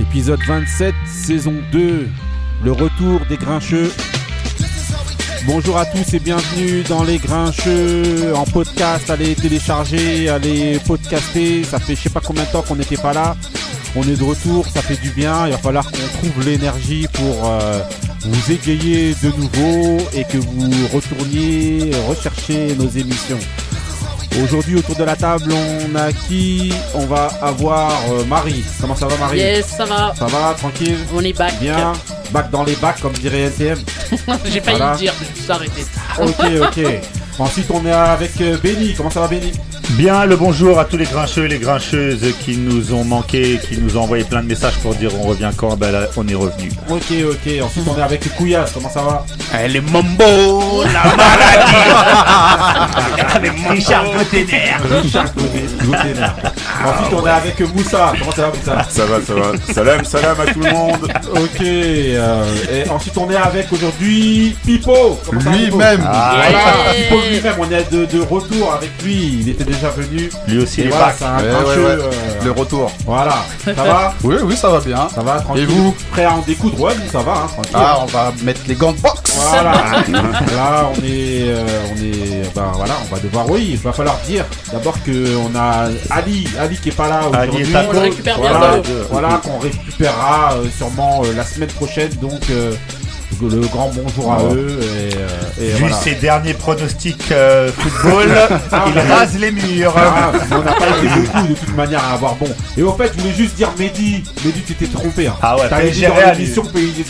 épisode 27, saison 2, le retour des grincheux. Bonjour à tous et bienvenue dans les grincheux en podcast. Allez télécharger, allez podcaster. Ça fait je sais pas combien de temps qu'on n'était pas là. On est de retour, ça fait du bien. Il va falloir qu'on trouve l'énergie pour euh, vous égayer de nouveau et que vous retourniez rechercher nos émissions. Aujourd'hui, autour de la table, on a qui On va avoir euh, Marie. Comment ça va, Marie Yes, ça va. Ça va, tranquille On est back. Bien Bac dans les bacs, comme dirait NTM. J'ai failli Voilà. le dire, mais je me suis arrêté. Ok, ok. Ensuite, on est avec euh, Benny. Comment ça va, Benny Bien le bonjour à tous les grincheux et les grincheuses qui nous ont manqué, qui nous ont envoyé plein de messages pour dire on revient quand, ben là on est revenu. Ok, ok. Ensuite, on est avec Couillasse. Comment ça va Eh, Elle est Oh mambo, la maladie. Elle est mambo. Richard Gottener. Richard Gauthier- Gauthier. Ensuite, on est avec Moussa. Comment ça va, Ah, Moussa Ça va, ça va. Salam, salam à tout le monde. Ok. euh, et ensuite, on est avec aujourd'hui Pipo. Comment ça va, Pipo Lui-même. Ah, Voilà, Yeah. Pipo lui-même, on est de, de retour avec lui. Il était déjà venu. lui aussi Et il est voilà, back. c'est un Ouais, grincheux. ouais, ouais. euh, Le retour. Voilà, ça va Oui, oui, ça va bien. Ça va, tranquille. Et vous Prêt à en découdre Ouais, lui, ça va, hein, tranquille. Ah, on va mettre les gants de boxe. Voilà. Là, on est, euh, on est, bah voilà, on va devoir. Oui, il va falloir dire d'abord que on a Ali, Ali qui est pas là Ali aujourd'hui. est à On le récupère Voilà, bientôt. voilà qu'on récupérera euh, sûrement euh, la semaine prochaine. Donc euh, le grand bonjour à eux et, euh, et Vu voilà. ses derniers pronostics euh, football, il rase les murs. Ah, mais on n'a pas été beaucoup de toute manière à avoir bon. Et au fait, je voulais juste dire Mehdi, Mehdi, tu t'es trompé. Hein. Ah ouais, T'avais dit PSG dans Real, l'émission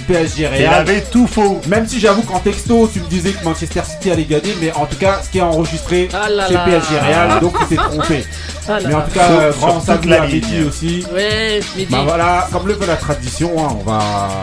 PSG Il Real. avait tout faux. Même si j'avoue qu'en texto, tu me disais que Manchester City allait gagner, mais en tout cas, ce qui est enregistré, Ah là c'est là. PSG Real, donc tu t'es trompé. Ah là Mais en là. tout cas, euh, Sur- grand sur salut toute la à ligne. Mehdi aussi. Ouais, Mehdi. Bah voilà, comme le veut la tradition, hein, on, va,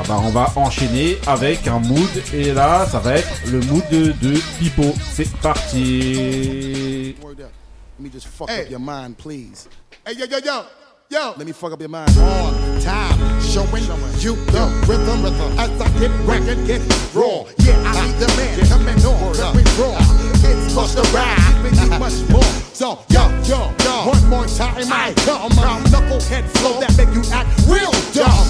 bah, on va enchaîner avec un mood, et là, ça va être le mood de, de Pipo. C'est parti Word up. Let me just fuck Hey. up your mind, please. Hey, yo, yo, yo, yo. Let me fuck up your mind. On time, showing you the rhythm, As I get wicked, get raw. Yeah, I need the man coming on. Let me raw. It's must arrive, we need much more. So, yo, yo, yo. One more time, I come. Round knucklehead flow that make you act real dumb.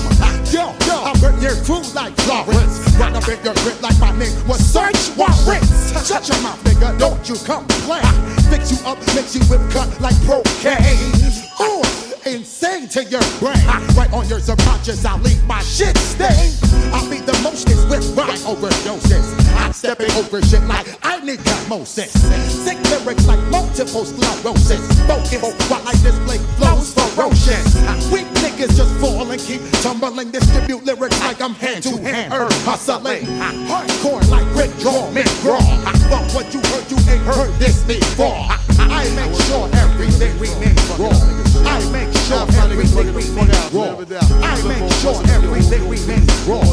Yo, yo, I burn your crew like Florence. Run up in your grip like my name was Search Warrants. Shut your mouth, nigga, don't you complain. Fix you up, mix you with cut like cocaine. Ooh insane to your brain. Right on your subconscious, I'll leave my shit stain. I'll be the mostest with right overdoses. I'm stepping over shit like I need Moses. Sick lyrics like multiple sclerosis. Spoken while I display flows ferocious. Weak niggas just fall and keep tumbling. Distribute lyrics like I'm hand to hand, herb hustling. Hardcore like Rick Draw, Mick Raw. But what you heard, you ain't heard this before. I make sure everything remains raw. I make sure everything remains raw. I make sure everything remains raw.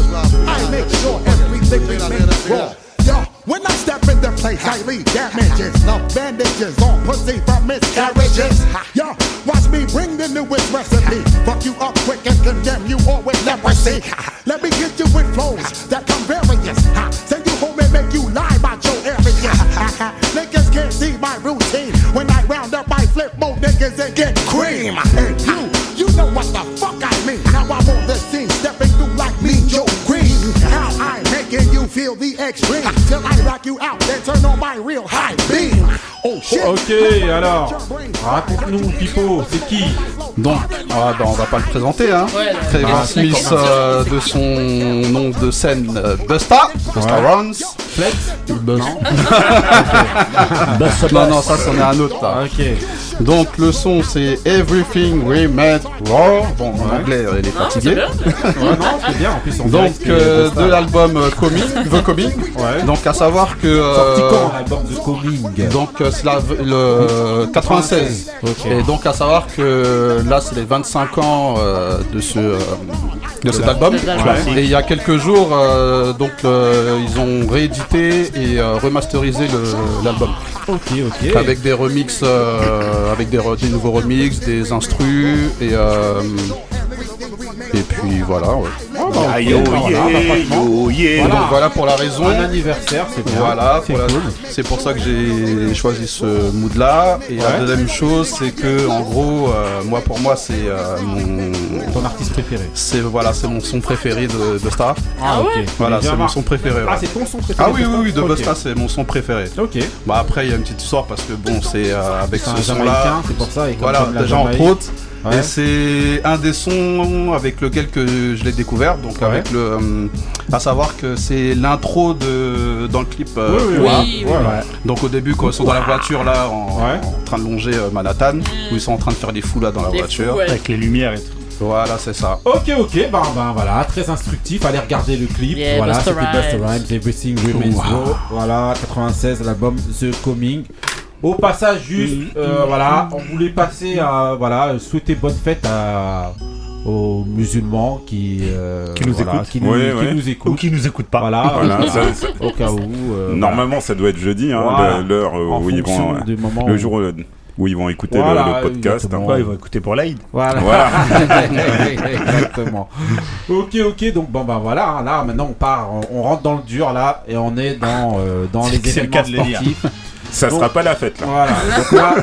I make sure everything remains raw. Yo, when I step in the place, I leave damages. No bandages on pussy from miscarriages. Yo, watch me bring the newest recipe. Fuck you up quick and condemn you all with leprosy. Let me get you with flows that come various. Send you home and make you lie about your area. Niggas can't see my routine. When I round up, I flip more niggas and get cream. And you, you know what the fuck I mean. Now I'm on the scene, stepping through like me, Joe Green. How I'm making you feel the extreme. Till I rock you out, then turn on my real high beam. Oh shit. Ok, alors, raconte-nous, Pipo, c'est qui Donc, Donc, ah bah on va pas le présenter, hein. Ouais, là, Travis là, Smith d'accord. euh, de son nom de scène euh, Busta, Busta Rhymes. Flex Bus- non, non, ça c'en est un autre là. Ok. Donc le son c'est Everything We Met Raw. Bon, en anglais, euh, il est Non, Ah, c'est fatigué. bien. Ouais, non, c'est bien, en plus, on dirait Donc que euh, c'est ça. de l'album euh, Coming, The Coming. Ouais. Donc à savoir que Sorti euh, quand l'album de Coming donc euh, c'est la- le 96. Ok. Et donc à savoir que là c'est les 25 ans euh, de ce euh, de cet album. De l'album. Et il y a quelques jours euh, donc euh, ils ont réédité et euh, remasterisé le- l'album Ok, ok. avec des remixes euh, avec des, re- des nouveaux remixes, des instrus et euh, et puis voilà. ouais. Ah, Non, non, Aïe, oh, non, yeah, voilà. oh, yeah. Donc voilà pour la raison. Un anniversaire, c'est bien. Voilà, c'est pour la- cool. c'est pour ça que j'ai choisi ce mood là. Et la Ouais. deuxième chose, c'est que en gros, euh, moi pour moi, c'est euh, mon, Ton artiste préféré. c'est voilà, c'est mon son préféré de Busta. Ah, ok. Voilà, Il est bien c'est mon marre. son préféré. ouais. Ah, c'est ton son préféré Ah oui, oui, oui, de Ok. Busta, c'est mon son préféré. Ok. Bah après, il y a une petite histoire parce que bon, c'est euh, avec C'est un ce son là. Jamaïcain, c'est pour ça. Et comme Voilà, j'aime la déjà entre Jamaïque- autres. Ouais. Et c'est un des sons avec lequel que je l'ai découvert, donc Ouais. avec le, euh, à savoir que c'est l'intro de dans le clip. euh, Oui, oui, Ouah. oui. Ouais, ouais. Donc au début, quand ils sont dans la voiture là, en, Ouais. en train de longer euh, Manhattan, où ils sont en train de faire des fous là dans la Des voiture. fous, ouais. Avec les lumières et tout. Voilà, c'est ça. Ok, ok, bah, bah voilà, très instructif. Allez regarder le clip. Yeah, voilà, Busta c'était Busta Rhymes. Rhymes, Everything Remains Raw. Voilà, 96, l'album The Coming. Au passage, Mm. juste, euh, voilà, on voulait passer à, voilà, souhaiter bonne fête à, aux musulmans qui, euh, Qui nous voilà, écoutent. Qui nous, Ouais, qui ouais. nous Ou écoutent. qui nous écoutent pas. Voilà, Voilà, ça- ça- Ah, au cas où. euh, Normalement, ça doit être jeudi, hein, Voilà. le- l'heure voilà, en où ils fonction vont, euh, du moment où- le jour euh, où ils vont écouter le- Voilà, le, podcast. hein. exactement. Ouais, ils vont écouter pour l'Aïd. Voilà. Voilà. Exactement. Ok, ok, donc bon bah voilà, hein, là maintenant on part, on, on rentre dans le dur là et on est dans, euh, dans les C'est le événements cas de le dire. sportifs. ça Donc- sera pas la fête là. Voilà. Donc là,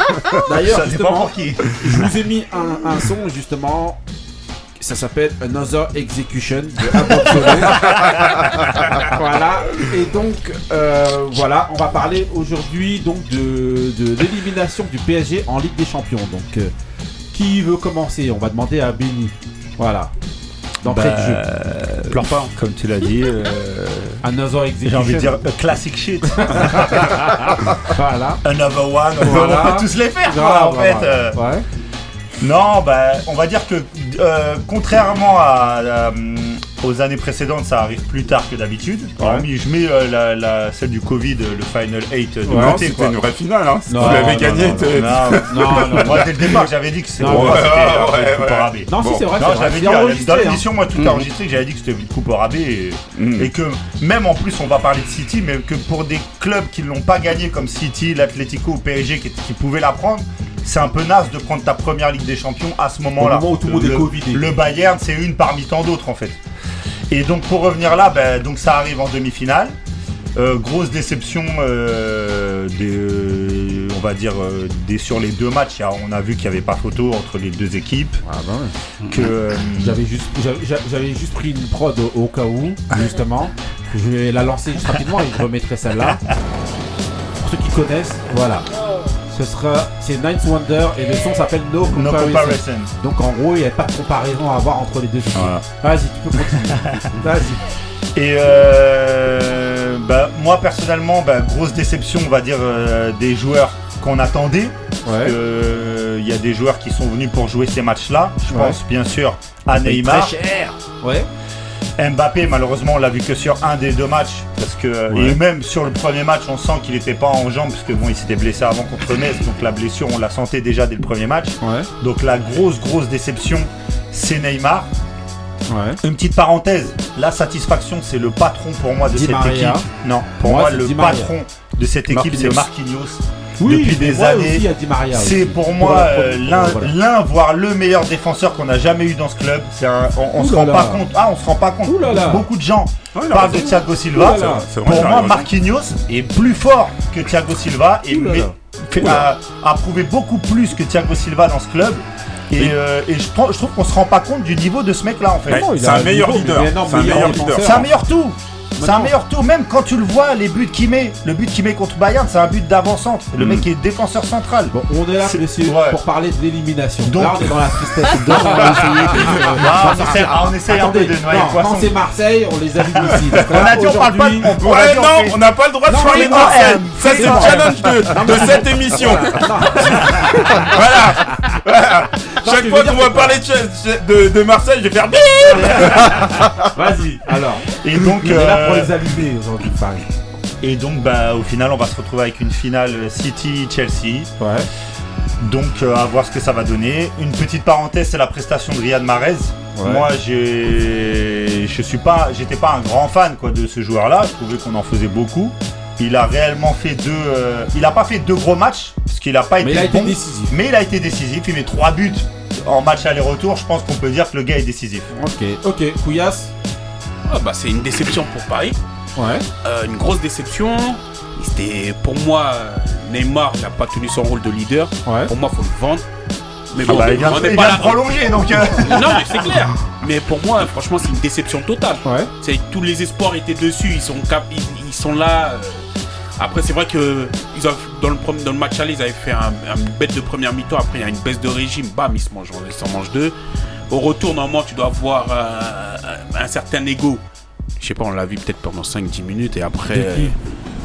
D'ailleurs, Ça dépend justement, pour qui. je vous ai mis un, un son justement. Ça s'appelle Another Execution de Abba Solo. voilà. Et donc, euh, voilà, on va parler aujourd'hui donc de, de l'élimination du PSG en Ligue des Champions. Donc, euh, qui veut commencer On va demander à Benny. Voilà. D'entrée de jeu. Euh, pleure pas, hein. comme tu l'as dit. euh, Another J'ai Execution. envie de dire euh, classic shit. Voilà. Another one. Voilà. On peut tous les faire, Voilà, quoi, en fait. voilà. euh. Ouais. Non, bah, on va dire que euh, contrairement à, euh, aux années précédentes, ça arrive plus tard que d'habitude. Alors, mais Je mets euh, la, la- celle du Covid, euh, le Final 8 de non, côté. c'était Quoi. une vraie finale. Hein. Si tu Non, l'avais non, gagné, non, t'es- Non, non. Moi, dès le départ, j'avais dit que c'était Non, pour moi, ouais, c'était euh, ouais, une coupe ouais. au rabais. Non, si Bon. c'est vrai, Non, c'est je vrai. l'avais C'est dit à la- dans enregistré, hein. l'émission, moi tout est enregistré, que j'avais dit que c'était une coupe au rabais et, Mm. et que même en plus on va parler de City, mais que pour des clubs qui l'ont pas gagné comme City, l'Atlético ou PSG qui, qui pouvaient la prendre, c'est un peu naze de prendre ta première Ligue des Champions à ce moment-là. Au moment où tout le monde est covidé. Le Bayern, c'est une parmi tant d'autres en fait. Et donc pour revenir là, ben, donc ça arrive en demi-finale. Euh, grosse déception, euh, des, euh, on va dire, euh, des, sur les deux matchs, il y a- on a vu qu'il n'y avait pas photo entre les deux équipes. Ah, bah ouais. Que, euh, J'avais juste, j'avais- j'a- j'avais juste pris une prod au, au cas où, justement. Je vais la lancer juste rapidement et je remettrai celle-là. Pour ceux qui connaissent, voilà. Ce sera, c'est Ninth Wonder et le son s'appelle No no Comparison. comparison. Donc en gros, il n'y a pas de comparaison à avoir entre les deux équipes. Voilà. Vas-y, tu peux continuer. Vas-y. Et euh, bah, moi personnellement, bah, grosse déception, on va dire, euh, des joueurs qu'on attendait. euh, Ouais. Il y a des joueurs qui sont venus pour jouer ces matchs-là. Je Ouais. pense bien sûr Ah, à Neymar. Ouais. Mbappé, malheureusement, on l'a vu que sur un des deux matchs. Parce que, euh, Ouais. Et même sur le premier match, on sent qu'il n'était pas en jambes, parce que bon, il s'était blessé avant contre Metz. Donc la blessure, on la sentait déjà dès le premier match. Ouais. Donc la grosse, grosse déception, c'est Neymar. Ouais. Une petite parenthèse, la satisfaction, c'est le patron pour moi de Di cette Maria. équipe. Non, pour Moi, moi, c'est le Di Maria. patron de cette équipe, c'est Marquinhos. Marquinhos. Oui, Depuis mais des moi années, aussi, à Di Maria. aussi. C'est pour moi la- euh, l'un, voilà. l'un, voire le meilleur défenseur qu'on a jamais eu dans ce club. C'est un- on, on Ouh se là rend là. pas compte. Ah, on se rend pas compte. Ouh là là. Beaucoup de gens Ouais, il a parlent de raison. Thiago Ouh Silva. là là. C'est vrai, Pour il a moi, raison. Marquinhos est plus fort que Thiago Silva et Ouh là mé- là. fait- a, a prouvé beaucoup plus que Thiago Silva dans ce club. Et, euh, et je, prends- je trouve qu'on se rend pas compte du niveau de ce mec-là en fait. Ouais, Non, il c'est a un un meilleur niveau, mais leader. énorme C'est un meilleur meilleur défenseur. leader. C'est un meilleur tout. C'est un Maintenant. meilleur tout, même quand tu le vois, les buts qu'il met, le but qu'il met contre Bayern, c'est un but d'avant-centre. Le Mm. mec est défenseur central. Bon, on est là, C'est- messieurs, ouais. pour parler de l'élimination. Donc- Là, on est dans la tristesse. Donc, on va essayer de- Ah, on essaie, ah, on essaye un peu Attendez, de noyer non, le quand poisson. c'est Marseille, on les allume aussi. Donc On a dit, on parle pas de aujourd'hui- pompe. On a Ouais, dit, on non, fait- on n'a pas le droit de Non, parler mais de non, Marseille. euh, Ça, c'est le non. challenge de, de cette émission. Voilà. Voilà. Non, tu Chaque veux fois dire qu'on va que- parler de, ch- de, de Marseille, je vais faire bip. Vas-y, alors. Et donc, On est là pour euh, les allumer aujourd'hui, Paris. et donc bah, au final, on va se retrouver avec une finale City-Chelsea. Ouais. Donc, euh, à voir ce que ça va donner. Une petite parenthèse, c'est la prestation de Riyad Mahrez. Ouais. Moi, j'ai, je suis pas, j'étais pas un grand fan quoi de ce joueur-là. Je trouvais qu'on en faisait beaucoup. Il a réellement fait deux. euh, il a pas fait deux gros matchs parce qu'il a pas Mais été il a été bon. décisif. mais il a été décisif. Il met trois buts en match aller-retour. Je pense qu'on peut dire que le gars est décisif. Ok, ok, Couillasse. ouais, bah, c'est une déception pour Paris. Ouais. Euh, une grosse déception. C'était pour moi, euh, Neymar n'a pas tenu son rôle de leader. Ouais. Pour moi, faut le vendre. Mais Ah bon, bah, il vient on de n'est il pas vient là. de prolonger, donc. euh, non, mais c'est clair. Mais pour moi, franchement, c'est une déception totale. Ouais. C'est tous les espoirs étaient dessus. Ils sont cap- ils, ils sont là. euh. Après, c'est vrai que ils ont, dans, le, prom- dans le match aller, ils avaient fait un, une bête de première mi-temps. Après, il y a une baisse de régime. Bam, ils se mangent, ils s'en mangent deux. Au retour, normalement, tu dois avoir euh, un certain ego. Je sais pas, on l'a vu peut-être pendant 5-10 minutes et après. De qui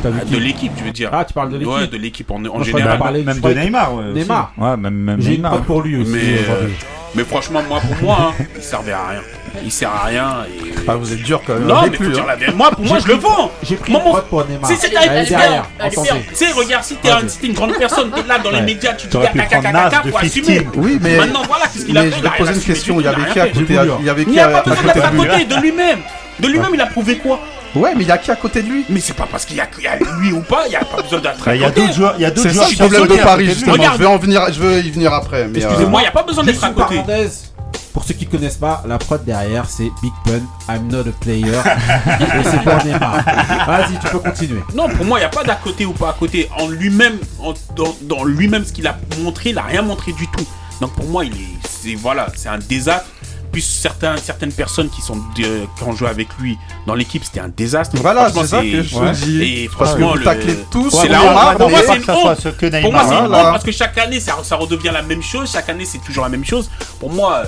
T'as vu euh, qui de l'équipe, je veux dire. Ah, tu parles de l'équipe Ouais, de l'équipe en, en Moi, je crois général. qu'on a parlé- Même je crois de que- Neymar. euh, ouais, aussi. Neymar. Ouais, même, même J'ai une Neymar. pote pour lui aussi. Mais, aujourd'hui. euh, mais franchement, moi, pour moi, hein, il servait à rien. Il sert à rien. Et... Ah, vous êtes dur quand même. Non, avec mais lui, faut dire hein. la vérité. Moi, pour moi, je le vends. J'ai pris Moi, une mon- pote pour Neymar. Si c'est Elle est ta derrière, elle est entendez. tu sais, regarde, si t'es un- si t'es une grande personne, t'es là dans les Ouais. médias, tu te T'aurais dis ah, pu prendre Nas de faut assumer. Fifteen. Oui, mais. Maintenant, voilà, qu'est-ce qu'il a mais fait je vais là, te il a poser une assumé, question. du Il y coup, il a avait qui rien à côté fait. hein Il y avait Il qui n'y a à à pas besoin côté d'être à de lui hein côté de lui-même. De lui-même, il a prouvé quoi Ouais, mais il y a qui à côté de lui Mais c'est pas parce qu'il y a qu'il y a lui ou pas, il n'y a pas besoin d'être Bah, à Il y a côté. d'autres joueurs. Il y a d'autres C'est joueurs. ça le qui ont problème de sauté à Paris, côté lui. justement. hein. Regarde. Je, vais en venir, je veux y venir après. Mais, euh, Excusez-moi, il n'y a pas besoin Juste d'être à une côté. parenthèse. Pour ceux qui connaissent pas, la prod derrière, c'est Big Pun, I'm not a player. et c'est pour Neymar. Vas-y, tu peux continuer. Non, pour moi, il n'y a pas d'à côté ou pas à côté. En lui-même, en- dans, dans lui-même, ce qu'il a montré, il n'a rien montré du tout. Donc pour moi, il est, c'est voilà, c'est un désastre. Puis certains, certaines personnes qui sont euh, qui ont joué avec lui dans l'équipe, c'était un désastre. Voilà, Franchement, c'est ça que je vous ouais. dis. Et Parce que franchement, vous le- taclez tous. Ouais, c'est mais la on va honte. attendre. mais- moi, pas c'est que ça une soit honte. ce que pour Neymar. moi, c'est une honte Voilà. parce que chaque année, ça, ça redevient la même chose. Chaque année, c'est toujours la même chose. Pour moi. euh,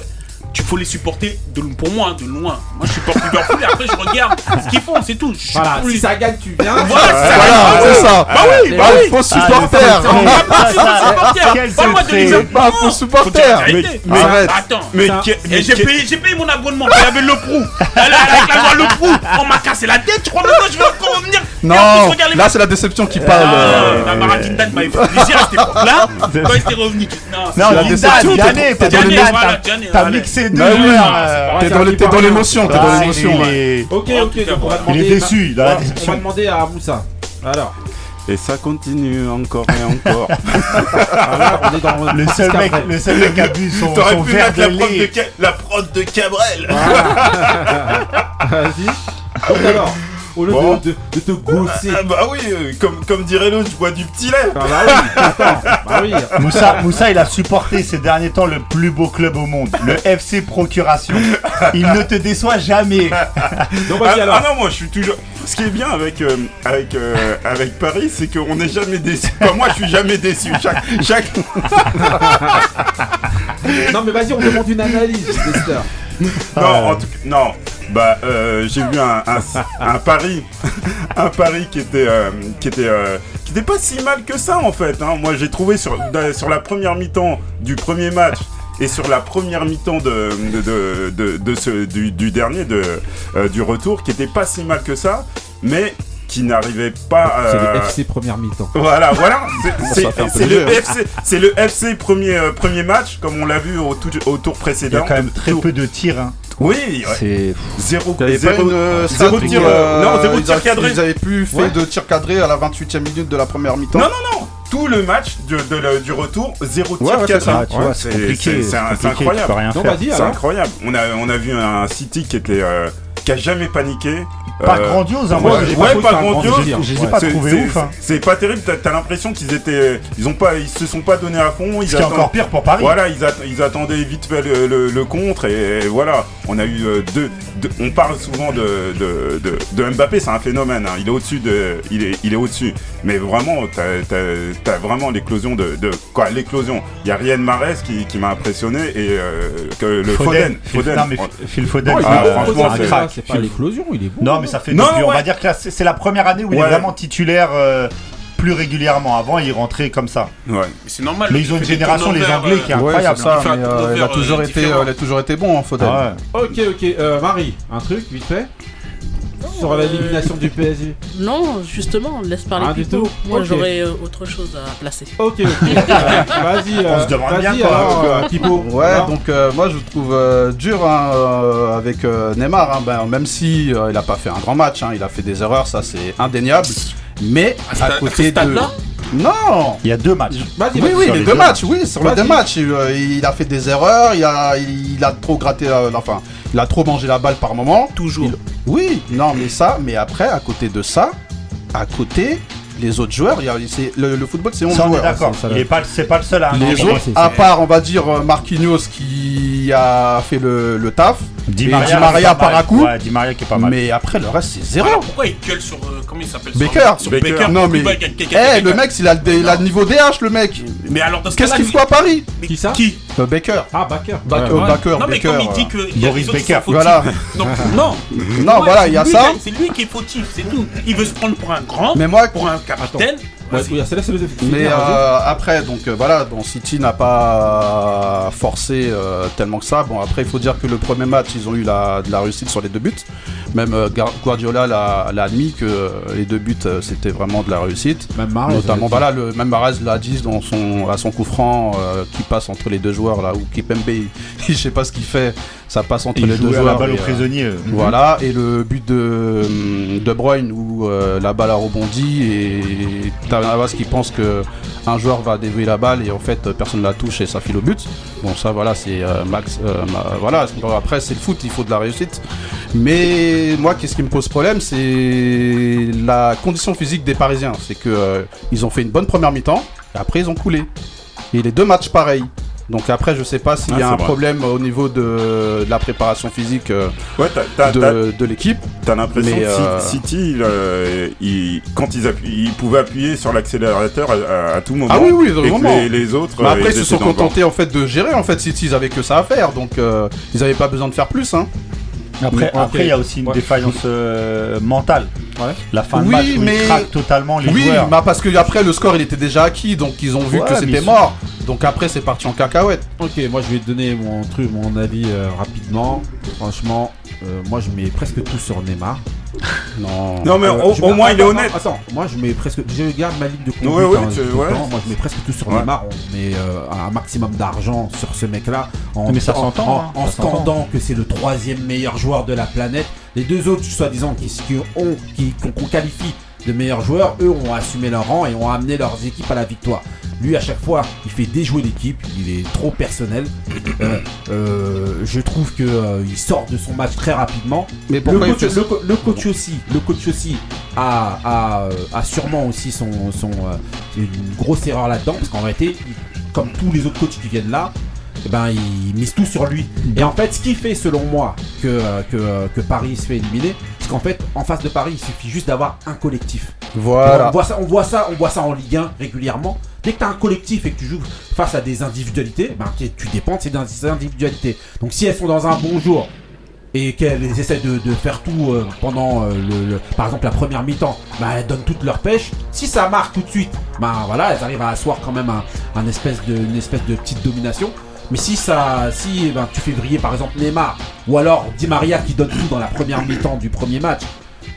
Tu faut les supporter de, pour moi hein, de loin. Moi je supporte Liverpool et après je regarde ce qu'ils font, c'est tout. Je suis Voilà, plus- si ça gagne, tu viens. Ah, Voilà, c'est ça. Voilà, c'est ça. Bah Ah, oui, bah oui. Faux supporter. On va pas sur Ah, un ah, supporter. quel Parle-moi de secret. Liverpool. C'est pas faux supporter. Faut dire la vérité. Mais- mais- Ah, arrête. Attends. Mais Ça- que- Et mais j'ai que- payé, j'ai payé mon abonnement, il y avait le prou. Elle a- Avec la loi le prou, on m'a cassé la tête, je crois maintenant je vais encore revenir. Et en Non, plus, regarde les là c'est la déception qui parle. Ah, euh, la Maratintan m'avait fait plaisir à cette époque-là. Quand il était revenu, non, c'est Non, la Zidane, déception, t'es- Zidane, t'es t'as dans Gianni, les- Zidane, voilà, t'as- Gianni, T'as voilà. mixé deux Bah oui. joueurs. T'es dans le- t'es dans l'émotion, t'es dans Ah, l'émotion. il ouais. est- Ok, En tout ok, cas, donc on va voilà. demander. Il est déçu, il a la on va- On déception. va demander à Moussa. Alors, Et ça continue encore et encore. voilà, on est dans Le seul mec, le seul mec qui a bu son, son T'aurais pu verre mettre de la prod de, lait. Ca- la prod de Cabrel. Vas-y. Donc alors, au lieu Bon. de, de, de te gausser. Ah bah oui, euh, comme, comme dirait l'autre, je bois du petit lait. Ah bah oui, attends, bah oui. Moussa, Moussa, il a supporté ces derniers temps le plus beau club au monde, le FC Procuration. Il ne te déçoit jamais. Donc Ah, vas-y ah alors. non, moi je suis toujours. Ce qui est bien avec, euh, avec, euh, avec Paris, c'est qu'on n'est jamais déçu. Enfin, moi je suis jamais déçu. Chaque, chaque... Non mais vas-y, on demande une analyse, Lester. Non, en tout cas, non. Bah, euh, j'ai vu un, un, un pari, un pari qui était, euh, qui était, euh, qui était pas si mal que ça en fait. hein. Moi, j'ai trouvé sur, dans- sur la première mi-temps du premier match et sur la première mi-temps de, de, de, de- de ce, du, du dernier de, euh, du retour, qui était pas si mal que ça, mais qui n'arrivait pas. C'est euh, le FC première mi-temps. Voilà, voilà. C'est- Ça fait un C'est peu c'est le hein. léger, FC, c'est le FC premier euh, premier match, comme on l'a vu au, tout- au tour Il y a précédent. quand même très peu de tirs. hein. Oui, ouais. C'est. zéro, T'avais pas zéro- une, euh, zéro stat où, tir, euh, euh, non, zéro ils tir avaient- cadré. Ils avaient plus fait de tir cadré à la 28 e minute de la première mi-temps. Non, non, non. Tout le match de, de la- du retour, zéro Ouais, tir ouais, cadré. ça. bah, Ah, tu vois, c'est c'est- compliqué. c'est- c'est un- compliqué, c'est incroyable. Tu peux rien Donc faire. vas-y C'est hein. alors. incroyable. On a, on a vu un City qui était euh, qui a jamais paniqué. Pas Euh, grandiose, hein, ouais, moi. j'ai ouais, trouvé pas ça un grand- grandiose. j'ai- Je les ai Ouais. pas C'est- trouvés c'est- ouf. hein. C'est pas terrible. T'as t'as l'impression qu'ils étaient, euh, ils ont pas, ils se sont pas donnés à fond. Ils Ce qui est attendent- encore pire pour Paris. Voilà, ils, at- ils attendaient vite fait le, le- le contre et, et voilà, on a eu euh, deux, deux- On parle souvent de, de, de- de Mbappé, c'est un phénomène. hein, Il est au-dessus de, il est, il est au-dessus. Mais vraiment, t'as, t'as- t'as vraiment l'éclosion de, de- quoi L'éclosion. Il y a Ryan Mahrez qui, qui m'a impressionné et euh, que le Foden. Phil- Foden. Non, mais Phil- Phil Foden, Oh, il c'est est un- bon, franchement, c'est un c'est- crack. c'est pas l'éclosion, il est bon. Non, mais ça fait Non, depuis- non, on va ouais. dire que c'est- c'est la première année où il est Ouais. vraiment titulaire euh, plus régulièrement. Avant, il rentrait comme ça. Ouais. Mais c'est normal. Mais il ils ont fait une des génération, les turnovers, Anglais, euh, qui est Ouais, incroyable. c'est hein. ça, Il fait un mais, euh, il, a turnover, toujours euh, été, différent. euh, il a toujours été bon, hein, Foden. Ah ouais. Ok, ok. Euh, Marie, un truc vite fait sur euh, l'élimination du PSG. Non, justement, laisse parler Ah, du plutôt. tout Moi, Ok. j'aurais euh, autre chose à placer. Ok, ok. Euh, vas-y. euh, se demande bien, vas-y, quoi. alors, euh, Pipo. Ouais, Alors, donc euh, moi je le trouve euh, dur hein, euh, avec euh, Neymar, hein, ben, même si euh, il a pas fait un grand match, hein, il a fait des erreurs, ça c'est indéniable. Mais À à ce- à ce côté de, stade-là Non Il y a deux matchs. Vas-y, Oui, vas-y. oui, Sur les les deux deux matchs, oui, sur les deux matchs. euh, Il a fait des erreurs, il a, il a trop gratté la, la fin. Il a trop mangé la balle par moment. Toujours. Il- oui, non, mais ça, mais après, à côté de ça, à côté, les autres joueurs, il y a- c'est- le, le football, c'est 11 Ça, on est joueurs. d'accord. ça, ça, Il est pas- Ah, C'est pas le seul à Les avoir autres, à part, on va dire, euh, Marquinhos qui a fait le, le taf. Di Et Maria, Di Maria c'est pas part mal. à coup. Ouais, Di Maria qui est pas mal. Mais après, le reste, c'est zéro. Alors pourquoi il gueule sur. euh, comment il s'appelle sur- Baker. Sur Baker. Baker. Non, mais- Pourquoi il gagne Eh, quelqu'un qui le gagne mec, il a, le dé- il a le niveau DH, le mec. Mais alors dans ce Qu'est-ce cas-là, qu'il mais- faut à Paris mais Qui ça Qui Euh, Baker. Ah, Backer. Baker, Ouais. Baker, Non, mais Baker, comme il voilà. dit que. il y a Boris des autres qui Becker. sont fautifs. Voilà. Donc, non. Non, Ouais, voilà, il y a lui, ça. C'est lui qui est fautif, c'est tout. Il veut se prendre pour un grand, Mais moi, pour un capitaine. Ouais, Vas-y. oui, c'est là, c'est le- finir, Mais vas-y. euh, après, donc euh, voilà, bon, City n'a pas euh, forcé euh, tellement que ça. Bon, après, il faut dire que le premier match, ils ont eu la, de la réussite sur les deux buts. Même euh, Gar- Guardiola l'a l'a admis que euh, les deux buts, euh, c'était vraiment de la réussite. Même Mahrez, euh, Notamment, je veux dire. voilà, le, même Mahrez l'a dit dans son, à son coup franc euh, qui passe entre les deux joueurs, là, ou Kipembe, il- je sais pas ce qu'il fait, ça passe entre Il les joue deux à joueurs. la balle et, aux euh, prisonniers. euh. Mhm. voilà, et le but de hum, De Bruyne où euh, la balle a rebondi et t'as Navas qui pense que un joueur va dévouer la balle et en fait euh, personne la touche et ça file au but. Bon ça voilà c'est euh, Max euh, ma- voilà Bon, après c'est le foot, il faut de la réussite. Mais moi qu'est-ce qui me pose problème c'est la condition physique des Parisiens, c'est que euh, ils ont fait une bonne première mi-temps, et après ils ont coulé. Et les deux matchs pareils. Donc après je sais pas s'il Ah, y a c'est un vrai. problème au niveau de, de la préparation physique euh, Ouais, t'as- t'as- t'as- de, de l'équipe. T'as l'impression Mais, que Ci- euh, City, il, euh, il- quand ils, appuient, ils pouvaient appuyer sur l'accélérateur à, à- à tout moment. Ah oui, oui, et que vraiment. les, les autres. Mais euh, après, ils se étaient sont dans le vent. contentés en fait de gérer en fait City, ils avaient que ça à faire, donc euh, ils avaient pas besoin de faire plus. Hein. Après, Ok. après, il y a aussi une Ouais. défaillance euh, mentale. Ouais. La fin de Oui, match où mais- ils craquent totalement les Oui, joueurs. mais parce que après le score il était déjà acquis, donc ils ont vu Ouais, que mais c'était ils- mort. Donc après, c'est parti en cacahuète. Ok, moi je vais te donner mon truc, mon avis euh, rapidement. Franchement, euh, moi je mets presque tout sur Neymar. Non. Non, mais Euh, au, je- au moins, il est attends, honnête. Attends, moi je mets presque. Je garde ma ligne de conduite. Ouais, ouais, hein, tu- tout le ouais. temps. Moi je mets presque tout sur Ouais. Neymar. On met euh, un maximum d'argent sur ce mec-là. En, Mais ça en- s'entend, en- hein, en ça s'entend. scandant que c'est le troisième meilleur joueur de la planète. Les deux autres, soi-disant, qui, qui ont, qui, qu'on, qu'on qualifie de meilleurs joueurs, eux ont assumé leur rang et ont amené leurs équipes à la victoire. Lui, à chaque fois, il fait déjouer l'équipe. Il est trop personnel. Euh, euh, je trouve que euh, il sort de son match très rapidement Mais le pourquoi il coach, fait ça le, co- le coach aussi, le coach aussi a, a, euh, a sûrement aussi son, son euh, une grosse erreur là-dedans parce qu'en réalité, il- comme tous les autres coachs qui viennent là, eh ben ils misent tout sur lui. Et en fait, ce qui fait selon moi que euh, que, euh, que Paris se fait éliminer, c'est qu'en fait, en face de Paris, il suffit juste d'avoir un collectif. On Voilà. voit ça, on voit ça, on voit ça en Ligue 1 régulièrement. Dès que tu as un collectif et que tu joues face à des individualités, ben, tu, tu dépends de ces indi- ces individualités. Donc si elles sont dans un bon jour et qu'elles essaient de, de faire tout euh, pendant euh, le, le- par exemple la première mi-temps, ben, elles donnent toute leur pêche. Si ça marque tout de suite, ben voilà, elles arrivent à asseoir quand même un, un espèce de, une espèce de petite domination. Mais si ça, si ben, tu fais briller par exemple Neymar ou alors Di Maria qui donne tout dans la première mi-temps du premier match,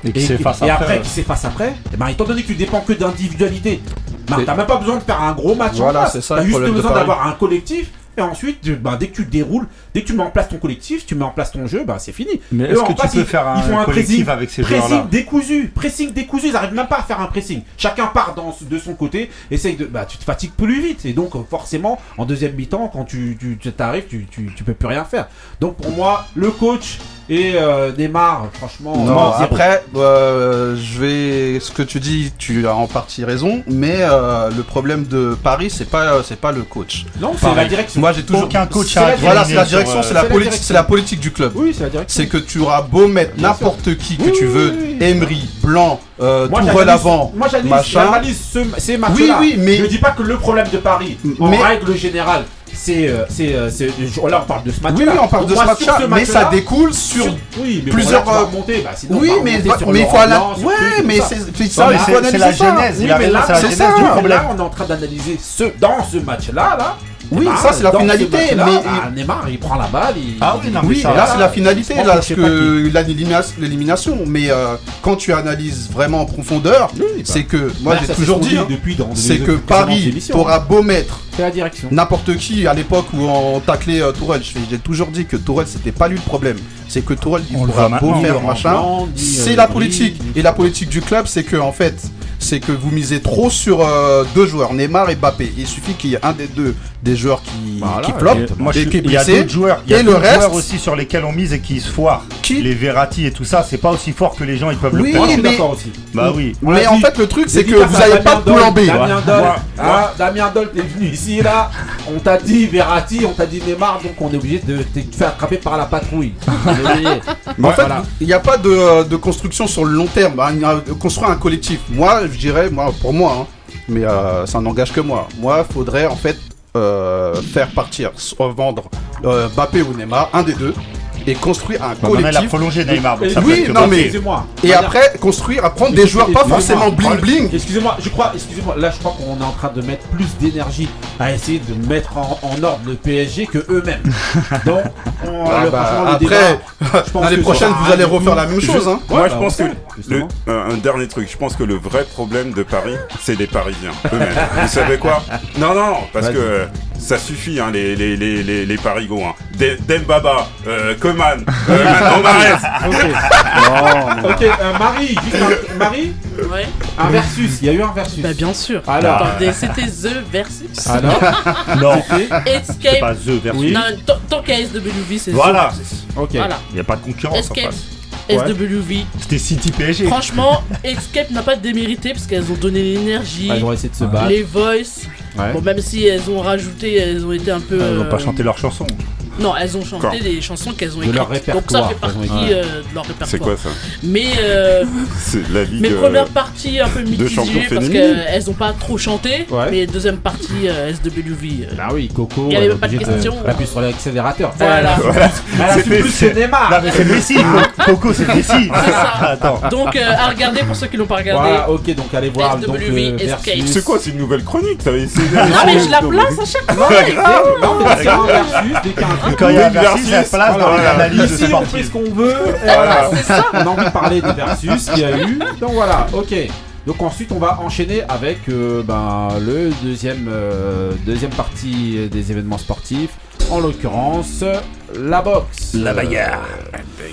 Et qui et, s'effacent et après, après, ouais. qui s'efface après, et ben, étant donné que tu dépends que d'individualité, ben, Et- t'as même pas besoin de faire un gros match Voilà, en face. c'est ça, T'as le juste problème de besoin Paris. d'avoir un collectif. Et ensuite, tu- ben, dès que tu déroules, dès que tu mets en place ton collectif, tu mets en place ton jeu, ben, c'est fini. Mais Eux, est-ce en que tu face, peux ils- faire ils font un un collectif pressing- avec ces joueurs-là Pressing décousu, pressing décousu, ils arrivent même pas à faire un pressing. Chacun part dans, de son côté, essaye de. Bah, tu te fatigues plus vite. Et donc, euh, forcément, en deuxième mi-temps, quand tu, tu, tu t'arrives, tu, tu, tu peux plus rien faire. Donc, pour moi, le coach et euh, Neymar, franchement. Non, ah, euh, zéro. après, euh, je vais. Ce que tu dis, tu as en partie raison, mais euh, le problème de Paris, c'est pas, euh, c'est pas le coach. Non, c'est Pareil. la direction. Moi, j'ai toujours. Aucun coach C'est a la- gagné Voilà, c'est la sur, direction, euh, c'est la c'est la politique, direction. c'est la politique du club. Oui, c'est la direction. c'est que tu auras beau mettre Bien n'importe qui que Oui, tu oui, veux, oui, oui. Emery, Blanc, euh, Moi, Tourelle j'analyse- avant, Moi j'analyse, machin. j'analyse ce- ces matchs-là. Oui, oui, mais- Je dis pas que le problème de Paris, en Mais- règle générale, c'est, euh, c'est, euh, c'est- je- Là on parle de ce match-là. Oui, oui, on parle de Moi, ce sur match-là, mais ça match-là, découle sur. oui, mais plusieurs, bon, là, tu vas euh, remonter, bah, sinon, Oui, on va mais, remonter sur mais il Laurent faut aller. Blanc, sur Ouais, tout mais ça. c'est c'est Non, ça, mais il faut c'est- c'est la analyser ça. genèse, Oui, la mais raison, là, c'est la c'est genèse ça. du Là, problème. on est en train d'analyser ce dans ce match-là, là. Oui, bah, ça, c'est la dans ce finalité, match-là, mais- bah, Neymar, il prend la balle. il- Ah oui, non, mais Oui, ça, et là c'est la finalité, je pense là, que parce je sais pas que la- l'éliminas- l'élimination. Mais euh, quand tu analyses vraiment en profondeur, c'est que moi Bah, ça, j'ai c'est toujours ce qu'on dit, dit hein, depuis dans les c'est autres que précédentes Paris, émissions. hein. t'auras beau mettre C'est la direction. n'importe qui à l'époque où on taclait euh, Tourelle. je fais- J'ai toujours dit que Tourelle c'était pas lui le problème. C'est que Tourelle il On le pourra voit beau maintenant, faire Laurent machin. Blanc, ni, euh, C'est la ni- politique. Et la politique du club c'est que en fait c'est que vous misez trop sur euh, deux joueurs, Neymar et Mbappé. Il suffit qu'il y ait un des deux des joueurs qui, Voilà, qui floppe et- Moi, je et suis- qui est il y a blessé. d'autres joueurs, il y a et le d'autres reste- joueurs aussi sur lesquels on mise et qui se foirent. Qui- Les Verratti et tout ça, c'est pas aussi fort que les gens ils peuvent Oui, le Moi, faire. je suis mais- d'accord aussi. Bah oui. Mais l'a en dit. fait, le truc, c'est que Dédicace vous à n'avez Damien pas de plan Doll. B. Damien Doll, Moi, hein, Damien Doll, t'es venu ici là, on t'a dit Verratti, on t'a dit Neymar, donc on est obligé de te faire attraper par la patrouille. On est obligé. Mais en fait, Voilà. il n'y a pas de, euh, de construction sur le long terme. hein. Il y a- Construire un collectif. Moi, je dirais, moi, pour moi, hein, mais euh, ça n'engage que moi. Moi, faudrait en fait euh, faire partir, soit vendre euh, Mbappé ou Neymar, un des deux, et construire un Bah, maintenant, il a collectif. prolongé Neymar. donc ça Oui, peut être que non, bon. mais- Excusez-moi. Et après, construire, à prendre des joueurs pas forcément bling bling. Excusez-moi, je crois, excusez-moi, là je crois qu'on est en train de mettre plus d'énergie à essayer de mettre en, en ordre le PSG que eux-mêmes. Donc, on- Ah le- bah, franchement, le après, débat, je pense L'année que ça prochaine, sera vous allez rien du refaire tout. la même chose. Hein. Moi, Ouais, je bah, pense on que sait, le- justement. un, un dernier truc, je pense que le vrai problème de Paris, c'est les Parisiens eux-mêmes. Vous savez quoi Non, non, parce que euh, ça suffit, hein, les, les, les, les, les Parigots. Hein. De- Dembaba, euh, Coman, euh, Manon Barès. Ok, euh, Marie, juste un- Marie, Ouais, un versus, il y a eu un versus. bah bien sûr. Alors. Attendez, c'était The Versus. Alors, Non, c'est Escape. pas The versus. Non, tant- tant qu'à SWV, c'est Voilà, ok. The. Voilà. il n'y a pas de concurrence en Escape. face. Ouais. SWV. C'était City PSG. Franchement, Escape n'a pas démérité parce qu'elles ont donné l'énergie, Ah, ils vont essayer de se battre. les voices. Ouais. Bon, même si elles ont rajouté, elles ont été un peu. Ah, Ils n'ont euh, pas chanté leur chanson. Non, elles ont chanté Quand des chansons qu'elles ont De écrites. leur Donc ça répertoire, fait elles ont partie écrit. euh, de leur répertoire. C'est quoi ça Mais euh, C'est la ligue. mes euh, premières parties un peu champions mitigées parce féminines. qu'elles ont pas trop chanté. Ouais. Mais deuxième partie euh, SWV. euh, Ah oui, Coco. Il y avait elle est pas de obligée question. Appuie sur l'accélérateur. Voilà. Elle a su C'était- plus que Neymar. Non, mais c'est Messi. Coco, c'est Messi. ça. Attends. Donc euh, à regarder pour ceux qui l'ont pas regardé. Voilà, ok, donc allez voir. Donc, euh, SWV, versus. Escape. C'est quoi C'est une nouvelle chronique t'as essayé de- Non ah, mais je la place hein. à chaque fois. Non, mais c'est un versus, dès qu'il y a un truc. Quand il y a un Nouvelle versus, ça se versus. place dans Voilà. l'analyse Ici, on fait sportive. ce qu'on veut. Voilà. On a envie de parler des versus qu'il y a eu. Donc voilà, ok. Donc ensuite, on va enchaîner avec euh, ben, le deuxième, euh, deuxième partie des événements sportifs. En l'occurrence, la boxe. La bagarre.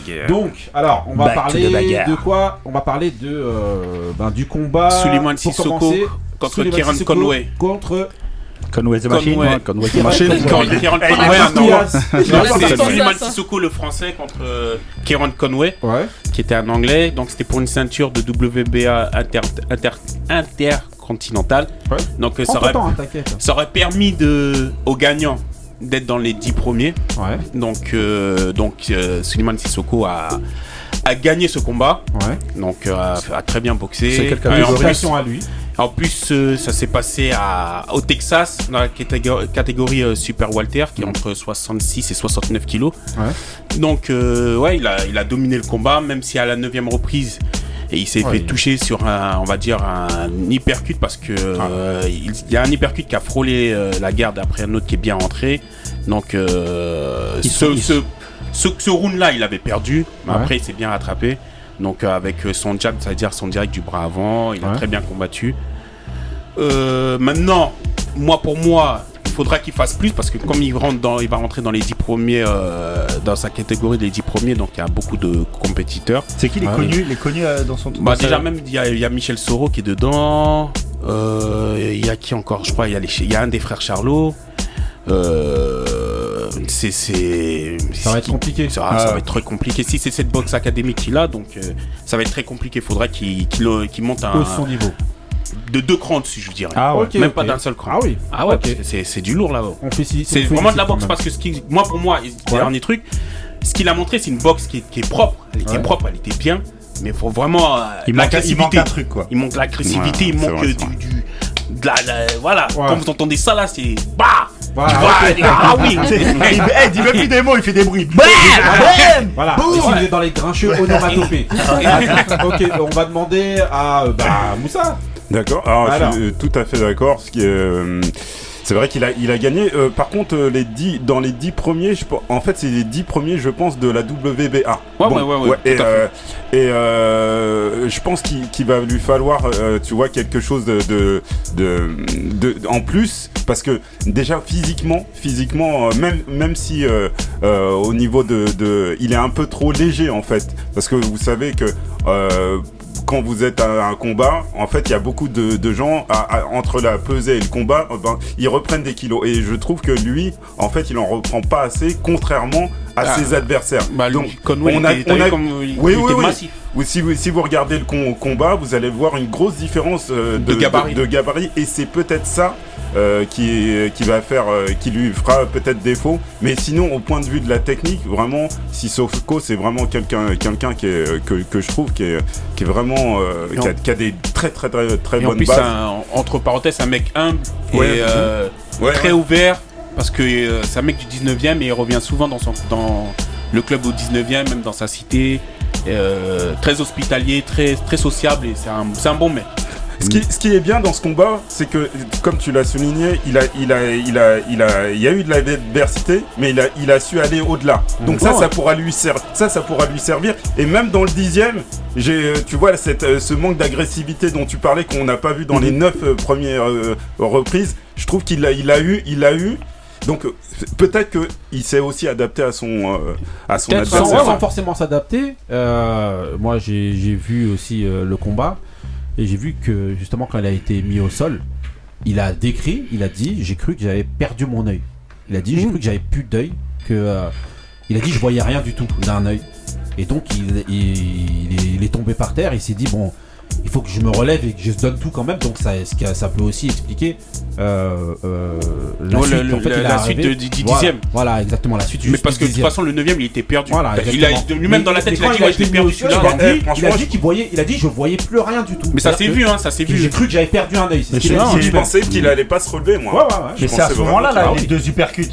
Euh, donc, alors, on va Back to parler the bagarre. de quoi On va parler de euh, ben, du combat. Suleiman pour Sissoko commencer, contre Suleiman Kieran Sissoko Conway. Contre Conway the Machine. Conway. ouais, Conway the Kieran Machine. Conway. Quand Kieran Eh, Conway, ouais, un non. Anglais. Ouais, Non, c'est C'est ça, Suleiman ça. Sissoko, le français, contre euh, Kieran Conway, Ouais. qui était un anglais. Donc, c'était pour une ceinture de WBA inter- inter- intercontinentale. Ouais. Donc, euh, En ça aurait, temps, hein, t'inquiète. ça aurait permis de, aux gagnants d'être dans les 10 premiers. Ouais, Donc, euh, donc euh, Suleiman Sissoko a, a gagné ce combat. ouais. Donc, euh, a, a très bien boxé. C'est quelqu'un Et de en plus, Félicitations à lui. en plus, euh, ça s'est passé à, au Texas, dans la catégorie, catégorie, euh, Super Walter, Mm. qui est entre 66 et 69 kilos. Donc, euh, ouais, il a, il a dominé le combat, même si à la 9 reprise, et il s'est Ouais, fait il- toucher sur un, on va dire, un hypercut, parce que Ah. euh, il il y a un hypercut qui a frôlé euh, la garde après un autre qui est bien rentré. Donc, euh, Ils ce, sont- ils ce, ce, ce round-là, il avait perdu, mais Ouais. après, il s'est bien rattrapé. Donc, euh, avec euh, son jab, c'est-à-dire son direct du bras avant, il a Ouais. très bien combattu. Euh, maintenant, moi pour moi, il faudra qu'il fasse plus parce que comme il rentre dans, il va rentrer dans les 10 premiers, euh, dans sa catégorie des 10 premiers, donc il y a beaucoup de compétiteurs. Ah, C'est qui les Ouais. connus Les connus euh, dans son Bah déjà même il y, a- il y a Michel Soro qui est dedans. Euh, Il y a qui encore Je crois il y a les, il y a un des frères Charlot. Euh, c'est c'est Ça va être compliqué. Ah. ça, va- ça va être très compliqué. Si c'est cette boxe académique qu'il a, donc euh, ça va être très compliqué. Faudra qu'il qu'il qu'il monte un, Hausse son niveau. de deux crans dessus, je dirais. Ah ouais. Ok, Même ok. pas d'un seul cran. Ah oui. Ah ouais, Ok. parce que c'est c'est du lourd là-haut. On félicite. C'est on vraiment de la félicite boxe quand parce que ce qui, moi pour moi, et Ouais. dernier truc, ce qu'il a montré, c'est une boxe qui, est- qui est propre. Elle était Ouais. propre, elle était bien, mais faut vraiment euh, Il manque, il manque un truc quoi. Il manque l'agressivité, Ouais, il c'est manque vrai, euh, c'est du, du- de la, la- voilà. Ouais. Quand vous entendez ça là, c'est bah, Voilà, bah, ah oui. Eh, il- eh, dis même plus des mots, il fait des bruits. même. Voilà. Boum. Et si vous êtes dans les grincheux onomatopées. ok, on va demander à euh, bah, Moussa. D'accord, alors, Alors. je suis euh, tout à fait d'accord. Ce qui est, euh, c'est vrai qu'il a, il a gagné. Euh, par contre, euh, les 10 dans les 10 premiers, je, pense- en fait, c'est les 10 premiers, je pense, de la WBA. Ouais, ouais, ouais, ouais, tout et à fait. euh, et euh, je pense qu'il qu'il va lui falloir, euh, tu vois, quelque chose de, de, de, de- en plus, parce que déjà physiquement, physiquement, euh, même, même si euh, euh, au niveau de, de, il est un peu trop léger en fait, parce que vous savez que euh, quand vous êtes à un combat, en fait, il y a beaucoup de, de gens à- à- entre la pesée et le combat, euh, ben, ils reprennent des kilos. Et je trouve que lui, en fait, il en reprend pas assez, contrairement à Ah. ses adversaires. Bah, lui, Conway, il était- t'as vu comme il- il était massif. Oui, si, vous, si vous regardez le com- combat, vous allez voir une grosse différence euh, de, De gabarit. de- de gabarit, et c'est peut-être ça euh, qui, est- qui va faire, euh, qui lui fera peut-être défaut. Mais sinon, au point de vue de la technique, vraiment, Sissoko, c'est vraiment quelqu'un, quelqu'un qui est, euh, que, que je trouve qui est, qui est vraiment, euh, Et qui, a, en- qui a des très très très très Et en bonnes plus, c'est bases. un- entre parenthèses, c'est un mec humble Ouais. et euh, Ouais, très ouais. ouvert parce que euh, c'est un mec du 19e et il revient souvent dans, son, dans le club au 19e, même dans sa cité. Euh, très hospitalier, très, très sociable et c'est un, c'est un bon mec. Ce qui, ce qui est bien dans ce combat, c'est que, comme tu l'as souligné, il a, il a, il a, il a, il y a eu de l'adversité, mais il a, il a su aller au-delà. Donc ça, Ouais. ça pourra lui servir. Ça, ça pourra lui servir. Et même dans le dixième, j'ai, euh, tu vois, cette, euh, ce manque d'agressivité dont tu parlais qu'on n'a pas vu dans les neuf euh, premières euh, reprises. Je trouve qu'il a, il a eu, il a eu. Donc euh, peut-être que il s'est aussi adapté à son, euh, à son Peut-être sans, adversaire. sans forcément s'adapter. Euh, moi, j'ai j'ai vu aussi euh, le combat et j'ai vu que justement quand il a été mis au sol, il a décrit, il a dit, j'ai cru que j'avais perdu mon œil. Il a dit, j'ai cru que j'avais plus d'œil, que euh, il a dit, je voyais rien du tout d'un œil. Et donc il, il- il est, il est tombé par terre. Il s'est dit bon, il faut que je me relève et que je donne tout quand même. Donc ça, ce qui a- ça peut aussi expliquer euh, euh, la Ouais, suite. le- en fait, le- il a la suite arrivé- de- du- du Voilà, dixième. Voilà, exactement la suite. Mais juste parce du que de toute dixième. façon, le 9e, il était perdu. Ben, Voilà, Bah, il a, exactement. lui-même dans la Mais- tête, mais il a quand dit Ouais, je l'ai été perdu mis au sol, celui-là. Il a Eh, dit, il franchement, a dit qu'il voyait, il a dit je voyais plus rien du tout. Mais ça s'est C'est-à-dire vu, hein, ça s'est que vu. J'ai cru que j'avais perdu un œil. C'est ce Mais qu'il a non, dit. Je mais- pensais qu'il allait pas se relever, moi. Ouais, ouais, ouais. Je Mais c'est à pensais ce moment-là, vraiment là, que- les deux uppercuts.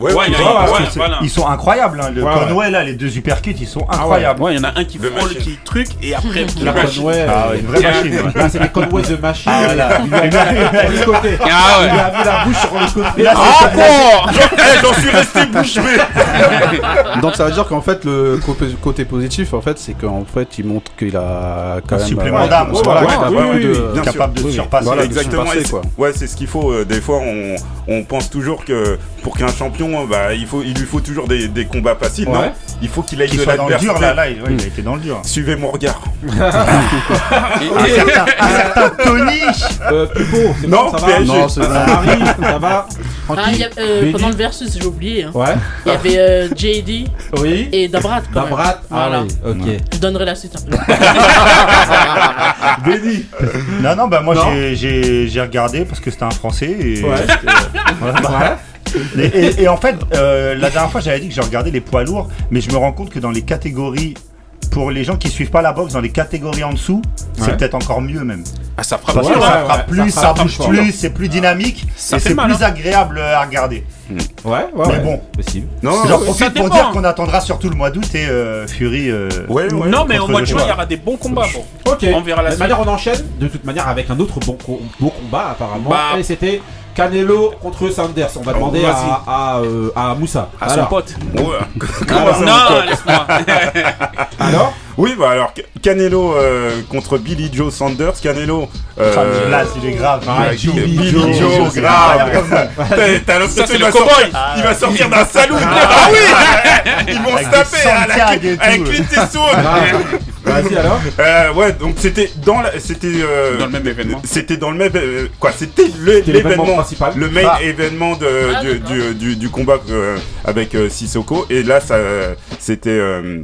Ouais, Ouais, il y a- ouais, parce ouais, que c'est- voilà. Ils sont incroyables, hein. le Ouais, Conway, là, les deux uppercuts, ils sont incroyables. Ah Ouais, il y en a un qui The frôle, Machine. qui truc, et après, La Conway. Ah, ouais, une vraie Il y a- machine. ouais. Là, c'est les Conway de Machine. Ah, voilà. Il a mis sur le côté. Ah Il ouais. a mis la bouche sur le côté. Ah, Encore Eh, j'en suis resté bouche bée. Donc ça veut dire qu'en fait le co- côté positif en fait c'est qu'en fait il montre qu'il a quand Un même supplément euh, d'âme, voilà, ouais, qu'il a oui, vraiment oui, de- oui, bien sûr. Capable de se Oui, surpasser. voilà, de Exactement. surpasser, et c'est- quoi. Ouais, c'est ce qu'il faut. euh, Des fois, on, on pense toujours que pour qu'un champion, bah, il, faut, il lui faut toujours des, des combats faciles. Ouais. Non, il faut qu'il aille Qu'il de soit dans le dur, l'adversité. Hmm. là, là, il ouais, il a été dans le dur. Suivez mon regard. Un certain- un certain Tony Ah, Euh, Pipo, c'est Non, bon, ça va PSG. Non, c'est Ça arrive, ça va Ah, il y Tranquille. a- euh, Benny. pendant le versus, j'ai oublié. hein. Ouais. Il y avait euh, JD Oui. et Dabrat. quand même. Dabrat. Voilà. Ah oui, ok. Je donnerai la suite après. Béni Non, non, bah moi Non. j'ai- j'ai j'ai regardé parce que c'était un français et. Ouais. c'était- voilà, bah, Et, et- et en fait, euh, la dernière fois, j'avais dit que j'ai regardé les poids lourds, mais je me rends compte que dans les catégories, pour les gens qui suivent pas la boxe, dans les catégories en dessous, c'est Ouais. peut-être encore mieux même. Ah, ça frappe Parce que ouais, ça ouais, frappe ouais, ça plus, ça, frappe bouge fort. plus, c'est plus dynamique, Ça et fait c'est mal, plus agréable à regarder. Ouais, ouais. Mais ouais. bon. Possible. Non, J'en ça profite pour dépend. dire qu'on attendra surtout le mois d'août et euh, Fury. euh, ouais, ouais. Non, mais au contre mois de le juin, choix. il y aura des bons combats. Bon. Ok. On verra la de suite. manière, on enchaîne de toute manière avec un autre bon, co- beau combat apparemment. Bah. Et c'était Canelo contre Sanders. On va demander vas-y. à, à, euh, à Moussa. À son alors, pote. Ouais. Non, laisse-moi. alors Oui, bah alors Ca- Canelo euh, contre Billy Joe Sanders. Canelo. euh, Ah, Là, c'est grave. Ah, Billy Joe, Billy Joe, Joe, Joe, c'est Ah, grave. T'as- T'as l'impression Ça, c'est qu'il le va sortir- cowboy. il va sortir d'un saloon. Ah oui Ils vont se Avec taper des à la Santiago et clé- tout. Ah, avec Clint Eastwood. Vas-y alors. Euh, ouais, donc c'était dans la, c'était euh, Dans le même événement. C'était dans le même euh, quoi C'était le- C'était l'événement l'événement principal. le main Ah. événement de, Ah, du, d'accord. du, du- du combat euh, avec euh, Sissoko. Et là, ça, euh, c'était euh,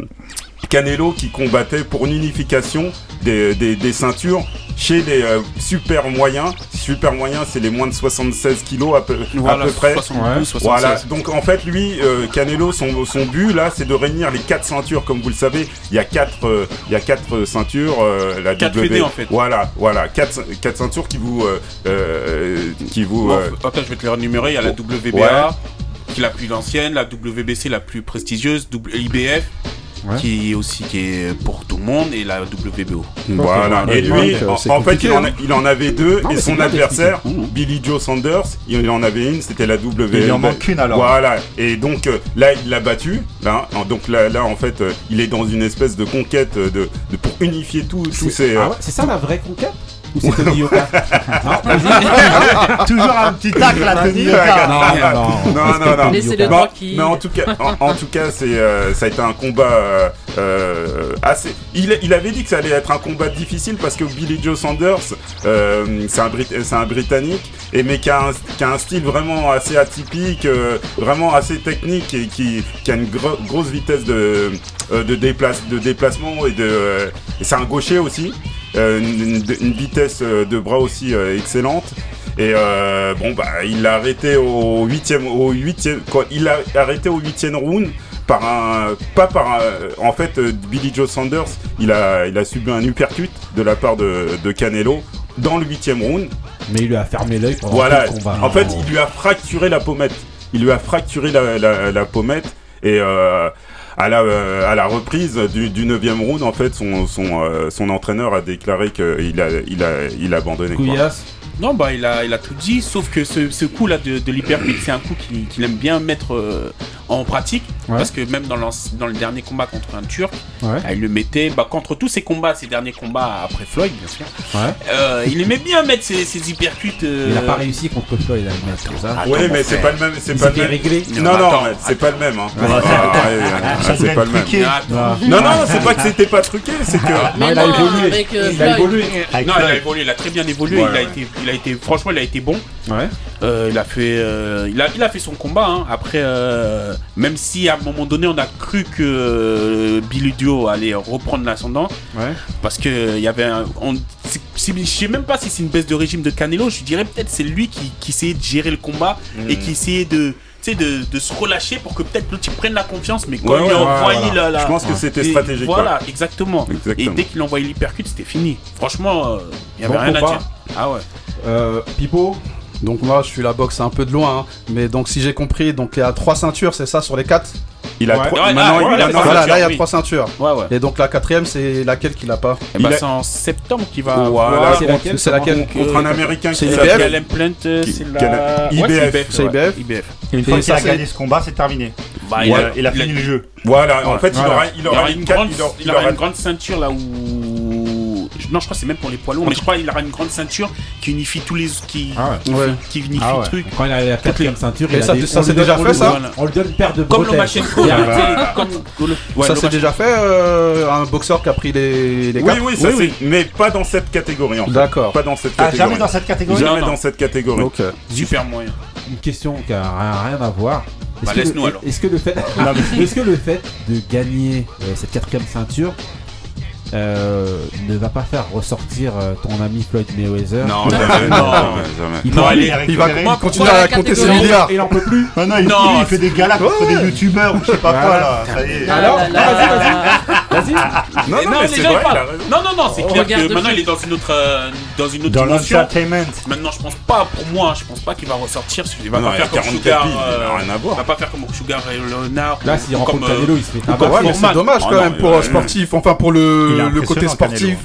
Canelo qui combattait pour une unification des, des, des ceintures chez les euh, super moyens. Super moyens, c'est les moins de 76 kilos à peu, à Voilà, peu près. 72, 76. Voilà, donc en fait lui, euh, Canelo, son, son but là, c'est de réunir les quatre ceintures, comme vous le savez, il y a quatre, euh, il y a quatre euh, ceintures, euh, la Quatre WWE. fédés, en fait. Voilà, voilà, quatre, quatre ceintures qui vous, euh, euh, qui vous, Bon, euh, Attends, je vais te les renumérer. Il y a la WBA, qui est la plus ancienne, la WBC la plus prestigieuse, IBF, Ouais. qui est aussi qui est pour tout le monde, et la WBO. voilà. voilà, Et lui, donc, euh, en, c'est en fait, compliqué, il en, a- hein. il en avait deux, Non, et mais c'est son bien adversaire, d'expliquer. Mmh. Billy Joe Sanders, il en avait une, c'était la WWE. Il en manque une alors. Voilà, et donc euh, là il l'a battu, là, hein. donc là, là en fait euh, Ah il est dans une espèce de conquête euh, de, de- pour unifier tout, tous ces... euh, Ah ouais, c'est ça la vraie conquête Ou c'est Tony Yoka Toujours un petit tacle à Tony Yoka. Non, Ah. non, Non, non, non. Laissez les Non, tranquilles. mais en tout cas, en, en tout cas, c'est, euh, ça a été un combat euh, euh, assez. Il, il avait dit que ça allait être un combat difficile parce que Billy Joe Sanders, euh, c'est un, Brit- c'est un britannique, et mais qui a un, qui a un style vraiment assez atypique, euh, vraiment assez technique et qui, qui a une gro- grosse vitesse de euh, de, déplace, de déplacement et de. euh, et c'est un gaucher aussi. euh, une, une- une vitesse euh, de bras aussi euh, excellente. Et euh, bon bah il l'a arrêté au huitième au huitième quoi, il l'a arrêté au huitième round par un pas par un, en fait euh, Billy Joe Sanders il a il a subi un uppercut de la part de, de Canelo dans le huitième round Mais il lui a fermé l'œil pendant voilà. tout le Oh, combat. En fait, il lui a fracturé la pommette. Il lui a fracturé la, la- la pommette et euh, à, la, euh, à la reprise du, du 9 round, en fait, son, son, euh, son entraîneur a déclaré qu'il a, il a, il a abandonné. quoi. Couillasse. Non, bah il a, il a tout dit, sauf que ce, ce coup-là de, de l'hypercut, c'est un coup qu'il qu'il aime bien mettre euh, en pratique. Ouais. Parce que même dans, l'anci- dans le dernier combat contre un Turc, Ouais. bah, il le mettait bah, contre tous ses combats, ses derniers combats après Floyd, bien sûr. Ouais. euh, il aimait bien mettre ses, ses hypercuts. euh, Il a pas réussi contre Floyd, là, le mec, c'est ça Ah, Ouais, mais c'est pas le même. C'est Il pas s'est le fait même. régler. Non, non, Attends, mais c'est pas le même. hein. va faire- Ah, ouais, ouais, Ça ouais, C'est devait pas être le même. truqué. Attends. Non, non, c'est pas que c'était pas truqué, c'est Ah, que. Mais il a non, évolué. avec euh, Il a Floyd. évolué. Avec non, il a Floyd. évolué, il a très bien évolué. Ouais, il, a ouais. été, il a été, franchement, il a été bon. Ouais. Euh, il a fait, euh, il a, il a fait son combat. hein. Après, euh, même si à un moment donné, on a cru que euh, Billy Dio allait reprendre l'ascendant, Ouais. parce que euh, il y avait, un, on, c'est- c'est- je sais même pas si c'est une baisse de régime de Canelo. Je dirais peut-être c'est lui qui, qui essayait de gérer le combat Mm. et qui essayait de, tu sais, de, de se relâcher pour que peut-être l'autre il prenne la confiance, mais quand Ouais, il ouais, a ouais, envoyé voilà. la- la- Je pense que c'était et stratégique, Voilà, exactement. Exactement. Et dès qu'il a envoyé l'hypercut, c'était fini. Franchement, euh, il y avait Bon rien à combat. dire. Ah ouais. Euh, Pipo donc moi je suis la boxe un peu de loin, hein. mais donc si j'ai compris, donc il y a trois ceintures, c'est ça sur les quatre. Il a Ouais. trois- Ouais, maintenant, ah, il- voilà, maintenant, Trois voilà, ceintures, là il y a oui. trois ceintures. Ouais, ouais. Et donc la quatrième, c'est laquelle qu'il a pas Eh Il ben, a- c'est en septembre qu'il va. Voilà, avoir- C'est laquelle C'est laquelle contre un américain C'est qui IBF. s'appelle. Quelle implant, euh, Qui- c'est quelle- la. Ouais, IBF, c'est IBF. Une fois Et qu'il a ça, c'est- gagné ce combat, c'est terminé. Bah, Il il, a- a, il a fini le jeu. Voilà, en fait, il Voilà. aura, il il aura aura une, grande, il aura- il il aura aura- une grande ceinture là où. je- Non, je crois que c'est même pour les poids lourds, mais je crois qu'il aura une grande ceinture qui unifie tous les. qui, Ah ouais. qui, Ouais. qui unifie Ah ouais. le truc. Quand il a la quatrième ceinture, Et il a ça, des- ça, on c'est lui donne- déjà on fait, lui ça donne- On lui donne une paire de Comme bretelles. Lomachenko, Il là, a- tu sais, comme Golo- ouais, ça c'est Lomachenko. déjà fait, euh, un boxeur qui a pris les, les Oui, quatre oui, ça, c'est- mais pas dans cette catégorie en fait. D'accord. Pas dans cette Ah, catégorie. jamais dans cette catégorie Jamais Non, non. dans cette catégorie. Ok. Super moyen. une question qui a rien, rien à voir. Est-ce Bah, que, laisse-nous, le- alors. est-ce que le fait, est-ce que le fait de gagner euh, cette quatrième ceinture euh, ne va pas faire ressortir euh, ton ami Floyd Mayweather Non, Jamais, non. jamais, jamais. Il Non, peut- elle a est- Il va récupéré. il continue Pourquoi à la compter ses catégorie milliards. il en peut plus. Ah Non, non, il, Non, il fait des galas contre des youtubeurs ou je sais pas quoi là. Ça y est. Ah, Alors, là, là, là, là. Vas-y. Non, Et non, mais les c'est gens, ils vrai, parlent. il a raison. Non, non, non, c'est On clair regarde que de maintenant suite. il est dans une autre, euh, dans une autre Dans dimension. l'entertainment. Maintenant, je pense pas pour moi, je pense pas qu'il va ressortir. Il va Non, pas il y a faire comme 44 Sugar. piges, il euh, a rien à voir. Il va pas faire comme Sugar et Leonard. Là, ou- s'il ou rencontre comme, euh, Canelo, il se fait ou Ah tabac. comme ouais, mais c'est Foreman. dommage quand Oh, même non, pour il euh, a- sportif, enfin pour Il est le, le impressionnant, côté sportif,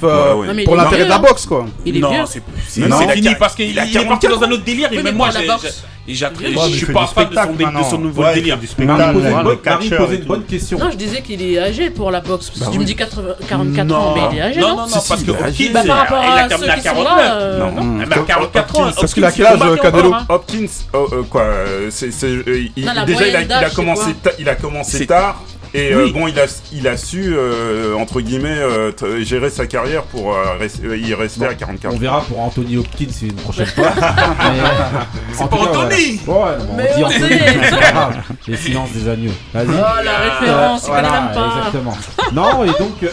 Canelo. euh, Ouais, ouais. Non, mais pour il est l'intérêt de vieux, la hein. boxe quoi. Il est non, vieux. c'est c'est- Non, c'est il a fini quar- parce qu'il il a est parti 44 dans un autre délire. Oui, Et mais même pour moi, la j'ai- boxe. j'ai- j'ai- Ouais, mais je il suis fait pas du fan de son, spectacle dé- de son maintenant. nouveau Ouais, il fait délire. du Marie spectacle, posait une le bonne- Marie catcheur posait et une tout. bonne question. Non, je disais qu'il est âgé pour la boxe. Parce que tu me dis 80 44 non. ans, mais il est âgé, non, non, non, non, parce que Hopkins, Bah, par rapport il a à terminé ceux à qui sont là, 49. euh, non. Ah, mais à 44 ans. Parce qu'il a Hopkins, quel âge, il combattait encore, Canelo hein. Hopkins, euh, euh, quoi, euh, c'est, c'est- euh, il- Non, la déjà il a, moyenne il a d'âge, commencé, c'est ta- il a commencé C'est- tard et euh, Oui. bon, il a, il a su euh, entre guillemets euh, t- gérer sa carrière pour euh, res- euh, y rester Bon, à 44. On verra pour Anthony Hopkins une prochaine fois. C'est pour Anthony. Ouais, non, Mais on dit on Anthony, sait. c'est pas grave. Les silences des agneaux. Vas-y. Euh, Oh, la référence, il connaît même pas. exactement. Non, et donc, euh,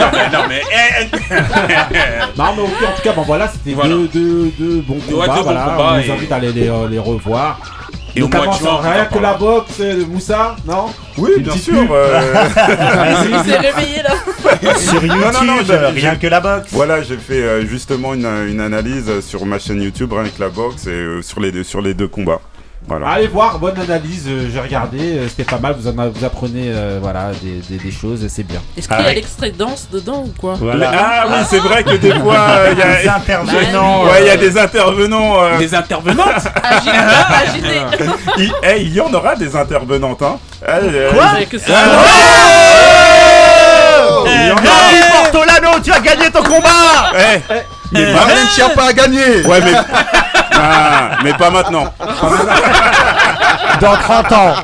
Non, mais. eh, non, mais ok, en tout cas, bon, voilà, c'était Voilà. deux, deux, deux bons deux combats. bons voilà, combats on vous et- invite à aller les, euh, les revoir. Et au mois de Notamment, juin, on sur rien va que parler. la boxe, euh, Moussa, non Oui, Il bien dit sûr. plus. euh, Il s'est réveillé là. Sur YouTube, non, non, j'ai- rien que la boxe. Voilà, j'ai fait euh, justement une, une analyse euh, sur ma chaîne YouTube rien que la boxe et euh, sur les deux, sur les deux combats. Voilà. Allez voir, bonne analyse, euh, j'ai regardé, euh, c'était pas mal, vous, en a- vous apprenez euh, voilà, des, des- des choses, et c'est bien. Est-ce qu'il y Ah, a l'extrait de danse dedans ou quoi Voilà. Ah oui, c'est vrai que des fois, euh, il y Les a, intervenants. Bah, ouais, il y a euh, des intervenents. euh, Des intervenantes Agité, agité. il, eh, il y en aura des intervenantes. Hein. Vous savez que Ah ça- Il y en a. Eh, Portolano, tu as gagné ton combat Eh, Mais pas- Marlène Schiappa a gagné Ouais, mais. Ah, mais pas maintenant. Dans 30 ans.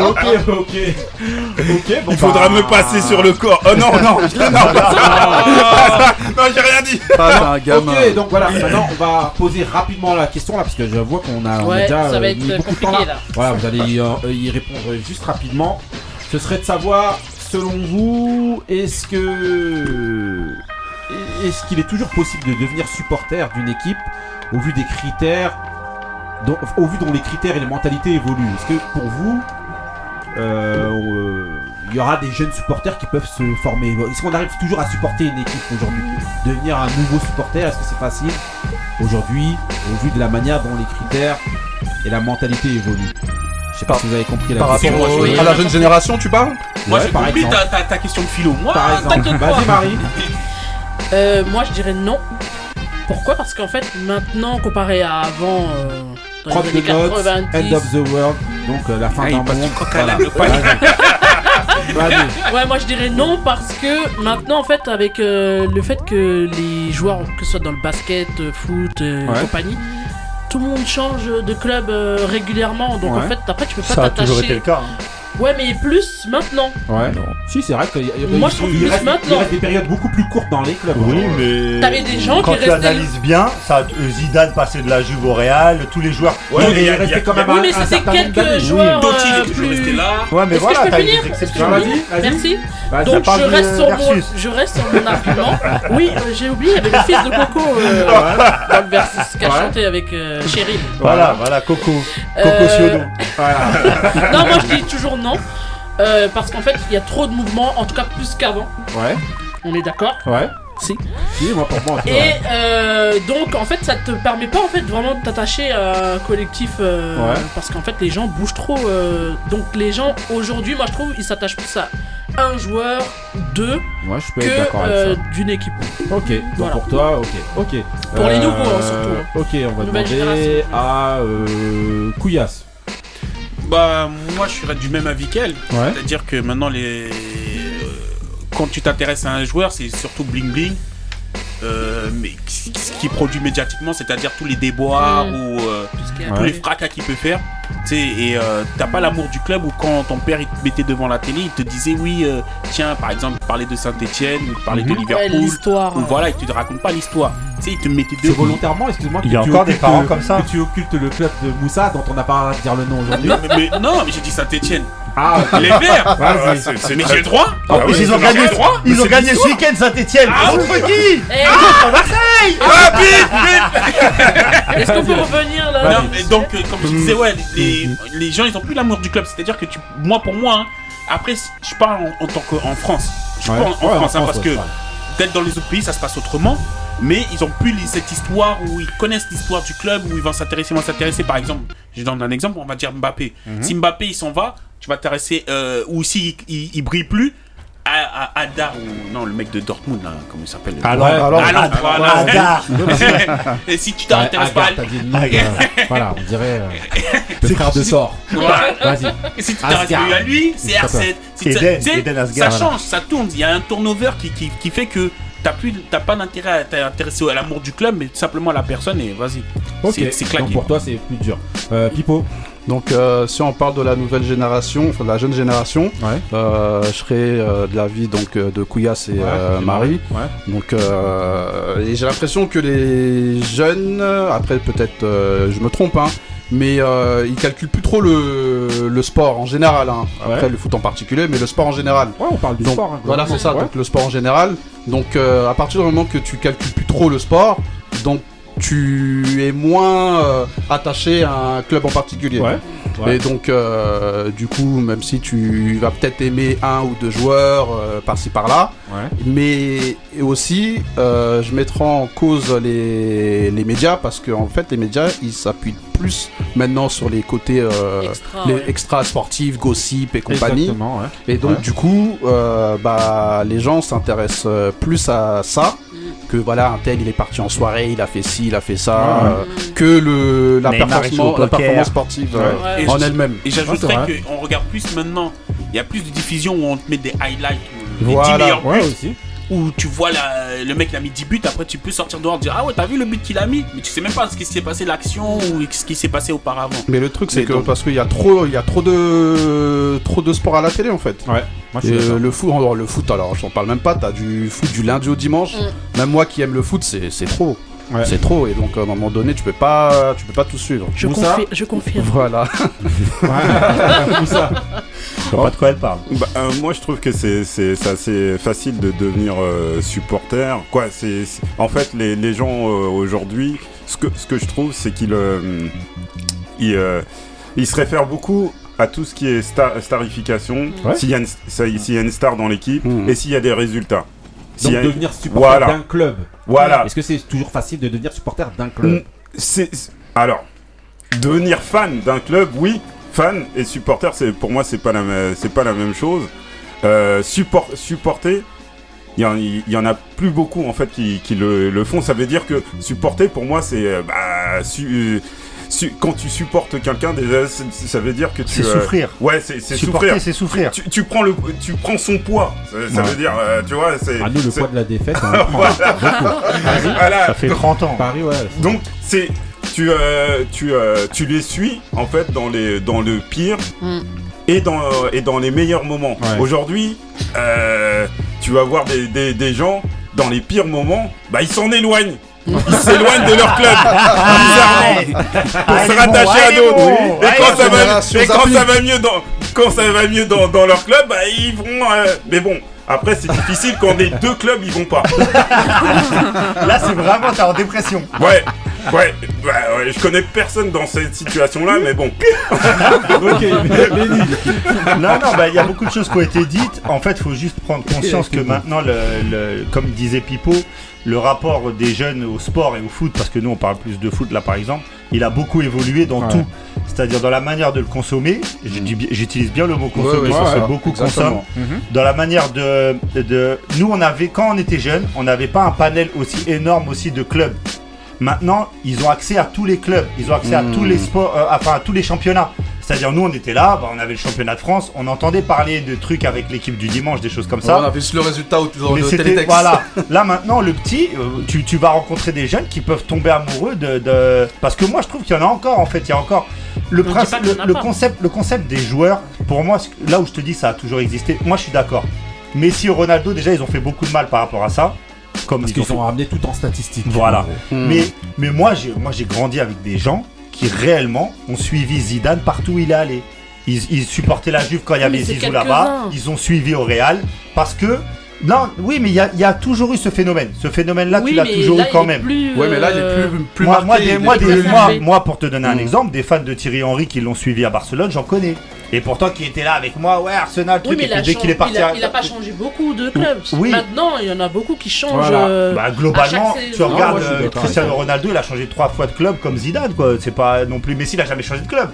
Ok, ok. Ok, bon. bah. Il faudra me passer sur le corps. Oh non, non, non, pas ça. non, j'ai rien dit. Ah, c'est un gamin. Ok, donc voilà, maintenant on va poser rapidement la question là, parce que je vois qu'on a, on a Ouais, déjà euh, ça va être mis beaucoup de temps là. compliqué, là. Voilà, vous allez y, euh, y répondre juste rapidement. Ce serait de savoir, selon vous, est-ce que. Est-ce qu'il est toujours possible de devenir supporter d'une équipe au vu des critères. dont- au vu dont les critères et les mentalités évoluent Est-ce que pour vous. euh, on, euh, il y aura des jeunes supporters qui peuvent se former. Est-ce qu'on arrive toujours à supporter une équipe aujourd'hui Devenir un nouveau supporter, est-ce que c'est facile aujourd'hui au vu de la manière dont les critères et la mentalité évoluent. Je sais pas si vous avez compris la Par question. rapport moi, au- je- à la jeune génération, tu parles Moi, Ouais, j'ai par compris exemple. ta, ta- ta question de philo. Moi, Par exemple, t'inquiète pas. vas-y Marie. Euh, moi, je dirais non. Pourquoi Parce qu'en fait, maintenant, comparé à avant, euh, dans Prod les de années notes, end 90, of the world, donc euh, la fin Ah, d'un il passe monde. du coq à l'âne, le Voilà. Vas-y. Ouais, moi je dirais non parce que maintenant en fait avec euh, le fait que les joueurs, que ce soit dans le basket, euh, foot, euh, Ouais. compagnie, tout le monde change de club euh, régulièrement, donc en Ouais. fait après tu peux pas Ça a toujours été t'attacher. le cas. Ouais, mais plus maintenant. Ouais. hein. Si, c'est vrai qu'il y a, Moi, je trouve il plus reste- maintenant. il reste des périodes beaucoup plus courtes dans les clubs. Oui, mais. T'avais des gens quand qui tu restaient- analyses bien, ça, euh, Zidane passait de la Juve au Real, tous les joueurs. Ouais, tous mais il les- y a- y restait a- quand même Oui, un, mais un c'était certain quelques nombre d'années. joueurs Totti, il euh, est toujours resté plus. là. Ouais, mais Est-ce que voilà, je peux t'as eu finir des exceptions. Vas-y, vas-y. Merci. Vas-y. Donc parle je de reste, sur mon, versus. je reste sur mon argument. Oui, euh, j'ai oublié, il y avait le fils de Coco euh, dans le versus qu'a Ouais. chanté avec euh, Cheryl. Voilà, voilà, Coco. Coco Euh, Siodo. Non, moi je dis toujours non. euh, parce qu'en fait, il y a trop de mouvements, en tout cas plus qu'avant. Ouais, On est d'accord. ouais. Si. Si, moi pour moi. en tout cas, Et ouais. euh, donc, en fait, ça te permet pas en fait vraiment de t'attacher à un collectif. euh, Ouais. Parce qu'en fait, les gens bougent trop. euh, donc, les gens aujourd'hui, moi je trouve, ils s'attachent plus à un joueur, deux, Moi, je peux que être d'accord euh, avec d'une équipe. ça. Ok, donc voilà. pour toi, ok. ok. Euh, Pour les nouveaux, hein, surtout. Ok, on va Nouvelle demander génération. à euh, Couillasse. Bah, moi, je serais du même avis qu'elle. Ouais. C'est-à-dire que maintenant, les... euh, quand tu t'intéresses à un joueur, c'est surtout bling bling. Euh, mais ce ce qu'il produit médiatiquement, c'est-à-dire tous les déboires Mm. ou euh, Parce qu'il y a- tous les fracas qu'il peut faire. Tu sais, et euh, t'as pas l'amour du club ou quand ton père il te mettait devant la télé, il te disait oui, euh, tiens, par exemple, parler de Saint-Etienne ou parler Mm-hmm. de Ouais, Liverpool. l'histoire. ou voilà, il te raconte pas l'histoire. Tu sais, il te mettait C'est devant. volontairement, excuse-moi. que Il y a tu encore des occultes- parents comme ça. Que tu occultes le club de Moussa dont on n'a pas à dire le nom aujourd'hui. Non, mais, mais- non, mais j'ai dit Saint-Etienne. ah, ok. Les Verts Ah, Vas-y. c'est- c'est Mais très- j'ai le droit Ah En oui, plus, ils c'est ont très gagné, droit. ils ont gagné ce week-end Saint-Etienne. Ah, Contre qui Eh, Ah, vite, vite Est-ce qu'on peut revenir là Non, mais donc, euh, comme je disais, ouais, les, Mm. les gens, ils ont plus l'amour du club. C'est-à-dire que tu, moi, pour moi, hein, après, je parle en, en tant que en France. Je Ouais. parle en, en Ouais, en France, hein, France, parce ouais, que c'est vrai. peut-être dans les autres pays, ça se passe autrement. Mais ils ont plus les- cette histoire où ils connaissent l'histoire du club, où ils vont s'intéresser, vont s'intéresser. Par exemple, je donne un exemple, on va dire Mbappé. Mhm. Si Mbappé, il s'en va, tu vas t'intéresser, euh, ou s'il il, il brille plus, à, à, à Dar, ou non, le mec de Dortmund, là, comment il s'appelle Alors, Ouais. alors, Ah non, alors, voilà. Agar. Et si tu Ouais, t'intéresses pas à Agar, t'as dit le nom, euh, Voilà, on dirait. euh, le frère de sort. Voilà. Vas-y. Et si tu t'arrêtes Asgard. plus à lui, c'est Tout à R7. fait. Si tu- Eden, tu sais, Eden ça Asgard. change, ça tourne. Il y a un turnover qui, qui, qui fait que t'as plus, t'as pas d'intérêt à t'intéresser à l'amour du club, mais simplement à la personne et vas-y. Ok, C'est- C'est donc claqué. pour toi, c'est plus dur. Euh, Pipo. Donc, euh, si on parle de la nouvelle génération, enfin de la jeune génération, Ouais. euh, je serai euh, de l'avis donc euh, de Couillasse et euh, Marie. Ouais. Donc, euh, et j'ai l'impression que les jeunes, euh, après peut-être euh, je me trompe, hein, mais euh, ils calculent plus trop le, le sport en général. hein. Après Ouais. le foot en particulier, mais le sport en général. Ouais, on parle du Donc, sport. hein, voilà, c'est ça, globalement. donc le sport en général. Donc euh, à partir du moment que tu calcules plus trop le sport, donc tu es moins euh, attaché à un club en particulier. Ouais. Ouais. Et donc, euh, du coup, même si tu vas peut-être aimer un ou deux joueurs euh, par-ci par-là, Ouais. mais aussi, euh, je mettrai en cause les, les médias parce qu'en fait, les médias, ils s'appuient plus maintenant sur les côtés euh, Extra, les ouais. extra sportifs, gossip et compagnie. Exactement, ouais. Et donc Ouais. du coup, euh, bah, les gens s'intéressent euh, plus à ça que voilà un tel il est parti en soirée, il a fait ci, il a fait ça, euh, que le la, Neymar, il joue au performance, la poker. performance sportive euh, Ouais. en Et- elle-même. Et Ouais, c'est j'ajouterais qu'on regarde plus maintenant, il y a plus de diffusion où on te met des highlights, ou les 10 Voilà, meilleurs Ouais, buts. aussi. où tu vois la- le mec il a mis 10 buts, après tu peux sortir dehors et dire Ah ouais, t'as vu le but qu'il a mis Mais tu sais même pas ce qui s'est passé, l'action ou ce qui s'est passé auparavant. Mais le truc, c'est Mais que donc- parce qu'il y a trop, il y a trop de, trop de sports à la télé en fait. Ouais. Moi, je suis Et, d'accord. euh, le foot, alors, le foot, alors j'en parle même pas. T'as du foot du lundi au dimanche. Mm. Même moi qui aime le foot, c'est c'est trop, Ouais. c'est trop. Et donc à un moment donné, tu peux pas, tu peux pas tout suivre. Je, Moussa confi- je confirme. Voilà. Je vois pas de quoi elle parle. Bah, euh, moi, je trouve que c'est c'est- c'est assez facile de devenir euh, supporter. Quoi, c'est c'est- en fait les, les gens euh, aujourd'hui. Ce que ce que je trouve, c'est qu'ils euh, ils, euh, ils se réfèrent beaucoup à tout ce qui est sta- starification. Ouais. S'il y, a une- s'il y a une star dans l'équipe Mhm. et s'il y a des résultats. S'il Donc y a- devenir supporter Voilà. d'un club. Voilà. Est-ce que c'est toujours facile de devenir supporter d'un club C'est c'est- alors devenir fan d'un club, oui. Fan et supporter, c'est pour moi c'est pas la me- c'est pas la même chose. Euh, support- supporter, il y, en- il y en a plus beaucoup en fait qui, qui le, le font. Ça veut dire que supporter pour moi c'est euh, bah, su- su- quand tu supportes quelqu'un déjà c'est- ça veut dire que tu C'est euh, souffrir. Ouais, c'est c'est souffrir. Supporter, c'est souffrir. Tu, tu prends le tu prends son poids. Ça, ça Ouais. veut dire euh, tu vois c'est Ah nous le c'est- poids de la défaite. hein. on le prend beaucoup. voilà. Ça fait 30 ans. Paris ouais. Donc c'est tu euh, tu euh, tu les suis en fait dans les dans le pire Mm. et dans et dans les meilleurs moments. Ouais. Aujourd'hui, euh, tu vas voir des, des, des gens dans les pires moments, bah ils s'en éloignent. Ils s'éloignent de leur club, bizarrement, pour Ah, se elle est bon, rattacher elle à est d'autres. bon. Et Ouais, quand, ça génération va, et quand Zapping. ça va mieux dans, quand ça va mieux dans, dans leur club, bah ils vont. euh, mais bon, après c'est difficile quand les deux clubs ils vont pas. Là, c'est vraiment, t'es en dépression. Ouais, ouais, bah, ouais, je connais personne dans cette situation-là, mais bon. ok. Benny. Non, non, bah, il y a beaucoup de choses qui ont été dites. En fait, il faut juste prendre conscience que maintenant, le, le- comme disait Pipo, le rapport des jeunes au sport et au foot, parce que nous, on parle plus de foot là, par exemple, il a beaucoup évolué dans Ouais. tout. C'est-à-dire dans la manière de le consommer. Je dis bien- J'utilise bien le mot consommer, Ouais, ouais, parce ouais, que beaucoup exactement. Mhm. consomment. Dans la manière de, de- Nous, on avait, quand on était jeunes, on n'avait pas un panel aussi énorme aussi de clubs. Maintenant, ils ont accès à tous les clubs, ils ont accès à tous les Hmm. sports, euh, enfin à tous les championnats. C'est-à-dire, nous, on était là, bah, on avait le championnat de France, on entendait parler de trucs avec l'équipe du dimanche, des choses comme ça. on a vu le résultat au dans Mais le c'était télétexte. voilà. Là maintenant, le petit, euh, tu, tu vas rencontrer des jeunes qui peuvent tomber amoureux de, de- parce que moi je trouve qu'il y en a encore en fait. Il y a encore le On dit principe, pas qu'il y en le, a le pas. concept, le concept des joueurs. Pour moi, ce que- là où je te dis, ça a toujours existé. Moi, je suis d'accord. Messi, et Ronaldo, déjà, ils ont fait beaucoup de mal par rapport à ça. Comme Parce ils ont qu'ils ont ramené tout en statistique. Voilà. Hmm. mais, mais moi, j'ai, moi, j'ai grandi avec des gens qui réellement ont suivi Zidane partout où il est allé. Ils, ils supportaient la Juve quand il y Mais avait c'est Zizou là-bas. quelques-uns. Ils ont suivi au Real parce que. Non, oui, mais il y a, il y a toujours eu ce phénomène. Ce phénomène-là, oui, tu l'as mais toujours là, eu quand il est même. plus, Ouais, mais là, il est euh, Mmh. plus, plus Moi, marqué, moi, il des, est moi, plus- des- exacerbé. moi, moi, pour te donner un Mm. exemple, des fans de Thierry Henry qui l'ont suivi à Barcelone, j'en connais. Et pourtant, qui était là avec moi, ouais, Arsenal, Oui, truc, mais et il a, puis dès chang- qu'il est parti il a- à- il a pas changé beaucoup de clubs. Oui. Maintenant, il y en a beaucoup qui changent. Voilà. euh, Bah, globalement, à chaque tu saison. regardes Ah, moi, je suis euh, d'accord Cristiano Ronaldo, il a changé trois fois de club comme Zidane, quoi. C'est pas non plus Messi, il a jamais changé de club.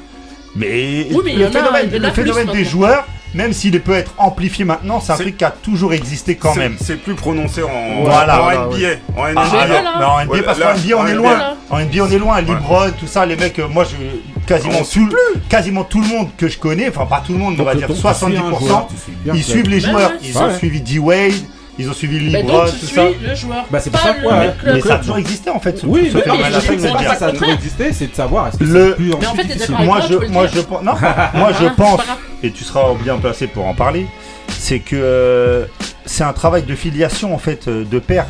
Mais, Oui, mais il y le en a- phénomène, il y en a le plus phénomène des maintenant. joueurs, même s'il peut être amplifié maintenant, c'est un C'est- truc qui a toujours existé quand C'est- même. C'est plus prononcé en, Voilà, en voilà, NBA. En Ah, NBA. Mais alors, voilà. mais en NBA, Ouais, parce là, qu'en NBA, on en est NBA. loin. En NBA, on est loin. Libron, tout ça, les mecs, euh, moi, je, quasiment, On suit tout, quasiment tout le monde que je connais, enfin, pas tout le monde, on va dire 70%, ils suivent les Ben joueurs. ouais. Ils ont Ouais. suivi D-Wade, ils ont suivi Bah, Libron, donc, tu tout suis ça. le joueur. Bah, c'est pas pour ça, le ouais. même club. Mais ça a toujours existé, en fait. ce- Oui, ce mais phénomène, phénomène-là, c'est je ça pas sais existe. que ça a toujours existé, c'est de savoir est-ce que Le- c'est plus Mais en fait, t'es difficile. d'accord avec moi toi, je, tu peux le moi dire. je pense, non, Ah, moi je Hein, pense, c'est pas grave. et tu seras bien placé pour en parler, c'est que euh, c'est un travail de filiation en fait euh, de père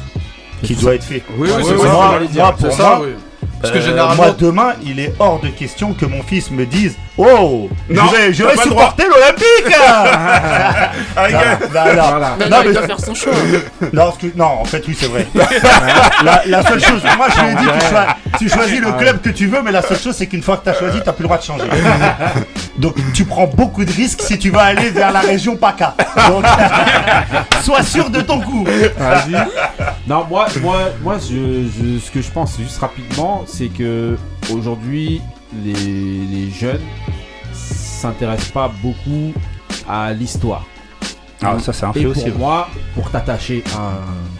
qui doit être fait. Oui, oui, Moi, c'est ça. moi, j'allais dire. moi, pour C'est ça, moi, oui. Parce que euh, généralement, moi demain, il est hors de question que mon fils me dise, oh, Non, je vais, je t'as vais pas le droit. supporter l'Olympique. Ah, Non, gars, non, non. Voilà. Bah, Non, non, il mais- doit faire son choix. Non, parce que- non, en fait, oui, c'est vrai. la, la seule chose, moi je lui ai dit, tu, choi- tu choisis le club que tu veux, mais la seule chose, c'est qu'une fois que tu as choisi, tu plus le droit de changer. Donc, tu prends beaucoup de risques si tu vas aller vers la région PACA. Donc, sois sûr de ton coup. Vas-y. Non, moi, moi, moi je, je- ce que je pense juste rapidement, c'est que aujourd'hui, les, les jeunes s'intéressent pas beaucoup à l'histoire. Ah, ça, c'est un Et pour moi, pour t'attacher à,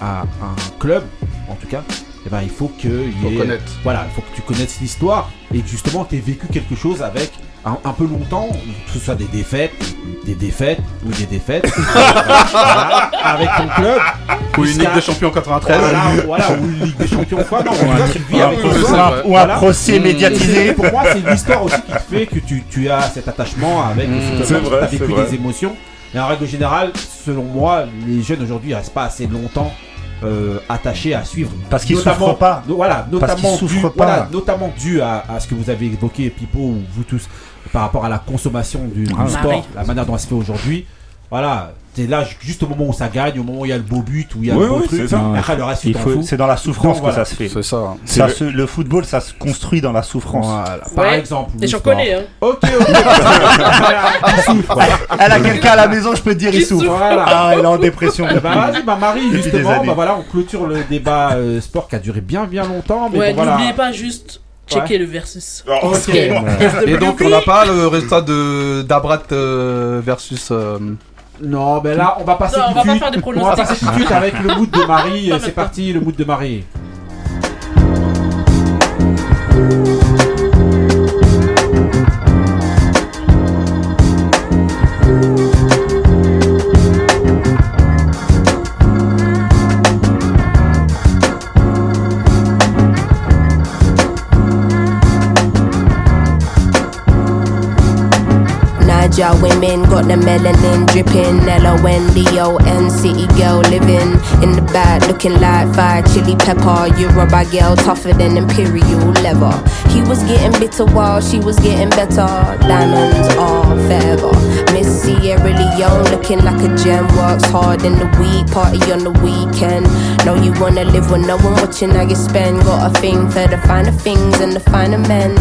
un- à un club, en tout cas, eh ben, il faut que il y faut ait- connaître. Voilà, il faut que tu connaisses l'histoire et que justement tu aies vécu quelque chose avec un, un peu longtemps, que ce soit des défaites, des défaites ou des défaites, Voilà, avec ton club. Ou une jusqu'à- Ligue des Champions 93. Voilà, voilà, ou une Ligue des Champions, quoi, non, mais tu vis Ah, avec oui, ton c'est club. ça. Ou un Voilà. procès Et médiatisé. Pour moi, c'est l'histoire aussi qui te fait que tu, tu as cet attachement avec Hmm. ce C'est club, vrai, tu as c'est vécu vrai. des émotions. Et en règle générale, selon moi, les jeunes aujourd'hui restent pas assez longtemps euh, attachés à suivre. Parce qu'ils Notamment- souffrent pas. no- Voilà, notamment, qu'ils dû, souffrent pas. voilà, notamment dû à, à ce que vous avez évoqué, Pipo, ou vous tous, par rapport à la consommation du, du Ah. sport, Marie. la manière dont ça se fait aujourd'hui. Voilà, t'es là ju- juste au moment où ça gagne, au moment où il y a le beau but, où il y a Oui, le beau oui, c'est truc. ça. Après, le reste, tu Il t'en faut- fous. C'est dans la souffrance Donc, voilà. que ça se fait. C'est ça. Ça le- se- le football, ça se construit dans la souffrance. Voilà, Par Ouais. exemple. Et le j'en sport. connais, hein. Ok, ok. Il souffre. Elle a quelqu'un à la maison, je peux te dire, il Qui souffre. souffre. Voilà. Ah, elle est en dépression. Eh ben, vas-y, bah, Marie, Depuis des justement, années. bah, voilà, on clôture le débat euh, sport qui a duré bien, bien longtemps. Mais Ouais, bon, voilà. n'oubliez pas juste checker le versus. Ah, Oh, Ok. c'est bon. Et donc, on n'a pas le résultat de d'Abrat euh, versus. euh, Non, mais là, on va passer Non, on tout va de pas suite. faire des on va passer pronostics. tout de suite avec le mood de Marie. Pas C'est maintenant. parti, le mood de Marie. Niger women got the melanin dripping. Ella Wendio and city E girl living in the back, looking like fire chili pepper. Yoruba girl tougher than imperial leather. He was getting bitter while she was getting better. Diamonds are forever. Miss Sierra Leone looking like a gem. Works hard in the week, party on the weekend. Know you wanna live with no one watching how you spend. Got a thing for the finer things and the finer men.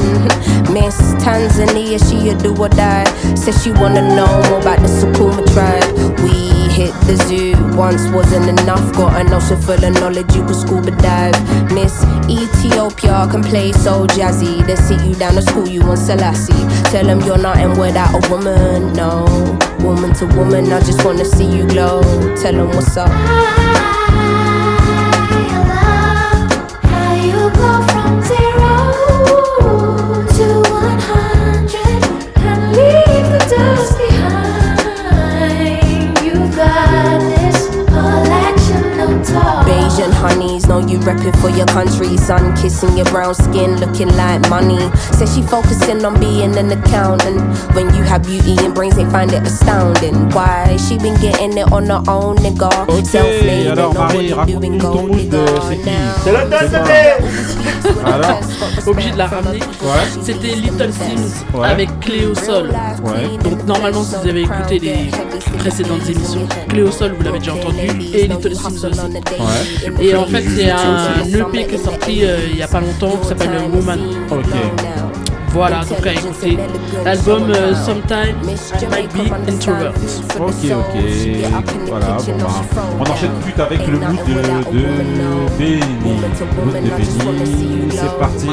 Miss Tanzania, she a do or die. Says she wanna know more about the Sukuma tribe. We hit the zoo once wasn't enough. Got an ocean full of knowledge, you could scuba dive. Miss Ethiopia can play so jazzy. They sit you down to school, you on Selassie. Tell them you're not in without a woman, no. Woman to woman, I just wanna see you glow. Tell them what's up. Bayesian honeys, know you reppin' for your country. Sun kissing your brown skin, looking like money. Says she focusing on being an accountant. When you have beauty and brains, they find it astounding. Why she been getting it on her own, nigga? Ok, Self-made alors, and Marie, nobody doing raconte-nous ton gold, mood de nigga. c'est qui Now- C'est le deuxième. Alors Obligé de la ramener. Ouais. C'était Little Sims Ouais. avec Cléo Sol. Ouais. Donc normalement si vous avez écouté les précédentes émissions, Cléo Sol vous l'avez déjà entendu et Little Sims aussi. Et en fait c'est un EP qui est sorti euh, il y a pas longtemps qui s'appelle Woman. Voilà donc à écouter. L'album euh, Sometime I Might Be Introvert. Ok, ok. Voilà, bon bah. On enchaîne tout de suite avec le mood de, de Benny. Mood de Benny. C'est parti.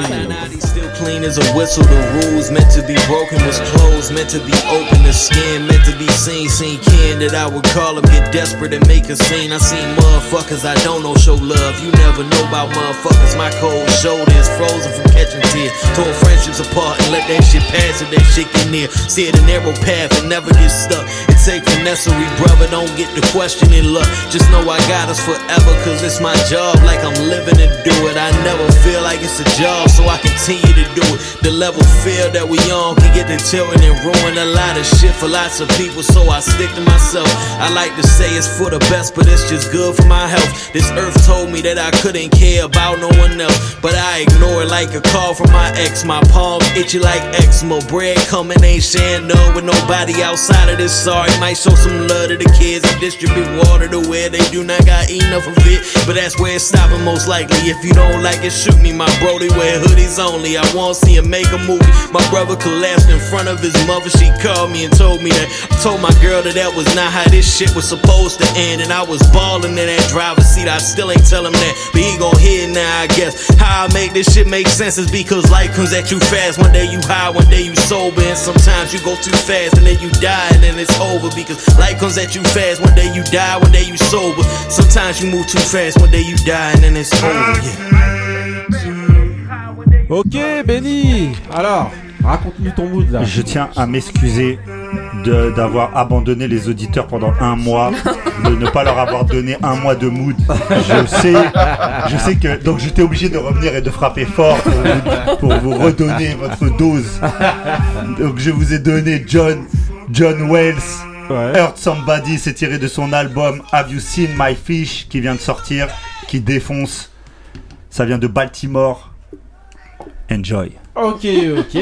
Still clean as a whistle, the rules meant to be broken was closed, meant to be open, the skin meant to be seen, seen candid. I would call them, get desperate and make a scene. I seen motherfuckers I don't know show love. You never know about motherfuckers. My cold shoulders frozen from catching tears. Tore friendships apart and let that shit pass if that shit get near. See it a narrow path and never get stuck. It take finesse brother, don't get the questioning luck. Just know I got us forever, cause it's my job, like I'm living to do it. I never feel like it's a job, so I continue to do it. The level field that we on can get deteriorating and ruin a lot of shit for lots of people, so I stick to myself. I like to say it's for the best, but it's just good for my health. This earth told me that I couldn't care about no one else, but I ignore it like a call from my ex. My palms itchy like eczema, bread coming ain't sharing none with nobody outside of this. Sorry, might show some love to the kids and distribute water to where they do not got enough of it. But that's where it's stopping most likely. If you don't like it, shoot me. My brody wear hoodies only. I won't see him make a movie. My brother collapsed in front of his mother. She called me and told me that. I told my girl that that was not how this shit was supposed to end. And I was balling in that driver's seat. I still ain't tell him that. But he gon' hear it now, I guess. How I make this shit make sense is because life comes at you fast. One day you high, one day you sober. And sometimes you go too fast and then you die and then it's over. Because life comes at you fast. One day you die, one day you sober. Sometimes you move too fast, one day you die and then it's over. Yeah. Ok, Benny. Alors, Raconte-nous ton mood là. Je tiens à m'excuser de- d'avoir abandonné les auditeurs pendant un mois, de ne pas leur avoir donné un mois de mood. Je sais, je sais que donc j'étais obligé de revenir et de frapper fort pour vous, pour vous redonner votre dose. Donc je vous ai donné John John Wells. Hurt Somebody, c'est tiré de son album Have You Seen My Fish qui vient de sortir, qui défonce. Ça vient de Baltimore. Enjoy. Ok, ok,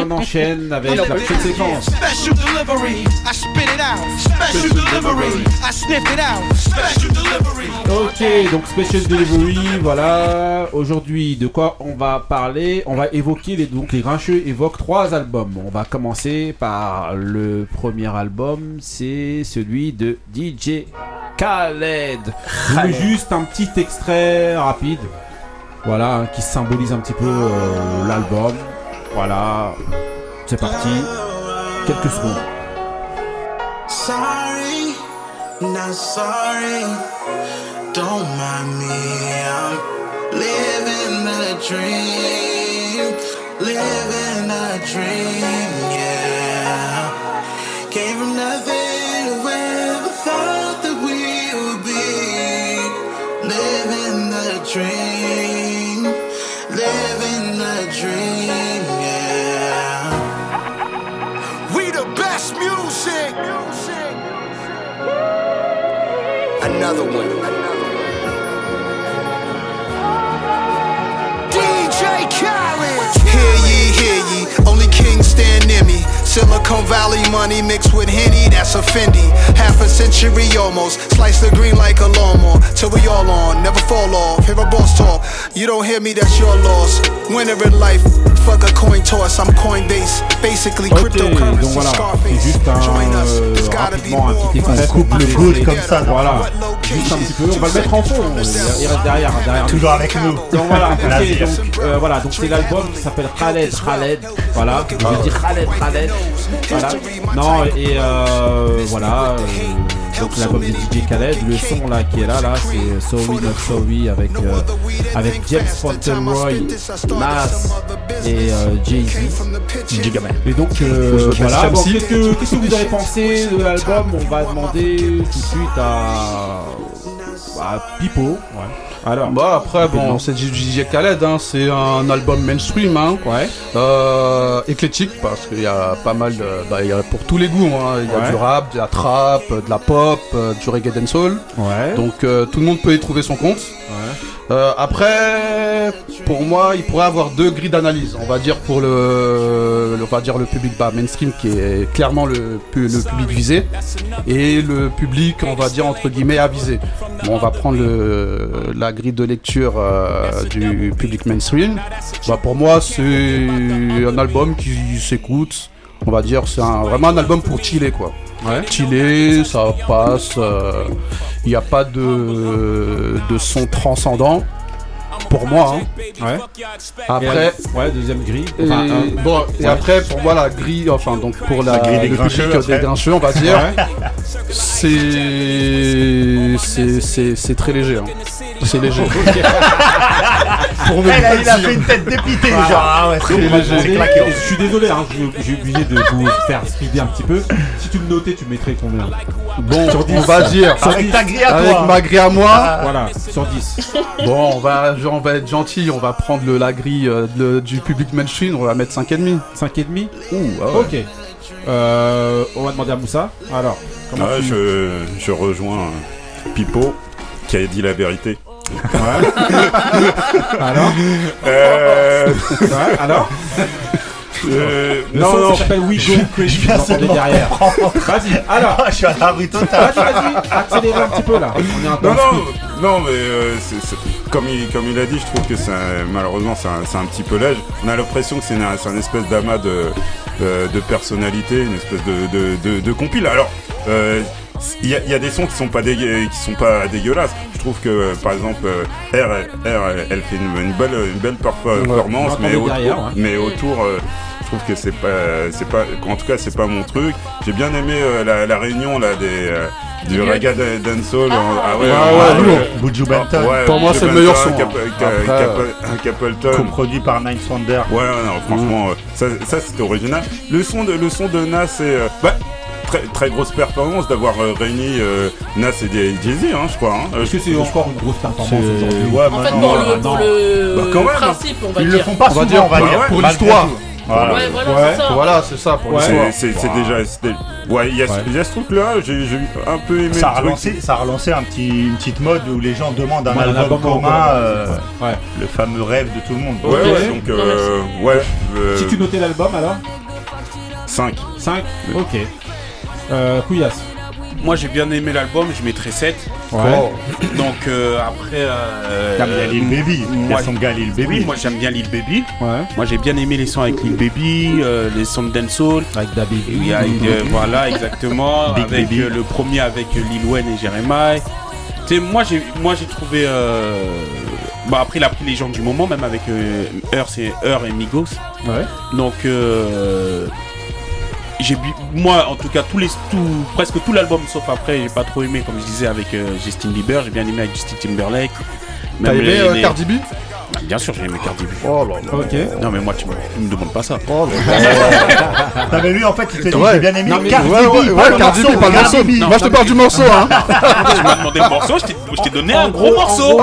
on enchaîne avec la petite séquence. Special delivery, I spit it out. Special delivery, I sniff it out. Special delivery. Ok, donc Special Delivery, voilà. Aujourd'hui, de quoi on va parler On va évoquer les donc les grincheux évoquent trois albums. On va commencer par le premier album, c'est celui de DJ Khaled. Je vous mets juste un petit extrait rapide, voilà, hein, qui symbolise un petit peu euh, l'album. Voilà, c'est parti. Quelques secondes. Sorry, not sorry. Don't mind me. I'm living a dream. Living a dream, yeah. Came from nothing. we Never thought that we would be living a dream. Living a dream, yeah. We the best music. Another one. DJ Khaled. Hear ye, hear ye, only kings stand near me. Silicon Valley money mixed with Henny, that's a Fendi. Half a century almost, slice the green like a lawnmower. Till we all on, never fall off. Hear a boss talk, you don't hear me, that's your loss. Winner in life, fuck a coin toss, I'm Coinbase. Basically, Ok, donc cryptocurrency, voilà, Scarface. c'est juste un, Join us, it's euh, gotta be rapidement un petit more. extrait. Coupe le good comme ça, donc. Voilà, juste un petit peu. On va le mettre en fond. euh, Il reste derrière, hein, derrière. Toujours avec nous. Donc voilà, ok, Vas-y. donc, euh, voilà, donc c'est l'album qui s'appelle Khaled, Khaled. Ah. Voilà, je vais dire Khaled, Khaled. Voilà. Non et euh, voilà. euh, donc l'album de DJ Khaled, le son là qui est là là, c'est Sorry Not Sorry avec euh, avec James Fontenroy, Nas et euh, Jay Z. Et donc euh, voilà. bon, Qu'est-ce que qu'est-ce que vous avez pensé de l'album On va demander tout de suite à à Bah, Pipo. Alors, bah après, bon, c'est DJ Khaled, hein, c'est un album mainstream, hein, Euh, éclectique, parce qu'il y a pas mal, de, bah, il y a pour tous les goûts, hein. il y a Ouais. du rap, de la trap, euh, de la pop, euh, du reggae dancehall, donc euh, tout le monde peut y trouver son compte. Euh, après, pour moi, il pourrait avoir deux grilles d'analyse. On va dire pour le, le- on va dire le public bah, mainstream qui est clairement le, pu- le public visé et le public, on va dire entre guillemets avisé. Bon, on va prendre le- la grille de lecture euh, du public mainstream. Bah, pour moi, c'est un album qui s'écoute. On va dire c'est un- vraiment un album pour chiller quoi. Chiller, ça passe. euh, Il n'y a pas de, de son transcendant. Pour moi. hein. Après. Et, ouais, deuxième grille. Et, Enfin, un- bon, et ouais. après, pour moi, la grille, enfin, donc pour la, La grille des le grincheux, public après. des grincheux, on va dire, Ouais. c'est- c'est- c'est c'est très léger. hein. C'est léger. Pour ne Elle a- pas il a dire. fait une tête dépitée, genre. Ah ouais, c'est Très bon, léger. c'est claqué. Et Je suis désolé, hein, je- j'ai oublié de vous faire speeder un petit peu. Si tu me notais, tu mettrais combien Bon, Sur dix. on va dire. Sur Avec dix. ma grille à moi. Voilà, sur 10. Bon, on va, on va être gentil, on va prendre le, la grille euh, le- du public mainstream, on va mettre 5,5. 5,5 Ouh, ah Ok. Euh, on va demander à Moussa. Alors, comment Ah, tu- je, je rejoins euh, Pipo qui a dit la vérité. alors Euh... Ouais, alors Euh, Le non, son, non. ça s'appelle We Go Crazy, vous l'entendez derrière. Vas-y, alors Ah, Je suis à la rue totale. Vas-y, vas-y, accélérez un petit peu là. On est un peu Non, en non, speed. non, mais euh, c'est- c'est- comme il comme il a dit, je trouve que ça- malheureusement c'est un, c'est un petit peu l'âge. On a l'impression que c'est un, c'est un espèce d'amas de, euh, de personnalités, une espèce de, de, de, de compile. Alors, euh, il y, a- il y a des sons qui sont pas dégueu- qui sont pas dégueulasses. Je trouve que euh, par exemple euh, R, R, elle fait une, une belle une belle perfor- Ouais, performance, on l'entendait mais, au- derrière, ouais. mais autour euh, trouve que c'est pas, c'est pas, en tout cas, c'est pas mon truc. J'ai bien aimé euh, la, la réunion là des. euh, du Lieu. reggae da- dancehall en- ah ouais, Ouais, en- ouais, euh, lourd. Buju Banton. ouais, Pour moi, Buju c'est le meilleur Banton, son, Cap- hein. Cap- Après, Cap- euh, un Capleton. Coproduit par Nine Hein. Wonder. Ouais, ouais, non, franchement, euh, ça, ça, c'était original. Le son de, le son de Nas et. euh, bah, Très, très grosse performance d'avoir euh, réuni euh, Nas et Jay-Z, hein, je crois. Hein. Est-ce que c'est encore une grosse performance aujourd'hui Ouais, En fait, maintenant, pour le- pour le Bah, principe, on va Ils le dire. font pas On va souvent, on va bah dire, ouais, pour malgré l'histoire. tout. Voilà. Ouais, voilà, c'est Ouais. ça. Voilà, c'est ça, pour l'histoire. C'est- C'est c'est Wow. déjà. c'était- Ouais, il y, a ce- Ouais. il y a ce truc-là, j'ai j'ai un peu aimé. Ça le a, truc. relancé, ça a relancé un petit, une petite mode où les gens demandent un Ouais, un album, album commun, commun, euh, le fameux rêve de tout le monde. Ouais, ouais, donc, euh, ouais. euh, Si tu notais l'album alors 5. 5 Ok. Euh, Couillasse. Moi j'ai bien aimé l'album, je mettrais 7. Ouais. Donc euh, après. Euh, Ah, mais il y a Lil Baby, il y a son gars Lil Baby. Oui, moi j'aime bien Lil Baby. Moi j'ai bien aimé les sons avec Lil Baby, euh, les sons de dancehall. Avec Dabi. euh, voilà, exactement. Big avec Baby. euh, le premier avec euh, Lil Wayne et Jeremiah. Tu sais, moi j'ai moi j'ai trouvé. euh, Bah après il a pris les gens du moment, même avec euh, Earth et Earth et Migos. Ouais. Donc euh, j'ai bu- moi en tout cas tous les tout- presque tout l'album sauf après j'ai pas trop aimé comme je disais avec euh, Justin Bieber j'ai bien aimé avec Justin Timberlake T'as Même aimé, les- euh, les- Cardi B Ah, bien sûr j'ai aimé Cardi B Ok. non mais moi tu me, tu me demandes pas ça Non, mais lui, en fait, il te dit Ouais. j'ai bien aimé Non, mais- Cardi ouais, B, ouais, pas ouais, le Cardi B, morceau. pas le morceau. Cardi B. Non, Moi, je te parle du morceau, hein. tu m'as demandé le morceau je t'ai- je t'ai donné un gros morceau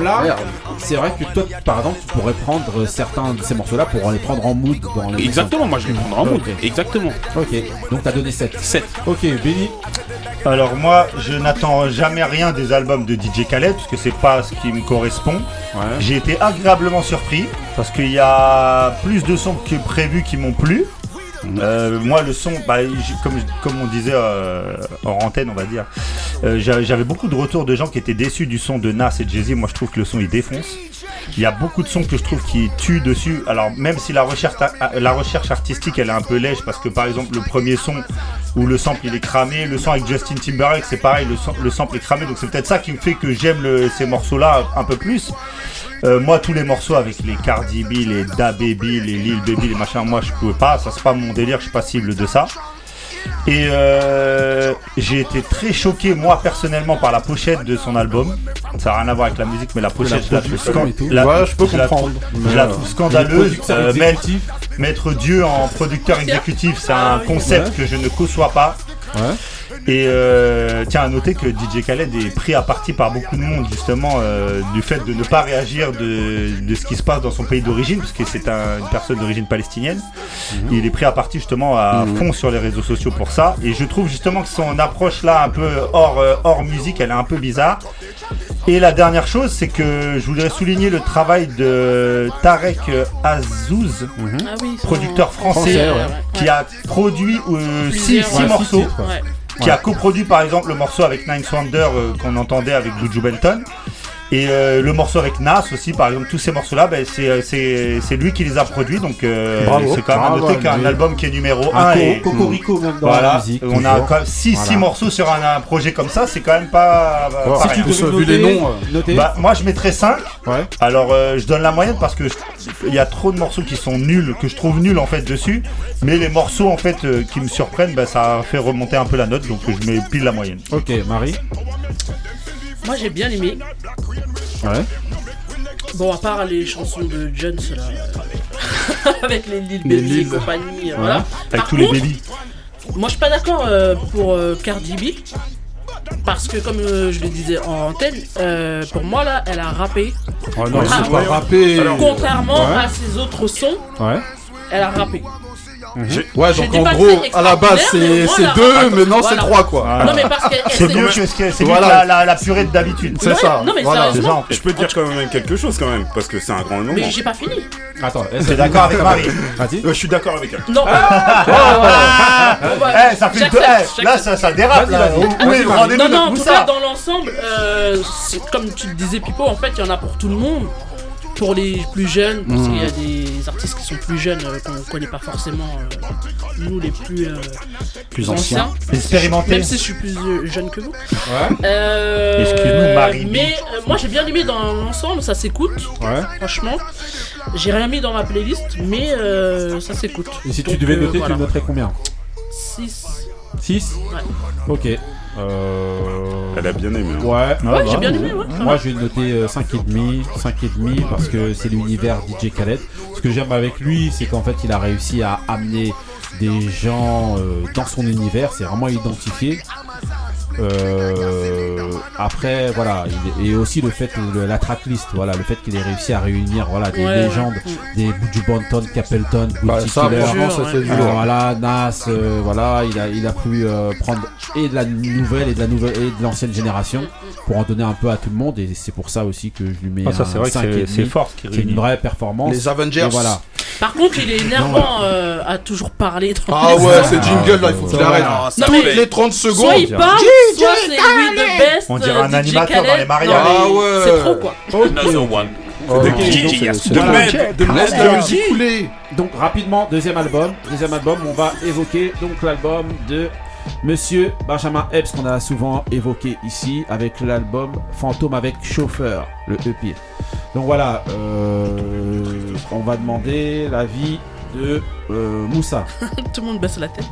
là C'est vrai que toi, par exemple, tu pourrais prendre euh, certains de ces morceaux-là pour les prendre en mood dans les. Exactement, moi je les prendrai en mood. Exactement. Ok, donc t'as donné 7. 7. Ok, Benny. Alors moi, je n'attends jamais rien des albums de DJ Khaled parce que c'est pas ce qui me correspond. J'ai été agréablement surpris parce qu'il y a plus de sons que prévu qui m'ont plu. Euh, moi, le son, bah, j- comme, comme on disait euh, en antenne, on va dire, euh, j'a- j'avais beaucoup de retours de gens qui étaient déçus du son de Nas et Jay-Z. Moi, je trouve que le son il défonce. Il y a beaucoup de sons que je trouve qui tuent dessus. Alors, même si la recherche, a- la recherche artistique elle est un peu lèche parce que par exemple, le premier son où le sample il est cramé, le son avec Justin Timberlake, c'est pareil, le, sam- le sample est cramé. Donc, c'est peut-être ça qui me fait que j'aime le- ces morceaux-là un peu plus. Euh, moi, tous les morceaux avec les Cardi B, les Da Baby, les Lil Baby, les machins, moi je pouvais pas, ça c'est pas mon délire, je suis pas cible de ça. Et euh, j'ai été très choqué, moi personnellement, par la pochette de son album. Ça n'a rien à voir avec la musique, mais la pochette, je la trouve production et scan- tout. la- Ouais, je peux la trouve- comprendre. je la Mais, trouve euh, scandaleuse. les producteurs Euh, mettre, exécutifs. mettre Dieu en producteur exécutif, c'est un concept Ouais. que je ne conçois pas. Et euh, tiens à noter que DJ Khaled est pris à partie par beaucoup de monde justement euh, du fait de ne pas réagir de, de ce qui se passe dans son pays d'origine, parce que c'est un- une personne d'origine palestinienne. Il est pris à partie justement à Mhm. fond sur les réseaux sociaux pour ça. Et je trouve justement que son approche là un peu hors, euh, hors musique, elle est un peu bizarre. Et la dernière chose, c'est que je voudrais souligner le travail de Tarek Azouz, Ah oui, son- producteur français, Français, ouais. qui a produit euh, six, Plusieurs, six ouais, morceaux, six titres, ouais. qui a coproduit par exemple le morceau avec Nine Wonder euh, qu'on entendait avec Buju Benton. Et euh, le morceau avec Nas aussi, par exemple, tous ces morceaux-là, ben, c'est, euh, c'est, c'est lui qui les a produits. Donc euh, Bravo. c'est quand même à Bravo, noter qu'un André. album qui est numéro Un 1. co- cocorico même dans la voilà, musique, On a toujours. quand même 6 Voilà. morceaux sur un, un projet comme ça, c'est quand même pas. pas Ouais, si rien. tu devais Tous, vu noter, les noms, euh, noter. Bah, moi je mettrais 5. Alors euh, je donne la moyenne parce que je- il y a trop de morceaux qui sont nuls, que je trouve nuls en fait dessus. Mais les morceaux en fait euh, qui me surprennent, bah, ça fait remonter un peu la note, donc je mets pile la moyenne. Ok, Marie. Moi j'ai bien aimé. Ouais. Bon, à part les chansons de Jones là, euh, avec les Lil Les Baby et Lil. compagnie, euh, Ouais. voilà. Avec Par tous les contre, baby. Moi, je suis pas d'accord euh, pour euh, Cardi B. Parce que comme euh, je le disais en antenne, euh, pour moi là, elle a rappé. Oh non, Ah, c'est pas ouais. rappé. Alors, Contrairement Ouais. à ses autres sons, Ouais. elle a rappé. Ouais, J'ai donc dit en pas que gros, c'est à la base, c'est extraordinaire, c'est mais au moins, deux, là- maintenant c'est Voilà. trois, quoi. Non, mais parce que- C'est c'est- mieux que ce que- c'est mieux que Voilà. la, la- la purée de d'habitude. C'est ça. non, mais Voilà. sérieusement. C'est ça, en fait. Je peux dire quand même quelque chose quand même parce que c'est un grand moment. Mais j'ai pas fini. Attends, t'es d'accord avec Marie Euh, Vas-y. Je suis d'accord avec elle. Non. Ah, bah, Eh, ça fait deux. J'accepte, eh, là, ça, ça dérape. Vas-y, Là. vas-y. Où, où est le rendez-vous Non, non, de en tout Moussa cas, dans l'ensemble, euh, c'est- comme tu le disais, Pipo, en fait, il y en a pour tout le monde. pour les plus jeunes, parce Mhm. qu'il y a des artistes qui sont plus jeunes euh, qu'on connaît pas forcément, euh, nous les plus, euh, Plus anciens. Expérimentés. Même si je suis plus euh, jeune que vous. Ouais. Euh, Excuse-nous, Marie. Mais euh, moi j'ai bien aimé dans l'ensemble, ça s'écoute. Ouais. Franchement, j'ai rien mis dans ma playlist, mais euh, ça s'écoute. Et si tu Donc, devais euh, noter, voilà. tu le noterais combien 6. 6 Ok. euh, Elle a bien aimé. hein. Ouais, Ouais, ouais, j'ai ouais. bien aimé, ouais, Moi, je vais noter euh, 5,5. 5,5 parce que c'est l'univers DJ Khaled. Ce que j'aime avec lui, c'est qu'en fait, il a réussi à amener des gens euh, dans son univers. C'est vraiment identifié. Euh, après, voilà, il- et aussi le fait le- la tracklist, voilà, le fait qu'il ait réussi à réunir, voilà, des Ouais, ouais. légendes, Mm. des Buju Banton, Capleton, Bah, Booty ça, Killer, franchement, ça, c'est du euh, lourd. voilà, Nas, euh, voilà, il a, il a pu euh, prendre et de la nouvelle et de la nouvelle et de l'ancienne génération pour en donner un peu à tout le monde et c'est pour ça aussi que je lui mets Ah, ça, un c'est vrai que 5 et c'est- demi. c'est fort ce qu'il C'est une réunit. vraie performance. Les Avengers. Et voilà. Par contre, il est énervant euh, à toujours parler. dans Ah les ouais, Eh, sons. ce jingle, là, il faut que je Non, l'arrête. mais- Toutes non, mais les 30 Soit il secondes. parle, DJ soit c'est lui the best. On dirait un euh, DJ animateur dans Khaled. les mariages. Non, mais Ah ouais. C'est trop quoi. Another one. Ok, De Gigi, Oh, donc, euh, yes. c'est- De voilà. Med, Ok, de Med, alors, de Gigi. Donc rapidement, deuxième album. Deuxième album, on va évoquer donc l'album de Monsieur Benjamin Epps qu'on a souvent évoqué ici avec l'album Fantôme avec chauffeur, le EP. Donc voilà, euh, on va demander l'avis de euh, Moussa. Tout le monde baisse la tête.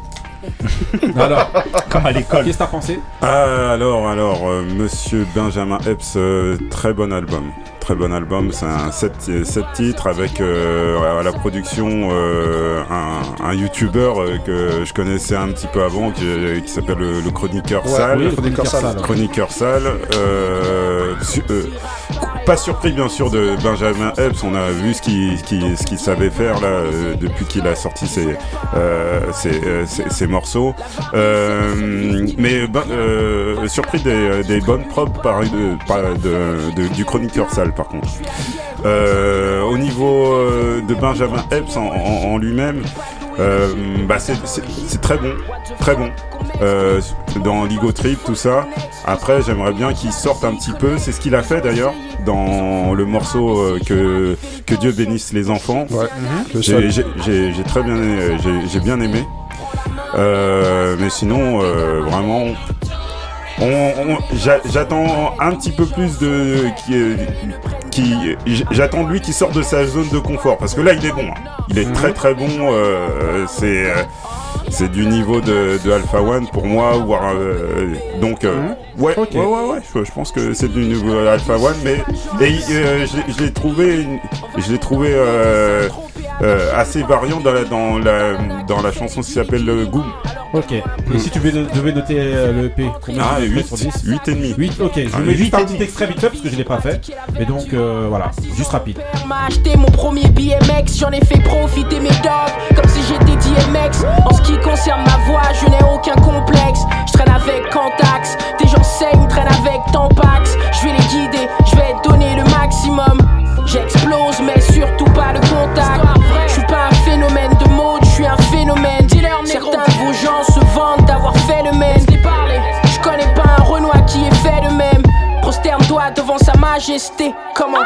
Alors, comme à l'école. Qu'est-ce que t'as pensé Ah, alors, alors, euh, Monsieur Benjamin Epps, euh, très bon album. Très bon album, c'est un 7, titres avec euh, à la production euh, un, un youtubeur euh, que je connaissais un petit peu avant qui, qui s'appelle le, le Chroniqueur Ouais, Sale. oui, le Chroniqueur Sale. Chroniqueur Sale. euh, su- euh, pas surpris bien sûr de Benjamin Epps, on a vu ce qu'il qu'il- ce qu'il savait faire là euh, depuis qu'il a sorti ses, euh, ses, euh, ses- ses morceaux. Euh, mais ben, euh, surpris des, des bonnes probes par, de, par- de- de- du chroniqueur sale par contre. Euh, au niveau euh, de Benjamin Epps en, en- en lui-même, euh, bah, c'est- c'est c'est très bon, très bon. Euh, dans Ligo Trip, tout ça. Après, j'aimerais bien qu'il sorte un petit peu. C'est ce qu'il a fait d'ailleurs dans le morceau euh, que que Dieu bénisse les enfants. Le J'ai- seul. Mhm. j'ai- j'ai j'ai très bien euh, j'ai- j'ai bien aimé. Euh, mais sinon, euh, vraiment, on- on- j'a- j'attends un petit peu plus de qui, euh, qui j- j'attends de lui qui sorte de sa zone de confort parce que là il est bon, hein. il est Mhm. très très bon. euh, c'est euh, c'est du niveau de, de Alpha One pour moi, voire euh, donc euh, Mhm. ouais, ouais ouais ouais, je, je pense que c'est du niveau Alpha One, mais et euh, je l'ai- je l'ai trouvé une- je l'ai trouvé euh, euh, assez variant dans la dans la dans la chanson qui s'appelle le Goom. Ok. Et si tu devais, devais noter euh, le EP, combien Ah, tu mettrais huit. sur 10 Huit et demi. 8, ok. Je Ah, vous mets huit juste et un petit extrait vite fait parce que je l'ai pas fait. Mais donc, euh, voilà, juste rapide. m'a acheté mon premier BMX, j'en ai fait profiter mes dogs comme si j'étais DMX. En ce qui concerne ma voix, je n'ai aucun complexe. Je traîne avec Cantax, des gens saignent, traînent avec Tampax. Je vais les guider, je vais donner le maximum. J'explose, mais surtout pas le contact. Je suis pas un phénomène de mode, je suis un phénomène. Certains de vos gens se vantent d'avoir fait le même. Je connais pas un Renoir qui est fait de même. Prosterne-toi devant sa majesté. Comment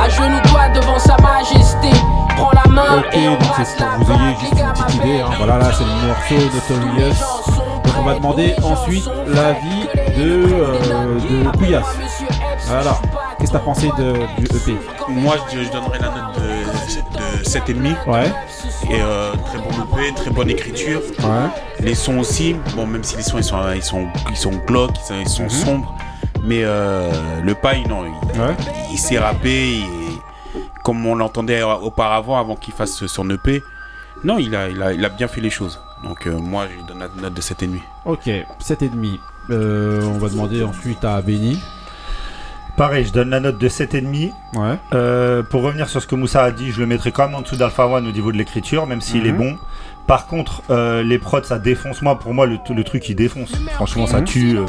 À genoux-toi devant sa majesté. Prends la main Ok, et donc c'est pour que vous ayez juste une petite idée. hein. Voilà, là c'est le morceau Notorious. Donc on va demander ensuite l'avis de, euh, de Couillasse. Voilà, qu'est-ce que t'as pensé de, du EP Moi, je, je donnerais la note de, de 7,5. Ouais. Et euh, très bon EP, très bonne écriture. Les sons aussi. Bon, même si les sons, ils sont, ils sont, ils sont glauques, ils sont, ils sont Mhm. sombres. Mais euh, le paille, non, il, il, s'est rappé. il- comme on l'entendait a- auparavant, avant qu'il fasse son EP. Non, il a, il a, il a bien fait les choses. Donc, euh, moi, je lui donne la note de 7,5. Ok, 7,5. Euh, on va demander ensuite à Benny. Pareil, je donne la note de 7,5. Ouais. Euh, pour revenir sur ce que Moussa a dit, je le mettrai quand même en dessous d'Alpha One au niveau de l'écriture, même s'il Mhm. est bon. Par contre, euh, les prods, ça défonce. Moi, pour moi, le, le truc, il défonce. Franchement, ça Mhm. tue. euh.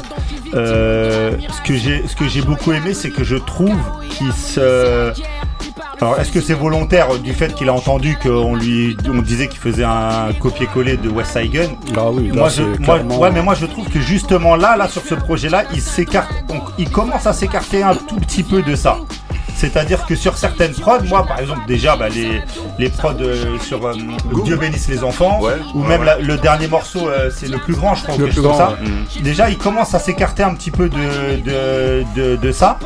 Euh, ce que j'ai, ce que j'ai beaucoup aimé, c'est que je trouve qu'il se. Alors, est-ce que c'est volontaire euh, du fait qu'il a entendu qu'on lui, on disait qu'il faisait un copier-coller de West Side Gun Ah oui, moi, là, je, c'est moi- clairement- euh, ouais, mais moi je trouve que justement là, là sur ce projet-là, il s'écarte, on- il commence à s'écarter un tout petit peu de ça. C'est-à-dire que sur certaines prods, moi par exemple déjà bah, les, les prods euh, sur euh, Dieu bénisse les enfants, ou ouais, même ouais. la- le dernier morceau euh, c'est le plus grand je crois, Le quelque plus chose comme grand, ça. ouais. Mm. Déjà il commence à s'écarter un petit peu de, de, de- de ça.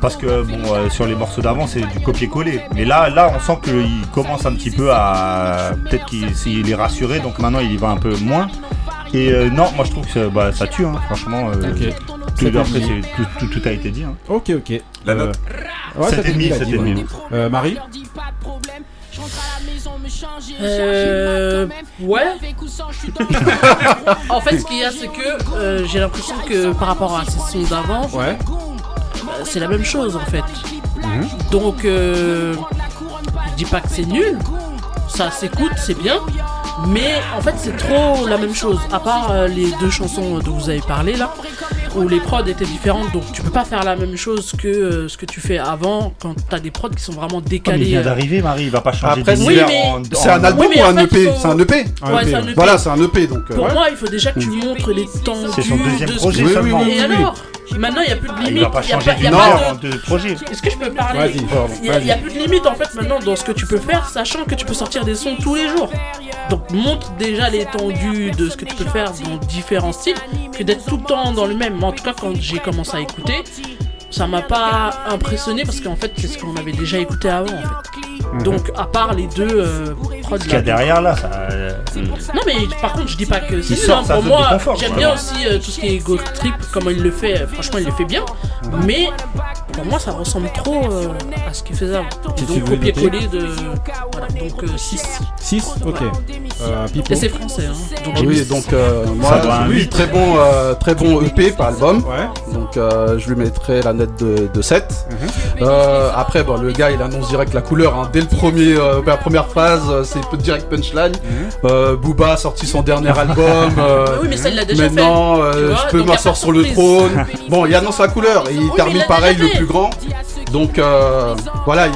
Parce que bon, euh, sur les morceaux d'avant, c'est du copier-coller. Mais là, là, on sent qu'il commence un petit peu à peut-être qu'il s'il est rassuré, donc maintenant il y va un peu moins. Et euh, non, moi je trouve que bah, ça tue, hein, franchement. euh, Ok. tout, Cet après, ennemi. c'est- tout- tout- tout a été dit. hein. Ok, ok. Euh, La note. ouais, Sept cet et demi, ennemi, l'a sept dit, et ouais. demi. Euh, Marie Euh, ouais. en fait, ce qu'il y a, c'est que euh, j'ai l'impression que par rapport à ces sons d'avant, Ouais. euh, c'est la même chose en fait. Mhm. Donc, euh, je dis pas que c'est nul, ça s'écoute, c'est bien, mais en fait, c'est trop la même chose. À part euh, les deux chansons dont vous avez parlé là, où les prods étaient différentes, donc tu peux pas faire la même chose que euh, ce que tu fais avant quand t'as des prods qui sont vraiment Comme Ah, il décalés. vient euh, d'arriver, Marie, il va pas changer Après, d'univers c'est- en- c'est en- un album Oui, mais ou en un fait, EP il faut- C'est un E EP Ouais, c'est un E EP. euh. Voilà, c'est un EP donc. euh, Pour ouais. moi, il faut déjà que tu montres les tendues C'est son deuxième de ce projet que- seulement. Et Oui, oui, oui. alors Maintenant, il n'y a plus de limite. Ah, il va pas y a changer pas- y a d'univers pas en deux projets. Est-ce que je peux parler Vas-y, pardon, Il y a- il y a vas-y. plus de limite en fait maintenant dans ce que tu peux faire, sachant que tu peux sortir des sons tous les jours. Donc montre déjà l'étendue de ce que tu peux faire dans différents styles que d'être tout le temps dans le même. Moi, En tout cas, quand j'ai commencé à écouter, ça m'a pas impressionné parce qu'en fait, c'est ce qu'on avait déjà écouté avant. en fait. Mhm. Donc, à part les deux euh, prods Ce qu'il y a là, derrière là, ça. euh, non mais par contre je dis pas que c'est Il nul, sort hein. sa pour zone de moi confort, j'aime quoi. bien aussi euh, tout ce qui est Go Trip comment il le fait euh, franchement il le fait bien mais pour moi ça ressemble trop euh, à ce qu'il faisait avant Et Si tu donc veux noter. copier-coller de voilà donc 6 6 Ok. Euh, Pipo. et c'est français hein donc j'ai Oui, mis- donc euh, moi, Ça doit un oui, huit. très bon, euh, très bon EP par album. Donc euh, je lui mettrai la note de, de 7. Euh, après, bon, le gars, il annonce direct la couleur. hein. Dès le premier, euh, la première phrase, euh, c'est direct punchline. Euh, Booba a sorti son dernier album. euh, Oui, mais ça, il l'a déjà maintenant, fait. euh, Tu vois, je peux donc y a m'asseoir pas de sur le surprise. trône. bon, il annonce la couleur et il mais il termine l'a pareil déjà le fait. plus grand. Donc euh, voilà, il-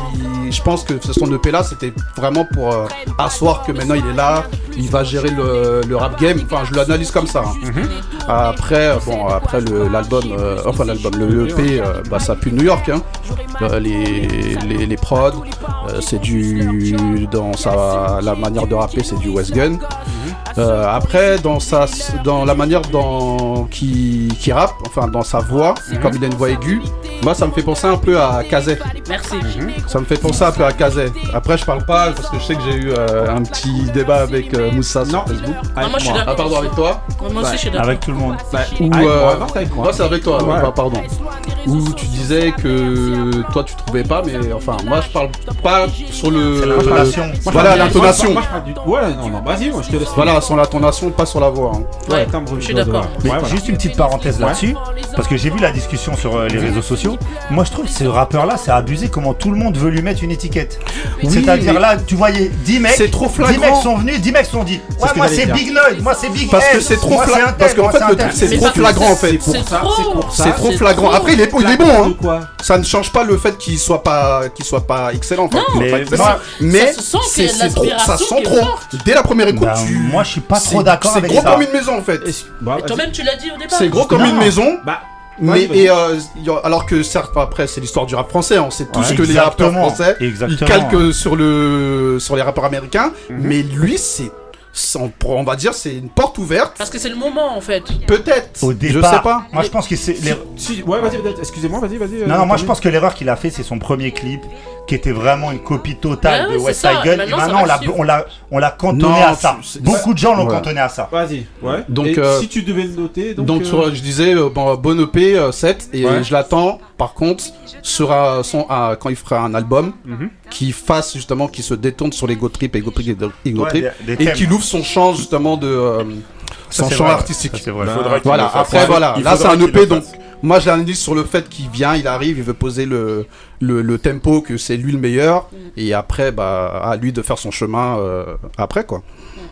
je pense que son EP là, c'était vraiment pour euh, asseoir que maintenant il est là, il va gérer le, le rap game. Enfin, je l'analyse comme ça. hein. Après, euh, bon, après le- l'album, euh, enfin l'album, le EP, euh, bah, ça pue New York. hein. Euh, les, les, les prods, euh, c'est du dans sa la manière de rapper, c'est du West Gun. Euh, après, dans sa, dans la manière dans qui, qui rappe, enfin dans sa voix, comme il a une voix aiguë, moi ça me fait penser un peu à Kazé. merci Mhm. Ça me fait penser un peu à Kazé. Après, je parle pas parce que je sais que j'ai eu euh, un petit débat avec euh, Moussa sur Facebook. Ah, moi, je suis Ah, d'accord. pardon, avec toi Ouais, Ouais. moi aussi, Bah, je suis d'accord. Bah, Avec tout le monde. Ou, Avec euh, moi, avant, avec moi. moi, c'est avec toi, Ouais. ouais, bah, pardon. Où tu disais que toi tu trouvais pas, mais enfin, moi je parle pas sur Euh, le. l'intonation. Moi, je Voilà, parle- l'intonation. moi, je parle du- Ouais, non, non, vas-y, moi, je te laisse. Voilà, sur l'intonation, pas sur la voix. hein. Ouais, attends, je suis d'accord. Mais Ouais, voilà. Juste une petite parenthèse Ouais. là-dessus, parce que j'ai vu la discussion sur euh, les réseaux sociaux. Moi, je trouve que ce rappeur-là, c'est abusé comment tout le monde veut lui mettre une étiquette. Oui, C'est-à-dire mais- là, tu voyais 10 mecs, C'est trop 10 mecs flagrant. sont venus, 10 mecs sont dit. C'est ce Ouais, que moi j'allais c'est dire. Big Noise, moi c'est Big Parce que S, c'est trop moi, flagrant. c'est un tel, Parce qu'en moi, fait, c'est un le tel. truc, c'est Mais trop parce que flagrant en c'est- fait. c'est pour ça, c'est pour ça, C'est trop c'est flagrant. trop Après, il est, il est bon. flagrant hein. de quoi. Ça ne change pas le fait qu'il soit pas, qu'il soit pas excellent. en fait. Non. Mais En fait, moi- c'est- ça mais se sent qu'il y c'est a de c'est trop, ça l'aspiration qui sent est trop. forte. Dès la première écoute, tu- Ben, Moi, je suis pas c'est- trop d'accord avec C'est gros ça. comme une maison en fait. Bah, Et toi-même tu l'as dit au départ C'est gros comme Non. une maison. Bah, vas-y, mais vas-y. et, euh, y a- alors que certes après c'est l'histoire du rap français, hein, on sait tous Ouais. que les rappeurs Exactement. français ils Exactement. Mhm. calquent euh, sur le sur les rappeurs américains, mais lui c'est c'est- on, on va dire c'est une porte ouverte. parce que c'est le moment en fait Peut-être. Au je départ, sais pas. Moi, je pense que c'est. hein. les- Si- Ouais, vas-y, vas-y, excusez-moi, vas-y, vas-y. euh, Non, non, moi je pense que l'erreur qu'il a fait, c'est son premier clip, qui était vraiment une copie totale Ouais, de ouais, West Ah c'est ça. Side Gun. Et Maintenant, ça maintenant, on va l'a- suivre. on l'a, on l'a cantonné Non, à ça. c'est- c'est- Beaucoup de gens l'ont Ouais. cantonné à ça. Vas-y, ouais. Donc, Et euh, si tu devais le noter, donc. Donc, euh, sur- je disais euh, bon, bon EP euh, 7 et Ouais. je l'attends par contre sur un son à- quand il fera un album qui fasse justement qui se détourne sur les go trip et go trip et go et Go Ouais, Trip, des- des et thèmes. qu'il ouvre son champ justement de euh, Ça, son c'est champ vrai, ouais. artistique. Ça, c'est vrai. Il faudra qu'il voilà, le fasse. après Ouais, voilà, il là c'est faudra un qu'il EP le donc fasse. moi je l'analyse sur le fait qu'il vient, il arrive, il veut poser le, le, le tempo, que c'est lui le meilleur, et après, bah, à lui de faire son chemin euh, après, quoi.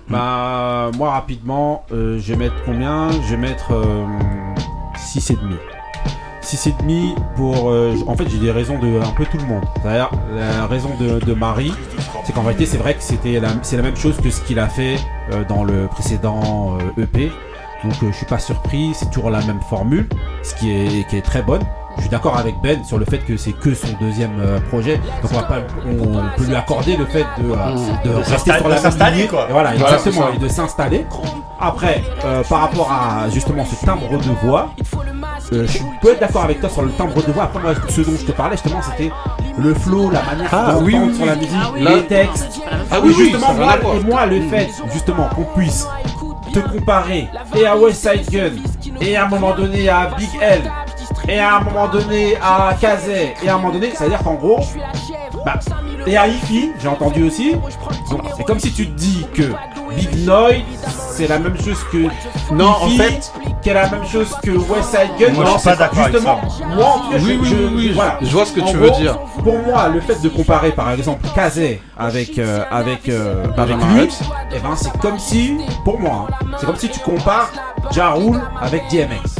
Bah, moi rapidement, euh, je vais mettre combien Je vais mettre euh, 6,5. 6,5 pour. euh, j- en fait, j'ai des raisons de un peu tout le monde. D'ailleurs, la raison de, de Marie, c'est qu'en réalité, c'est vrai que c'était la, c'est la même chose que ce qu'il a fait euh, dans le précédent E euh, EP. Donc, euh, je suis pas surpris, c'est toujours la même formule, ce qui est, qui est très bonne. je suis d'accord avec Ben sur le fait que c'est que son deuxième euh, projet. Donc on, va pas, on peut lui accorder le fait de, euh, de De rester s'insta- sur de la même s'installer, lignée. quoi. Et voilà, Voilà, exactement, c'est ça. et de s'installer. Après, euh, par rapport à justement ce timbre de voix, euh, je suis peut être d'accord avec toi sur le timbre de voix. Après, moi, ce dont je te parlais justement, c'était le flow, la manière Ah, d'entendre oui, oui, sur la oui. musique, Ah oui. les textes. Ah oui, oui, Et justement, ça n'a rien moi, à voir. et moi, le fait justement qu'on puisse te comparer et à West Side Gun, et à un moment donné à Big L, et à un moment donné à Kazé, et à un moment donné, c'est-à-dire qu'en gros, bah, et à Ifi, j'ai entendu aussi. Donc, c'est comme si tu te dis que Big Noise, c'est la même chose que Non, en Ify, fait- qui est la même chose que West Side Gun. Moi, je Non, suis pas c'est d'accord avec Justement, ça. moi, en tout cas, Oui, je- oui, je- oui, oui, je- voilà. je vois ce que En tu veux gros, dire. Pour moi, le fait de comparer, par exemple, Kazé avec euh, avec euh, avec Benjamin lui, Rhodes. eh ben, c'est comme si, pour moi, hein, c'est comme si tu compares Ja Rule avec DMX.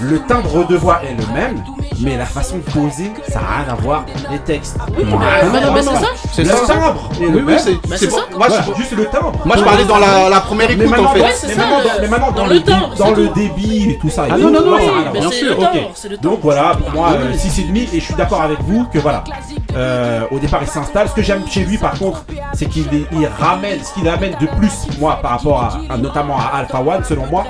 Le timbre de voix est le même, mais la façon de poser, ça n'a rien à voir. Les textes. Oui, mais- Ah, mais non, mais c'est ça. C'est C'est le ça. timbre. est le Oui, oui, même. c'est- Bah, Mais Bah, c'est c'est pour- ça. moi, je- Voilà, juste le timbre. Moi, je parlais dans la- la première Mais écoute, maintenant, en fait. dans- Ouais, c'est mais ça, maintenant, le- dans- mais maintenant, dans dans le le timbre, dé- dans c'est le tout. débit et tout ça. et Ah tout, non, non, non, voilà, oui, voilà, mais bien c'est sûr, le ok. timbre, c'est le Ah Donc voilà, pour moi, 6 et demi et je suis d'accord avec vous que voilà. Euh, au départ, il s'installe. Ce que j'aime chez lui, par contre, c'est qu'il est- il ramène ce qu'il amène de plus, moi, par rapport à, à- notamment à Alpha One, selon moi,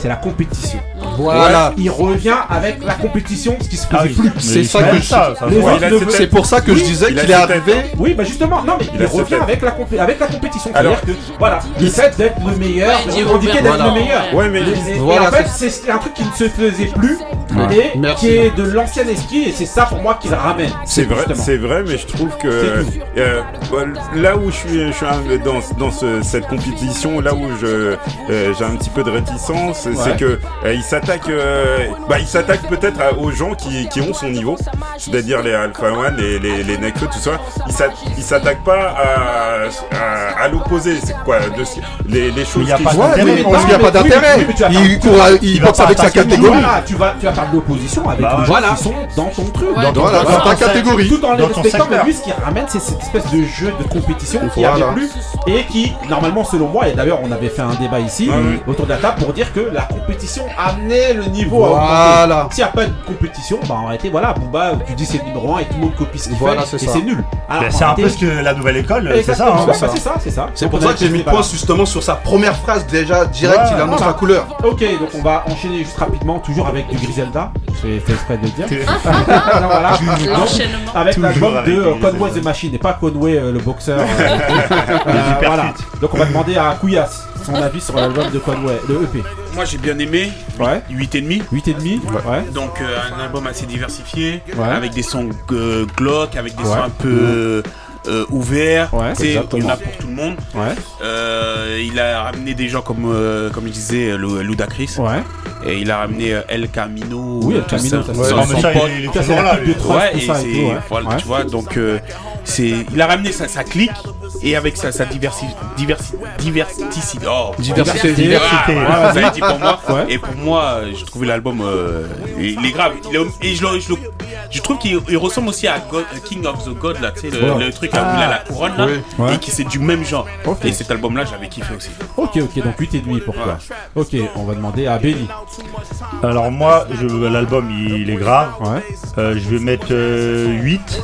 c'est la compétition. Voilà. Il revient avec la compétition, ce qui se Ah faisait oui, plus. mais C'est il ça fait que je- ça, ça, Les ouais. autres Il a ne cette veulent- tête. pour ça que je disais il a qu'il est cette arrivé- tête. Oui, bah justement, non mais Il il, a cette revient tête. avec la, compé- avec la compétition. Alors C'est-à-dire que voilà, il essaie d'être le meilleur, Ouais, il Diego revendiquait d'être Bernard. le meilleur. Ouais, mais- Et- et Voilà, en fait, c'est un truc qui ne se faisait plus Ouais. et Merci. qui est de l'ancien esprit et c'est ça pour moi qu'il ramène. C'est vrai, justement. c'est vrai, mais je trouve que C'est euh, bah, là où je suis, je suis un- dans, dans ce- cette compétition, là où je euh, j'ai un petit peu de réticence, c'est que euh, il s'attaque, euh, bah, il s'attaque peut-être à- aux gens qui, qui ont son niveau, c'est-à-dire les Alpha One, les les, les Nekfeu, tout ça. Il s'a- il s'attaque pas à, à, à l'opposé, c'est quoi, de ce- les, les choses. il y a qui- pas d'intérêt, Ouais, mais parce non, qu'il y a mais pas oui, d'intérêt. oui, mais tu vas Il faire- court à- il il va boxe pas avec sa attaquer tout le catégorie. monde. Voilà, tu vas tu vas faire de l'opposition avec Bah les gens voilà. qui sont dans ton truc, Ouais, Dans ton- voilà, truc. dans ta catégorie. Tout en les Dans ton respectant, mais secteur. lui ce qui ramène c'est cette espèce de jeu de compétition qui Voilà. avait plus et qui normalement selon moi et d'ailleurs on avait fait un débat ici autour de la table pour dire que la compétition amenait le niveau à Voilà. augmenter. S'il n'y a pas de compétition, bah en réalité voilà, Booba tu dis c'est numéro 1 et tout le monde copie ce qu'il Voilà, fait c'est et ça. c'est nul. Alors, Ben, en c'est un peu réalité, ce que la nouvelle école, euh, c'est ça. Exactement, hein. ouais, bah, c'est ça, c'est ça. C'est Donc, pour on ça a que j'ai mis le débat. point justement sur sa première phrase déjà direct, Ouais, il annonce voilà. la couleur. Ok, donc on va enchaîner juste rapidement, toujours avec du Griselda. J'ai fait exprès de le dire. Non, voilà. L'enchaînement. Donc, avec Toujours l'album avec de du euh, Conway the Machine et pas Conway euh, le boxeur. euh, euh, voilà. Donc on va demander à Kouyas son avis sur l'album de Conway, le E EP. Moi j'ai bien aimé. Ouais. 8,5 8,5 Ouais. Donc euh, un album assez diversifié, Ouais. avec des sons euh, Glock, avec des Ouais. sons un peu euh, ouverts, Ouais. tu sais, où il y en Exactement. a pour tout le monde. Ouais. Euh, il a ramené des gens comme, euh, comme je disais, le- Ludacris. Ouais. Et il a ramené euh, El Camino. Oui, El tout Camino, ça, ça, c'est- son- Ouais, mais son ça, il- pote. il est Ça, toujours c'est là, la lui. pipe de trust, Ouais, tout et ça et c'est- tout, ouais. voilà, Ouais. tu vois, donc euh, c'est, il a ramené sa, sa clique et avec sa, sa diversi, diversi, diversi, oh, Diversité. diversité. Ouais, Ah, ouais. vous avez dit pour moi. Ouais. Et pour moi, euh, je trouvais l'album, euh, il est grave. Il est- et je, le- je le- je trouve qu'il il ressemble aussi à God- King of the God, là, tu sais, le, Ouais. Ah. le truc là, où il a la couronne, là, Oui. Ouais. et qui c'est du même genre. Ok. Et cet album-là, j'avais kiffé aussi. Ok, ok, donc 8,5 pour toi. Ok, on va demander à Benny. Alors moi, je- l'album il, est grave. Euh, je vais mettre euh, 8.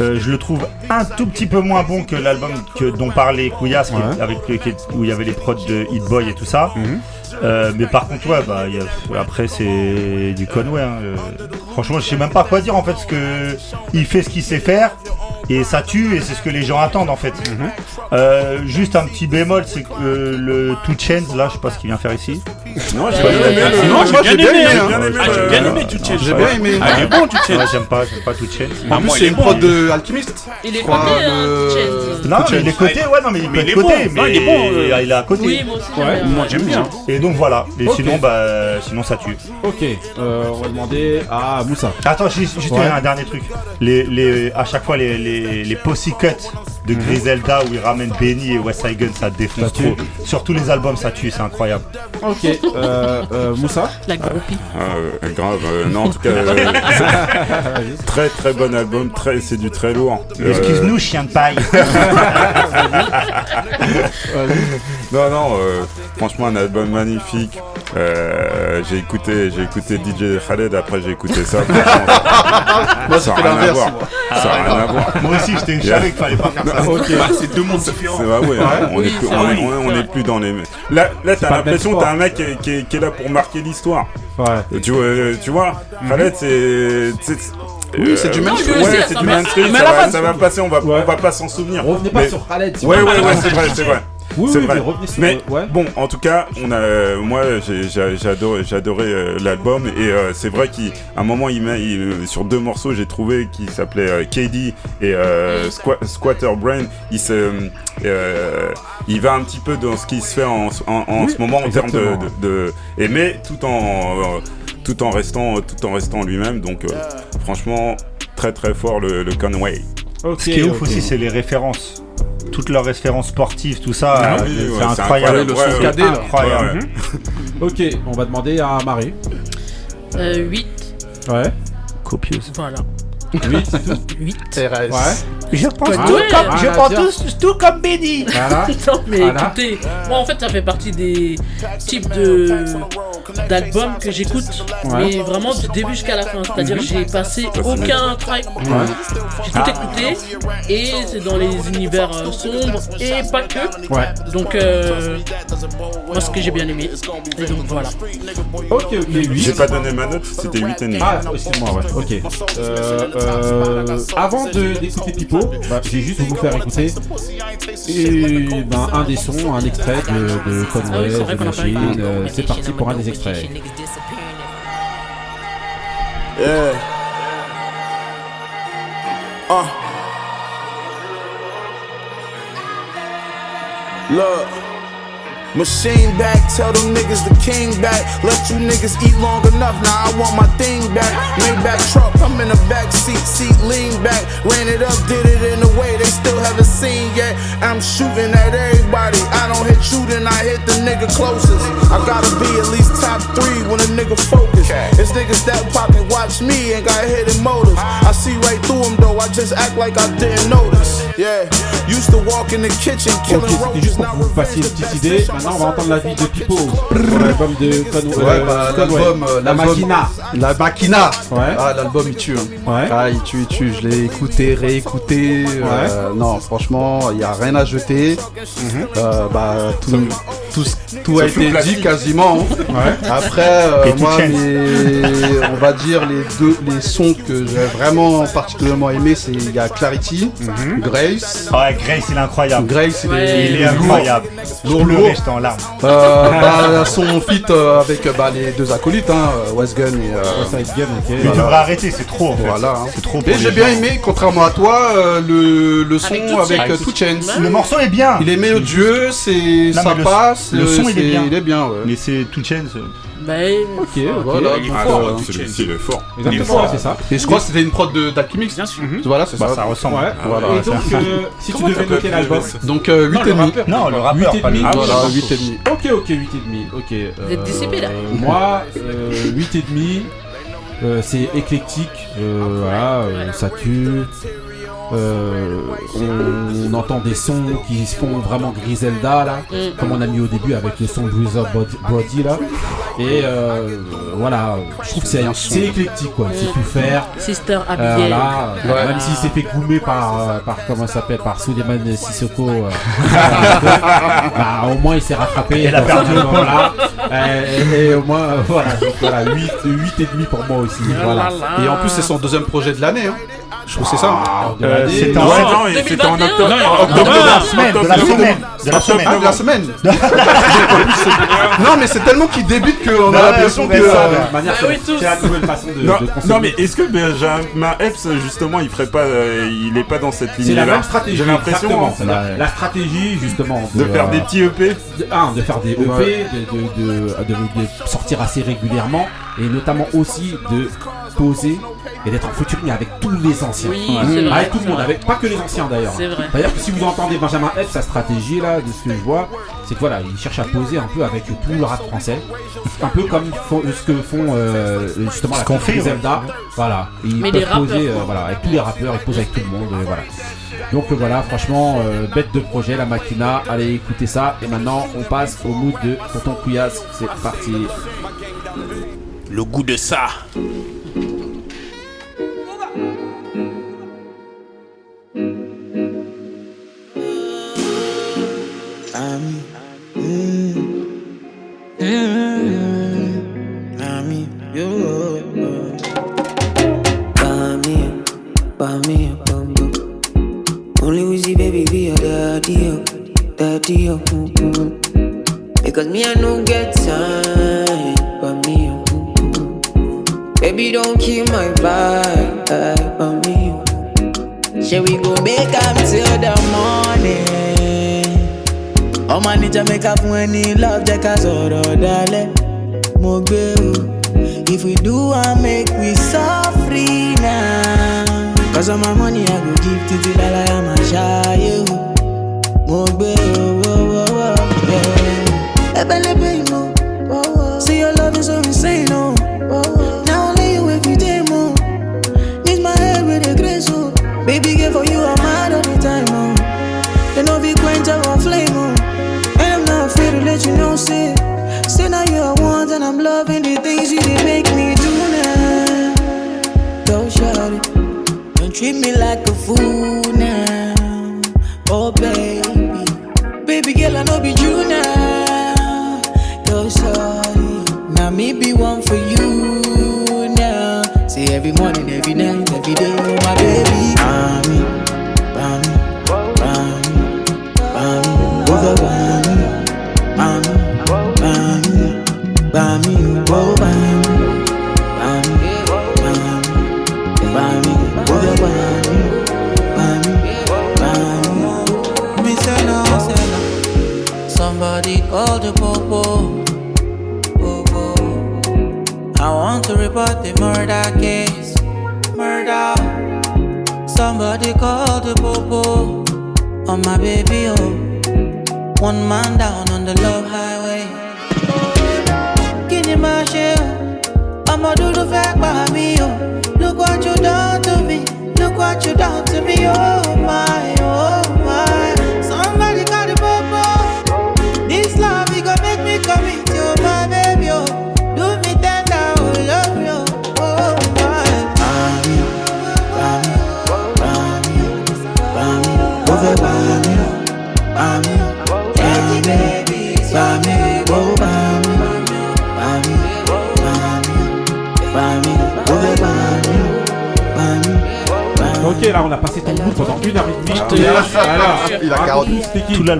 Euh, je le trouve un tout petit peu moins bon que l'album que- dont parlait Kouyas, qui- Ouais. avec, qui- où il y avait les prods de Hit Boy et tout ça. Euh, mais par contre, ouais, bah, il y a- après c'est du Conway. hein. Euh, franchement, je sais même pas quoi dire en fait, parce que il fait ce qu'il sait faire. Et ça tue, et c'est ce que les gens attendent en fait. Euh, juste un petit bémol, c'est que euh, le Two Chains, là, je sais pas ce qu'il vient faire ici. Non, j'ai pas bien aimé le- Non, j'ai moi, bien aimé, hein. Ah, j'ai bien aimé Two Chainz. J'ai Ah, bien ouais. aimé. Ah, il est bon, Two Chainz. Ouais, J'aime pas, j'aime pas Two Chainz. Ah, En plus, c'est une prod de Alchemist. Il je est crois, coté, hein, le- Chainz. Non, mais il est coté, ouais, non, mais il peut Mais être il est coté, bon, non, mais il est bon, euh. il est à côté. Oui, moi aussi, j'aime Ouais, bien. moi, j'aime bien. Et donc voilà, et Ok. sinon, bah, sinon ça tue. Ok, euh, on va demander à Moussa. Attends, juste, juste Ouais. un dernier truc. Les, les, à chaque fois, les, les, les posse cuts de Griselda où il ramène Benny et West Side Gun, ça défonce Mhm. Ça tue. trop. Sur tous les albums, ça tue, c'est incroyable. Ok, euh, euh, Moussa. La groupie. Euh, grave, euh, non en tout cas euh, très très bon album, très c'est du très lourd. Euh, Excuse-nous, chien de paille. Non, non, euh, franchement, un album magnifique. Euh, j'ai écouté, j'ai écouté DJ Khaled, après j'ai écouté ça. Moi, ça c'était a rien à l'inverse, voir. moi. Ça a rien à voir. Moi aussi, j'étais- je savais qu'il fallait pas faire ça. Non, Ok. Bah, c'est deux mondes différents. C'est vrai, ouais, hein, on Oui, est plus, c'est on, vrai. est- ouais, on est plus dans les. Là, là, C'est pas t'as le même l'impression que sport. t'as un mec qui est, qui est- qui est là pour marquer l'histoire. Ouais. Mhm. Tu vois, tu vois, Khaled, c'est. c'est- Oui, c'est du euh, mainstream. ouais, Lui aussi, c'est ça du va- mainstream. Ça mais à la va, base- ça va passer, on va, on va pas s'en souvenir. Revenez pas sur Khaled, c'est Ouais, pas ouais, ouais, grave. c'est vrai, c'est vrai. Oui, C'est oui, vrai. mais revenez sur- Mais bon, en tout cas, on a, moi, j'ai- j'ai j'ai adoré, j'ai adoré, euh, l'album et euh, c'est vrai qu'à un moment, il m'a, il, euh, sur deux morceaux, j'ai trouvé qui s'appelait euh, KD et euh, Squa- Squatter Brain. Il se, euh, il va un petit peu dans ce qui se fait en, en- en Oui, ce moment en termes de, exactement. de, de- et mais tout en, euh, tout en restant, tout en restant lui-même. Donc, euh, franchement, très très fort le, le Conway. Ce qui est ouf aussi, c'est les références. Toutes leurs références sportives, tout ça, Ah euh, oui, ouais, c'est incroyable. incroyable, ouais, ouais. C'est incroyable. Mhm. Ouais, ouais. Ok, on va demander à Marie. Euh, 8. Ouais. Copieuse. Voilà. 8, c'est tout 8. Ouais. Je pense Ah tout, ouais. comme, euh, je Rien à pense dire. tous- tout comme Benny. non mais Voilà. écoutez, moi en fait ça fait partie des types de d'albums que j'écoute, Ouais. mais vraiment du début jusqu'à la fin. C'est-à-dire Mhm. j'ai passé Ça, c'est aucun bien. track, Ouais. j'ai tout Ah. écouté et c'est dans les univers euh, sombres et pas que. Ouais. Donc euh, moi ce que j'ai bien aimé. Et donc voilà. Ok, ok, 8. J'ai pas donné ma note, c'était 8 et demi. Ah, excuse-moi, ouais, ok. Euh, euh, avant de- d'écouter Pipo, bah, j'ai juste vous faire écouter et, ben, un des sons, un extrait de, de Ah oui, Conway, c'est vrai de qu'on a pas eu. Machine. Euh, C'est parti pour un des extraits. Yeah. Ah. Uh. Look. Machine back, tell them niggas the king back. Let you niggas eat long enough, now I want my thing back. Maybach truck, I'm in the back seat, seat lean back. Ran it up, did it in a way they still haven't seen yet. I'm shooting at everybody, I don't hit you, then I hit the nigga closest. I gotta be at least top three when a nigga focus. It's niggas that pocket watch me and got hidden motives. I see right through them though, I just act like I didn't notice. Yeah, used to walk in the kitchen, Ok, killing c'était juste pour que vous fassiez une petite idée. Maintenant, on va entendre la vie de Pipo pour l'album de Conway. Ouais, bah, Conway. l'album, euh, La l'album- Machina. La Machina. Ouais. Ah, l'album il tue. hein. Ah, il tue, il tue. Je l'ai écouté, réécouté. euh, non, franchement, il n'y a rien à jeter. Euh, bah, tout, tout, ce- tout Ça a fout été la dit vie. quasiment. hein. Ouais. Après, euh, Et tout moi, change. mes- on va dire les deux, les sons que j'ai vraiment particulièrement aimé, c'est il y a Clarity, Grace. Ouais, Grace, il est incroyable. Grace, il est, Il est incroyable. Lourd, Pleurer, lourd. j'étais en larmes. Euh, bah, son feat euh, avec euh, bah, les deux acolytes, hein, euh, West Gun et. Euh, Mais il devrait arrêter, Bah, c'est trop en fait. Voilà. hein. C'est trop pour Et les j'ai bien gens. aimé, contrairement à toi, euh, le, le son Avec Two avec, Chainz. euh, Two Chainz. Le morceau est bien. Il est mélodieux, c'est Non, ça mais le- passe. Le, euh, son, il est c'est- bien. Il est bien, ouais. Mais c'est Two Chainz. euh, Mais ok, voilà. donc, Ah, euh, Celui-ci, il est fort. il est fort. Et je crois que c'était une prod de d'Akimix. Bien sûr. Voilà, c'est Bah, ça. ça ressemble. Ouais. Voilà. Et donc, euh, si tu devais noter l'album Donc, euh, 8 Non, et le demi. rappeur. Non, le rappeur, pas le- Ah, oui, Voilà, le 8 et demi. Ok, ok, 8 et demi. Ok. euh, êtes décédés, là. Moi, euh, 8 et demi. euh, c'est éclectique, euh, voilà, euh, ça tue. Euh, on, on entend des sons qui se font vraiment Griselda là, Mm. comme on a mis au début avec le son de Wizard Bod- Brody là. Et euh, voilà, je trouve que c'est c'est éclectique quoi, c'est tout faire. Sister Euh, Abigail. voilà, Ouais. Même s'il s'est fait goumer par, euh, par comment ça s'appelle, par Suleiman Sissoko, euh, bah, au moins il s'est rattrapé. Elle a Dans perdu ce le moment, point. voilà. Euh, et, et au moins, euh, voilà, donc, voilà 8, et demi pour moi aussi. Ah Voilà. Et en plus, c'est son deuxième projet de l'année. hein. Je trouve que c'est ça. hein. de l'année. c'est Ah, Non, septembre. non, il- c'était en octobre. Non, En octobre. de la Ah, semaine, de la octobre. semaine. De la semaine. Ah, de la semaine. Non, mais c'est tellement qu'il débute qu'on a l'impression que. euh, non, non, mais est-ce que ben, Benjamin Epps justement il ferait pas euh, il est pas dans cette ligne C'est là la même stratégie. j'ai l'impression hein, exactement, c'est la, la stratégie justement De faire des petits E EP. De, un, de faire des EP, Ouais. de, de- de- de- de sortir assez régulièrement et notamment aussi de poser et d'être en featuring avec tous les anciens. Oui, Ouais. c'est vrai, avec tout c'est le monde, vrai. avec pas que les anciens d'ailleurs. C'est vrai. D'ailleurs, si vous entendez Benjamin Epps, sa stratégie là, de ce que je vois, c'est que voilà, il cherche à poser un peu avec tout tout le rap français. Un peu comme fo- ce que font euh, justement Ce la qu'on fait, compagnie ouais. Zelda. Voilà. Ils Mais peuvent les rappeurs, poser, euh, quoi. voilà, avec tous les rappeurs, ils posent avec tout le monde. euh, voilà. Donc euh, voilà, franchement, euh, bête de projet, la machina. Allez écouter ça. Et maintenant, on passe au mood de Tonton Couillasse. C'est parti. Le goût de ça. Ami. Mm. Mm. Ami. Yo. Buy me, buy me a bum bum. Only Weezy baby be your daddy, oh, daddy, oh, mm, mm. Because me I no get time, but me, oh, mm, mm. baby don't kill my vibe, but me. oh. Shall we go make up till the morning? ọmọ níjàmẹ́ka fún ẹni love jẹ́ ká sọ̀rọ̀ dalẹ̀ mo gbé o if we do am make we suffer now. cause all my money i go give títí lálàyà máa ṣááyé o mo gbé o wọ́wọ́wọ́ yeah. ẹbẹ̀lẹ́bẹ̀ ìmọ̀ see your love is so insane o na only you wey fit tame o need my head wey dey grace o baby girl for you i'm mad all the time oh. o. They no be quench our flame, oh. And I'm not afraid to let you know, say Say now you're one and I'm loving the things you did make me do now Don't shout it Don't treat me like a fool now Oh baby Baby girl, I know be you now Don't shout it Now me be one for you now Say every morning, every night, every day, oh my baby Mommy, mommy, mommy Somebody call the popo. Popo. I want to report the murder case. Murder. Somebody call the popo on my baby, oh. One man down on the love highway. Kí ni máa ṣe o? Ọmọ dúdú fẹ́ pa mí o. Look what you done to me. Look what you done to me. Oh my, oh my. Somebody call the popo. This love, it gon' make me commit you, my baby, oh. Do me tender, oh, love you, oh my. Ok, là, on a passé tout le mood pendant une heure et demie. te jure. Voilà. Il Ah, a Raconte 40. tout, c'était qui Le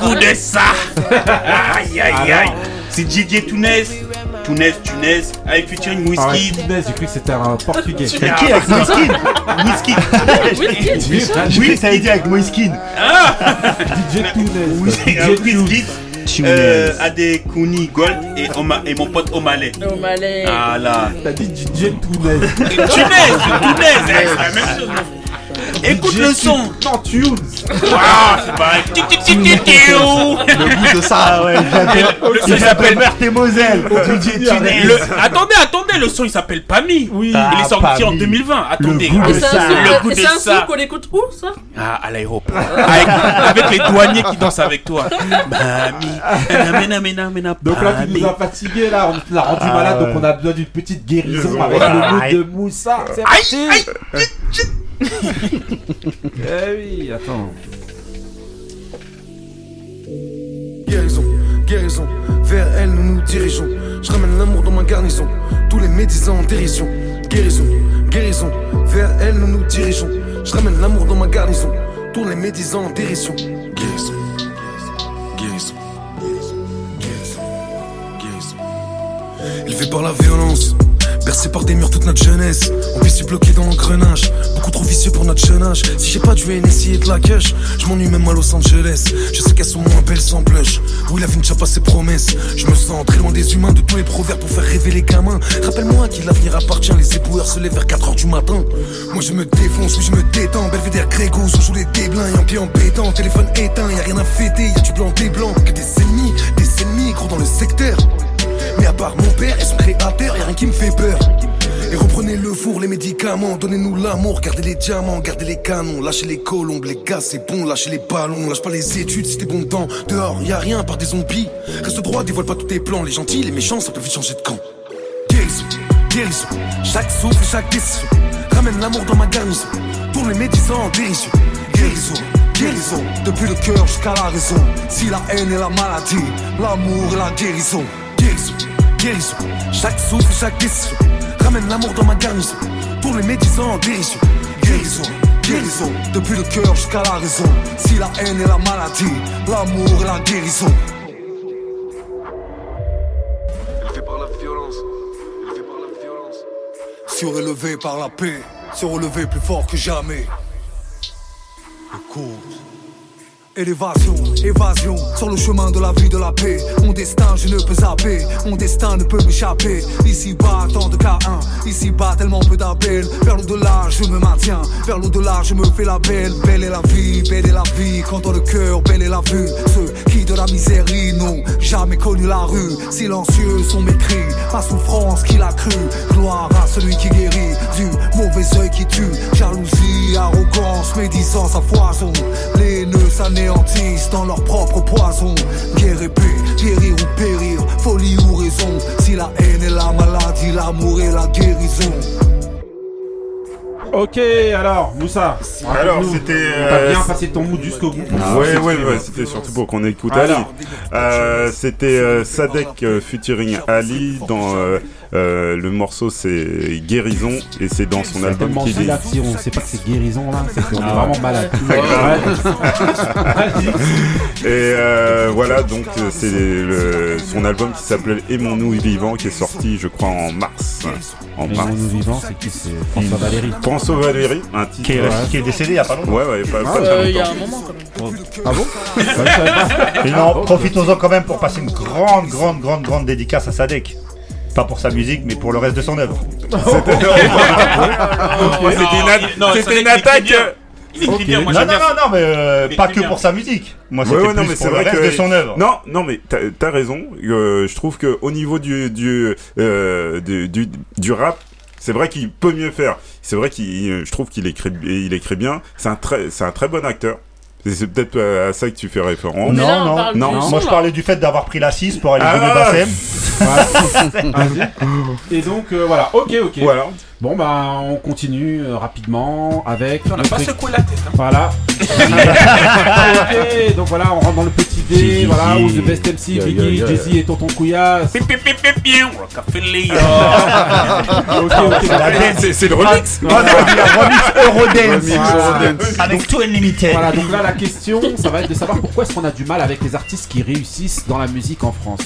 goût de ça. Aïe aïe aïe. C'est Didier Tounes. Tounes, Tounes. Avec featuring Ah ouais, Whiskey. punaise, j'ai cru que c'était un portugais. C'est qui avec Moïskine Oui, oui, ça a été avec Moiskin. Ah DJ Euh, Ade Kouni Gold et, Oma- et mon pote O'Malley. Oh, O'Malley. Ah là. T'as dit DJ Tounes. Tounes, Tounes, eh, c'est la même chose. Écoute le son. Non, Tunes. Waouh, c'est pareil. Tic, tic, tic, tic, tic. Le goût de ça. Ah ouais, il s'appelle- Le son, il s'appelle Meurthe et Moselle. DJ Tunnel. Le- Attendez, attendez, le son il s'appelle Pami. Oui. Il est Ah, sorti Pami. en 2020. Attendez. goût Ah, de c'est ça. Le goût de C'est un son ça. qu'on écoute où ça Ah, à l'aéroport. avec, avec les douaniers qui dansent avec toi. Mami. Mena, mena, mena, Donc là, tu Pami. nous as fatigué, là, on l'a rendu Ah malade, ouais. donc on a besoin d'une petite guérison Guérison, avec voilà. le mood Aïe. de Moussa. C'est parti Eh oui, attends. Guérison, guérison, vers elle nous nous dirigeons. Je ramène l'amour dans ma garnison, tous les médisants en dérision. Guérison, guérison, vers elle nous nous dirigeons. Je ramène l'amour dans ma garnison, tous les médisants en dérision. Guérison, guérison, guérison, guérison. Il fait par la violence, Bercé par des murs toute notre jeunesse On vit si bloqué dans l'engrenage Beaucoup trop vicieux pour notre jeune âge Si j'ai pas du NSI et de la gueule Je m'ennuie même à Los Angeles Je sais qu'elles sont moins belles sans blush Oui la vie ne tient pas ses promesses Je me sens très loin des humains De tous les proverbes pour faire rêver les gamins Rappelle-moi à qui l'avenir appartient Les éboueurs se lèvent vers 4h du matin Moi je me défonce, oui je me détends Belvédère Grégo, on joue les déblins Et en pied embêtant, téléphone éteint Y'a rien à fêter, y'a du blanc, des blancs Que des ennemis, des ennemis gros dans le secteur mais à part mon père et son créateur, y'a rien qui me fait peur. Et reprenez le four, les médicaments, donnez-nous l'amour, gardez les diamants, gardez les canons, lâchez les colombes, les gars, c'est bon, lâchez les ballons, lâche pas les études si t'es bon dedans. Dehors, y a rien à part des zombies. Reste droit, dévoile pas tous tes plans, les gentils, les méchants, ça peut vite changer de camp. Guérison, guérison, chaque souffle, chaque décision. Ramène l'amour dans ma garnison, pour les médisants en dérision. Guérison, guérison, depuis le cœur jusqu'à la raison. Si la haine est la maladie, l'amour est la guérison guérison, guérison. Chaque souffle, chaque décision. Ramène l'amour dans ma garnison. Pour les médisants en dérision. Guérison, guérison. Depuis le cœur jusqu'à la raison. Si la haine est la maladie, l'amour est la guérison. Élevé par la violence, élevé par la violence. Surélevé par la paix, se relever plus fort que jamais. Le cours. Élévation, évasion, sur le chemin de la vie de la paix. Mon destin, je ne peux zapper, mon destin ne peut m'échapper. Ici bas, tant de K1, ici bas, tellement peu d'appels. Vers l'au-delà, je me maintiens, vers l'au-delà, je me fais la belle. Belle est la vie, belle est la vie, quand dans le cœur, belle est la vue. Ceux qui de la misérie n'ont jamais connu la rue, silencieux sont mes cris, ma souffrance qui l'a cru. Gloire à celui qui guérit, du mauvais œil qui tue. Jalousie, arrogance, médisance à foison. Les nœuds s'anéantissent dans leur propre poison. Guérir puis guérir ou périr, folie ou raison. Si la haine est la maladie, l'amour est la guérison. Ok, alors, Moussa. Alors, raconte-nous. c'était, T'as euh, bien passé ton mood jusqu'au bout. Ah, ouais, ouais, ouais, c'était surtout pour qu'on écoute Ali. Alors. Euh, c'était euh, Sadek euh, featuring Ali dans euh, euh, le morceau c'est Guérison et c'est dans son album Tellement qu'il est. malade, si on sait pas que c'est guérison là, c'est qu'on est Ah. vraiment malade. Ouais, grave. Ouais. Et euh, voilà, donc euh, c'est le- son album qui s'appelle Aimons-nous vivants qui est sorti, je crois, en mars. En mars. Aimons-nous vivants, c'est qui C'est François Valéry. François Valéry, un titre Qui est- qui est décédé il y a pas longtemps. Ouais, ouais, pas, Ah, pas euh, très il y a longtemps. un moment, Ah bon Mais non, profitons-en quand même pour passer une grande, grande, grande, grande dédicace à Sadek. Pas pour sa musique, mais pour le reste de son œuvre. C'était Ah, une a- c'était une attaque. Ok. non, non, non, non, mais euh, pas que pour sa musique. Moi, Ouais, c'était ouais, non, plus mais pour le c'est vrai reste que- de son œuvre. Non, non, mais t'as t'as raison. Euh, je trouve que au niveau du du euh, du, du- du rap, c'est vrai qu'il peut mieux faire. C'est vrai qu'il, euh, je trouve qu'il écrit, il écrit bien. C'est un très, c'est un très bon acteur. C'est- C'est peut-être euh, à ça que tu fais référence. non, non, Moi, je parlais du fait d'avoir pris la 6 pour aller Ah, donner Bassem. Et donc euh, voilà, ok, ok. Voilà. Bon bah on continue euh, rapidement avec. On a pas secoué la tête. Voilà. ok, donc voilà, on rentre dans le petit dé. Voilà, où The Best MC, Yo, yo, Biggie, yo. Jay-Z et Tonton Couillasse. Ah, Ah, C'est- c'est le remix. Ah, non, il y a un remix Eurodance. Eurodance. Avec tout Unlimited. Voilà, donc là la question, ça va être de savoir pourquoi est-ce qu'on a du mal avec les artistes qui réussissent dans la musique en France.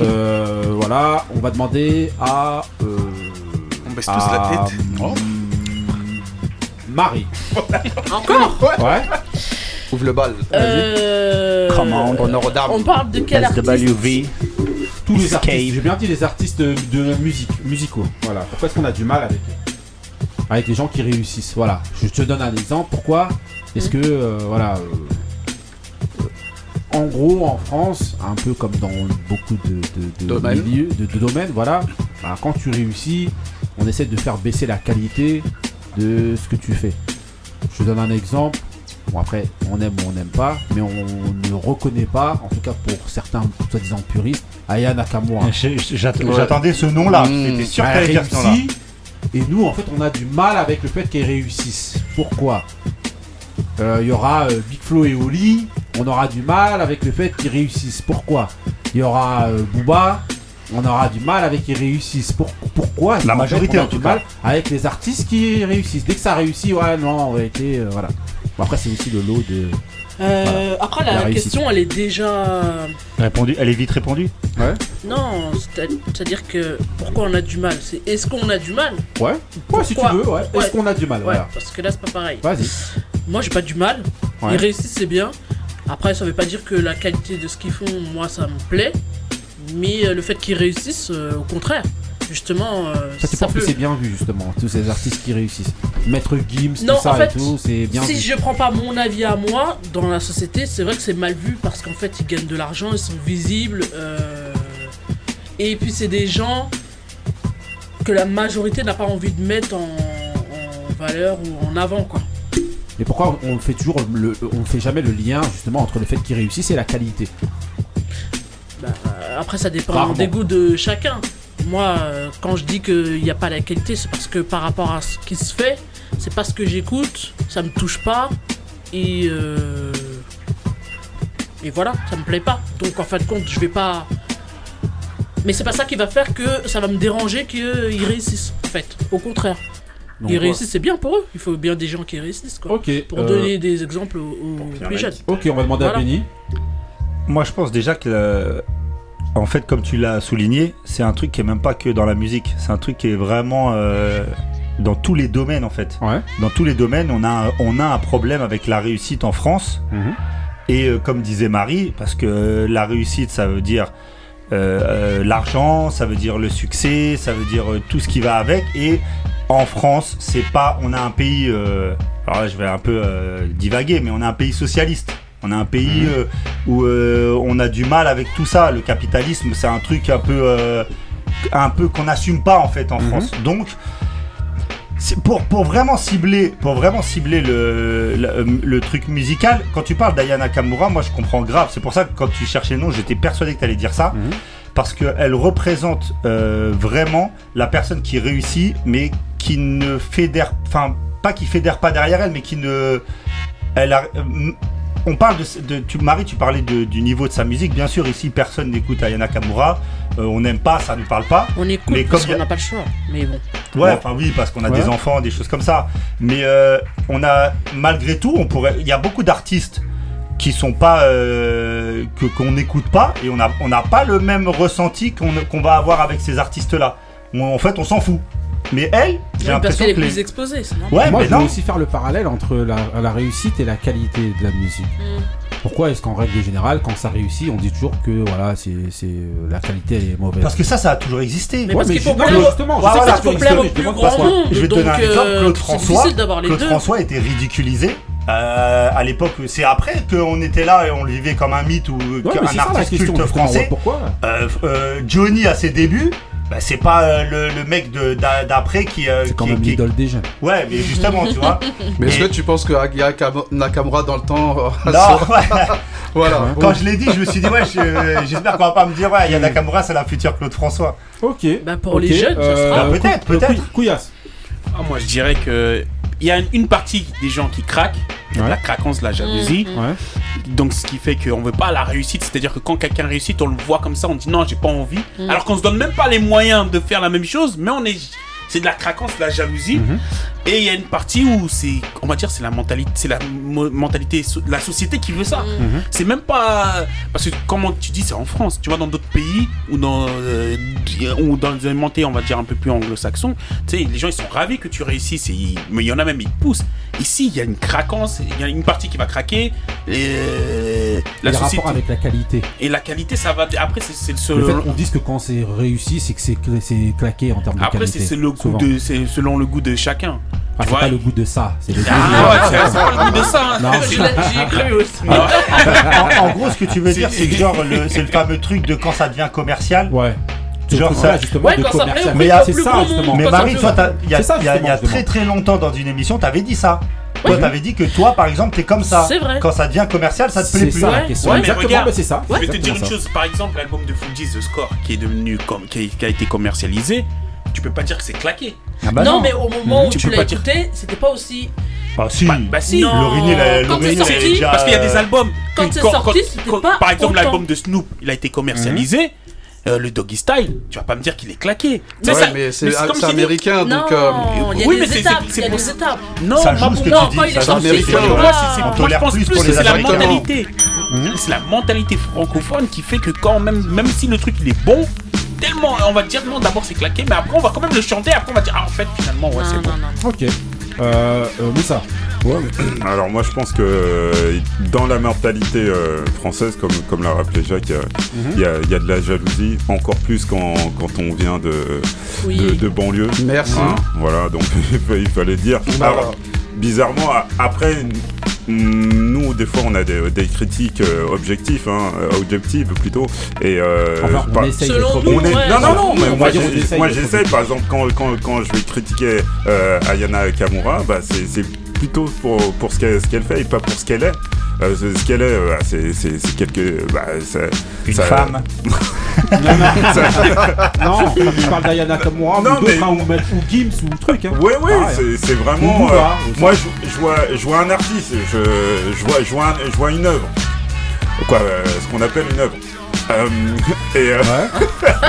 Euh, voilà, on va demander à. euh, On baisse tous à- la tête. Marie. Encore Ouais. Ouvre le bal. Euh, Commande, honneur aux dames. On parle de quel artiste SWV. Tous les Escape. artistes, j'ai bien dit les artistes de musique, musicaux. Voilà, pourquoi est-ce qu'on a du mal avec eux Avec les gens qui réussissent. Voilà, je te donne un exemple. Pourquoi est-ce que, euh, voilà. euh, en gros, en France, un peu comme dans beaucoup de, de- de Domaines. milieux, de, de domaines, voilà, bah, quand tu réussis, on essaie de faire baisser la qualité de ce que tu fais. Je te donne un exemple. Bon après, on aime ou on n'aime pas, mais on ne reconnaît pas, en tout cas pour certains soi-disant puristes, Aya Nakamura. J'ai- j'ai- j'att- j'attendais ce nom-là. J'étais sûr que Elle t'allais dire ce nom-là. réussit, Bah, Et nous, en fait, on a du mal avec le fait qu'elle réussisse. Pourquoi Euh, Il y aura euh, Big Flo et Oli, on aura du mal avec le fait qu'ils réussissent. Pourquoi Il y aura euh, Booba, on aura du mal avec qu'ils réussissent. Pour- pourquoi La En fait, majorité, on a en du tout cas. mal avec les artistes qui réussissent. Dès que ça réussit, ouais, non, en réalité, euh, voilà. Bon, après, c'est aussi le lot de Euh, Après, la, La réussite. question, elle est déjà. Répondu, elle est vite répondue. Ouais. Non, c'est- c'est-à-dire que pourquoi on a du mal C'est est-ce qu'on a du mal Ouais. Ouais, si tu Pourquoi veux, ouais. Est-ce qu'on a du mal Ouais, Voilà. parce que là, c'est pas pareil. Vas-y. Moi, j'ai pas du mal. Ouais. Ils réussissent, c'est bien. Après, ça veut pas dire que la qualité de ce qu'ils font, moi, ça me plaît. Mais euh, le fait qu'ils réussissent, euh, au contraire. Justement, euh, Ça, tu ça penses que peut- c'est bien vu, justement, tous ces artistes qui réussissent. Maître Gims, Non, tout ça en fait, et tout, c'est bien si vu. je prends pas mon avis à moi, dans la société, c'est vrai que c'est mal vu parce qu'en fait, ils gagnent de l'argent, ils sont visibles. euh, Et puis, c'est des gens que la majorité n'a pas envie de mettre en... en valeur ou en avant, quoi. Mais pourquoi on on fait toujours le, on fait jamais le lien justement entre le fait qu'ils réussissent et la qualité Bah, euh, après, ça dépend Rarement. des goûts de chacun. Moi, euh, quand je dis qu'il n'y a pas la qualité, c'est parce que par rapport à ce qui se fait, c'est pas ce que j'écoute, ça me touche pas, et, euh, et voilà, ça me plaît pas. Donc en fin de compte, je vais pas. Mais c'est pas ça qui va faire que ça va me déranger qu'ils réussissent, en fait. Au contraire. Donc, ils ouais. réussissent, c'est bien pour eux. Il faut bien des gens qui réussissent, quoi. Ok, pour euh, donner des exemples aux, aux plus jeunes. Voilà. Moi, je pense déjà que, euh, en fait, comme tu l'as souligné, c'est un truc qui est même pas que dans la musique. C'est un truc qui est vraiment euh, dans tous les domaines, en fait. Dans tous les domaines, on a, on a un problème avec la réussite en France. Mhm. Et euh, comme disait Marie, parce que euh, la réussite, ça veut dire euh, euh, l'argent, ça veut dire le succès, ça veut dire euh, tout ce qui va avec. Et en France, c'est pas. On a un pays. euh, alors là, je vais un peu euh, divaguer, mais on a un pays socialiste. On a un pays euh, où euh, on a du mal avec tout ça. Le capitalisme, c'est un truc un peu, euh, un peu qu'on n'assume pas en fait en France. Donc, c'est pour, pour vraiment cibler, pour vraiment cibler le, le, le truc musical, quand tu parles d'Ayana Kamura, moi je comprends grave. C'est pour ça que quand tu cherchais le nom, j'étais persuadé que tu allais dire ça. Parce qu'elle représente euh, vraiment la personne qui réussit, mais qui ne fédère. Enfin, pas qui fédère pas derrière elle, mais qui ne. Elle a- euh, on parle de, de- tu, Marie, tu parlais de- du niveau de sa musique. Bien sûr, ici, personne n'écoute Ayana Kamura. Euh, on n'aime pas, ça ne parle pas. On écoute mais parce il y a- qu'on n'a pas le choix. Mais bon. Ouais, enfin oui, parce qu'on a Ouais. des enfants, des choses comme ça. Mais euh, on a, malgré tout, on pourrait. Il y a beaucoup d'artistes qui sont pas euh, que qu'on n'écoute pas et on a on n'a pas le même ressenti qu'on qu'on va avoir avec ces artistes-là. On- En fait, on s'en fout. Mais elle, j'ai Oui, parce l'impression qu'elle est que les- plus exposée, c'est normal. Ouais, Moi, mais je voulais non. aussi faire le parallèle entre la, la réussite et la qualité de la musique. Pourquoi est-ce qu'en règle générale, quand ça réussit, on dit toujours que voilà, c'est c'est, euh, la qualité elle est mauvaise Parce que ça, ça a toujours existé. Ouais, mais ju- non, mais justement, Voilà, c'est ça Bah voilà, qu'il faut je plaire te- au je plus demande grand pas quoi. nombre, Je vais te donner donc, un exemple. euh, Claude c'est François, difficile d'avoir les Claude deux. François était ridiculisé. euh, à l'époque, c'est après qu'on était là et on le vivait comme un mythe ou mais c'est un ça, la artiste question, culte justement, français. pourquoi Euh, euh, Johnny à ses débuts, bah, c'est pas euh, le, le mec de- d'a- d'après qui. euh, quand qui- même qui- l'idole des jeunes. Ouais, mais justement, tu vois. Mais est-ce Et- que tu penses que Agia Kam- Nakamura dans le temps. euh, Non, sera- ouais. Voilà. Quand je l'ai dit, je me suis dit, ouais, je- euh, j'espère qu'on va pas me dire, ouais, Yana Kamura, c'est la future Claude François. Bah, Ok. euh, Bah pour les jeunes, ça sera- Peut-être, peut-être. Couillasse. Ah, moi, je dirais que il y a une, une partie des gens qui craquent, la craquance, la jalousie. Mhm. Donc, ce qui fait qu'on veut pas la réussite, c'est-à-dire que quand quelqu'un réussit, on le voit comme ça, on dit non, j'ai pas envie, Mhm. alors qu'on se donne même pas les moyens de faire la même chose, mais on est. C'est de la craquance, de la jalousie. Mhm. Et il y a une partie où c'est, on va dire, c'est la mentalité, c'est la mo- mentalité, so- la société qui veut ça. Mhm. C'est même pas parce que comment tu dis c'est en France, tu vois dans d'autres pays ou dans euh, ou dans les montées on va dire un peu plus anglo-saxon, tu sais les gens ils sont ravis que tu réussisses et ils- mais il y en a même ils te poussent. Ici il y a une craquance, il y a une partie qui va craquer et euh, la le société rapport avec la qualité. et la qualité ça va après c'est c'est ce Le fait qu'on dise que quand c'est réussi, c'est que c'est cla- c'est claqué en termes de après qualité. c'est c'est le goût souvent. de c'est selon le goût de chacun. Ah, tu c'est vois pas le goût de ça, c'est le goût Ah, ouais, c'est pas le goût de ça, hein. Non. Ah J'y ai- j'y ai cru aussi. Ah en, en gros, ce que tu veux C'est- dire, c'est que genre, le- c'est le fameux truc de quand ça devient commercial. Ouais. Ce Genre truc-là, ça, justement, Ouais, de quand ça commercial. plaît au Mais, il y a- plus c'est grand ça, monde, justement. quand mais ça Marie, plaît. toi, t'as- il y a, C'est ça, il y a- il y a justement, très très longtemps dans une émission, t'avais dit ça. Toi, t'avais dit que toi, par exemple, t'es comme ça. C'est vrai. Quand ça devient commercial, Ah, ça te plaît plus. Ouais, mais regarde, Je vais te dire une chose. Par exemple, l'album de Fugees, The Score, qui est devenu com- qui, a, qui a été commercialisé, tu peux pas dire que c'est claqué. Ah bah non, mais au moment où tu, peux l'as pas dire- écouté, c'était pas aussi. Ah si. Bah, bah si. Non. L'Origine, elle- Quand l'Origine, c'est sorti- elle est déjà, Parce qu'il y a des albums. Quand que- c'est sorti, c'était pas Par exemple, autant. Mhm. l'album de Snoop, il a été commercialisé. euh, le doggy style, tu vas pas me dire qu'il est claqué. Ouais, mais c'est- comme c'est si- américain, donc, Non, euh, il y a oui, mais des c'est- étapes, c'est- il y a c'est pour des étapes. Non, Ça pas joue pour- ce que non, tu dis, pas- ça c'est- joue c'est- ce que tu dis. moi, c'est- c'est- On moi, tolère je pense plus plus pour que les c'est la Américains. Hmm. mentalité. C'est la mentalité francophone qui fait que quand même, même si le truc il est bon, tellement on va dire non, d'abord c'est claqué, mais après on va quand même le chanter, après on va dire ah en fait finalement ouais c'est bon. Ok. Euh, euh, Moussa. Alors moi je pense que euh, dans la mentalité euh, française, comme, comme l'a rappelé Jacques, il y a- Mhm. il y, a, il y a de la jalousie, encore plus quand, quand on vient de, Oui. de, de banlieue. Hein Merci. Bah, voilà, donc il fa- il fallait dire. Alors, bizarrement, a- après, n- nous des fois on a des, des critiques euh, objectives, hein, euh, objectives plutôt. Et, euh, Enfin, on par- essaye d'être on objectif. est- Ouais, Non, non, non, on mais va moi dire on j'ai- essaye moi d'être j'essaie, par exemple, quand, quand, quand je vais critiquer euh, Ayana Kamura, bah, c'est c'est plutôt pour, pour ce qu'elle ce qu'elle fait et pas pour ce qu'elle est. Euh, ce ce qu'elle est, euh, bah, c'est- c'est c'est quelque. Bah, Une femme. Non, non. non, tu parles d'Ayana Kamura, Non, ou d'autres, mais- hein, ou, Matt- ou Gims, ou truc. Hein. Ouais, ouais, Pareil, c'est- hein. c'est Ou vraiment. euh, Booba, ou ça. moi, je, je vois, je vois un artiste, je, je, vois, je, vois, un- je vois une œuvre. Quoi, euh, ce qu'on appelle une œuvre. Euh, et. euh, Non,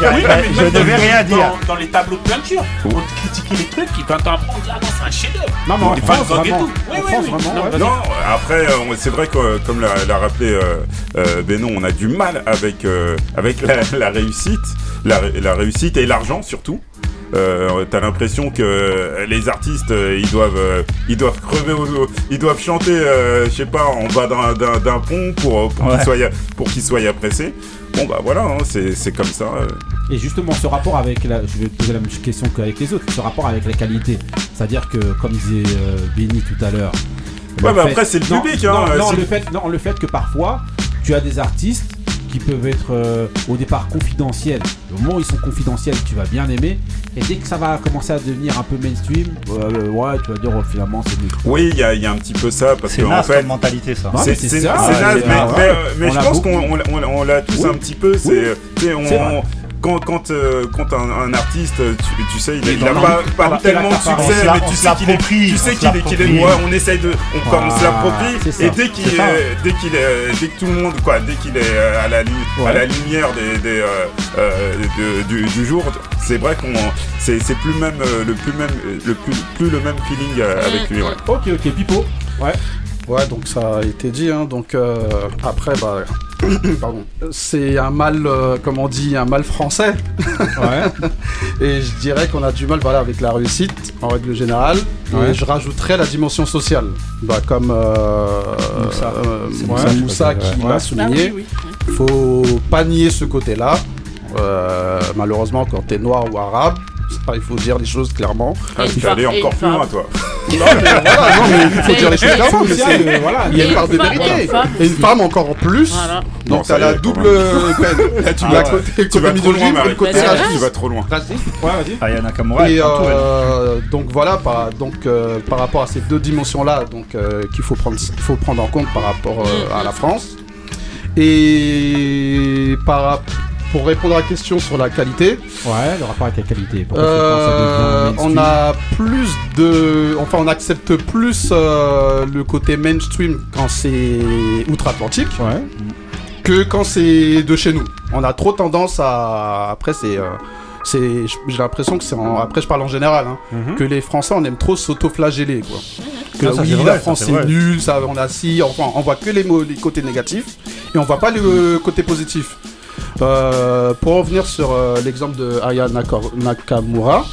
j'ai- Oui, je mais même ne vais dans- rien dire. Dans, dans les tableaux de peinture, on te critiquait les trucs, et 20 ans après, on dit ah non, c'est un chef-d'œuvre. Non, mais en Van France, Gogh et vraiment. tout. Oui, En oui, France, oui. vraiment, Non, ouais. vas-y. Non, après, euh, on- c'est vrai que, euh, comme l'a l'a rappelé euh, euh, Benoît, on a du mal avec, euh, avec la, la réussite, la, ré- la réussite et l'argent surtout. Euh, T'as l'impression que les artistes, euh, ils doivent, euh, ils doivent crever, au- au- ils doivent chanter, euh, je sais pas, en bas d'un- d'un d'un pont pour, pour Ouais. qu'ils soient, pour qu'ils soient appréciés. Bon bah voilà, hein, c'est c'est comme ça. euh. Et justement, ce rapport avec la. Je vais poser la même question qu'avec les autres, ce rapport avec la qualité. C'est-à-dire que, comme disait euh, Benny tout à l'heure. le Ouais, mais fait- après, c'est le Non, public, hein, non, euh, non, c'est- le fait, non, le fait que parfois, tu as des artistes qui peuvent être euh, au départ confidentiels. Au moment où ils sont confidentiels, tu vas bien aimer. Et dès que ça va commencer à devenir un peu mainstream, euh, ouais, tu vas dire oh, finalement c'est nul. Oui, il y, a- il y a un petit peu ça parce C'est que en naze fait, comme mentalité, ça. C'est Ouais, mais c'est- c'est c'est ça. naze, Ah, mais, ouais, ouais. mais- mais On je l'a pense beaucoup. qu'on on l'a- on l'a- on l'a tous Oui. un petit peu. C'est Oui. tu sais, on- C'est vrai. quand quand euh, quand un, un artiste, tu, tu sais, il, Il est il a dans pas, l'ombre. pas On l'a- tellement de on l'a- succès, on mais se tu sais qu'il est l'approprie, tu sais on se qu'il est qu'il est. l'approprie. ouais, on essaye de, on, comme on se Ah, l'approprie c'est et ça. dès qu'il C'est ça. est- dès qu'il est dès que tout le monde quoi, dès qu'il est euh, à la lu- à Ouais. la lumière des, des, euh, euh, de- du, du jour, c'est vrai qu'on c'est c'est plus même euh, le plus même le plus plus le même feeling euh, avec lui. ouais. Ok, ok, Pipo. Ouais. Ouais, donc ça a été dit. hein, donc euh, après, bah, pardon, c'est un mal, euh, comment on dit, un mal français. Et je dirais qu'on a du mal, voilà, avec la réussite en règle générale. Ouais. Et je rajouterais la dimension sociale, bah, comme euh, Moussa. euh, C'est Moussa, Moussa, je Moussa crois que- qui ouais. l'a Ah souligné. oui, Faut pas nier ce côté-là. Euh, malheureusement, quand t'es noir ou arabe, ça, il faut dire les choses clairement. Ah, Il t'es faut- allé encore plus loin, toi. Non, mais voilà, non, mais il faut dire les choses clairement. mais Social, c'est- euh, voilà. Il y a Et une part de une femme, vérité. une femme Et une femme encore en plus. Voilà. Bon, Donc ça t'as y est, la quand double même. peine. Ah Là, tu Ah La vas- côté tu vas économie trop de loin, gym et Marie. le Bah, côté Tu vas- racisme. tu vas trop loin. Vas-y. Ah, Ayana Kamura, Bah, Et elle prend tout, hein. elle. euh, donc voilà, par, donc, euh, par rapport à ces deux dimensions-là, donc euh, qu'il faut prendre, qu'il faut prendre en compte par rapport Mm. euh, à la France. Et par, rap- pour répondre à la question sur la qualité, Ouais, le rapport avec la qualité. Pourquoi tu penses que ça devient euh, on mainstream a plus de, enfin on accepte plus euh, le côté mainstream quand c'est outre-Atlantique que quand c'est de chez nous. On a trop tendance à, après c'est, euh, c'est, j'ai l'impression que c'est, en- après je parle en général, hein, que les Français on aime trop s'auto-flageller quoi. Que Ah, Mhm. ça, oui, c'est vrai, la ça, France c'est c'est vrai. nul, ça on a si, enfin on voit que les, mots- les côtés négatifs et on voit pas le euh, côté positif. Euh, pour revenir sur euh, l'exemple de Aya Nako- Nakamura,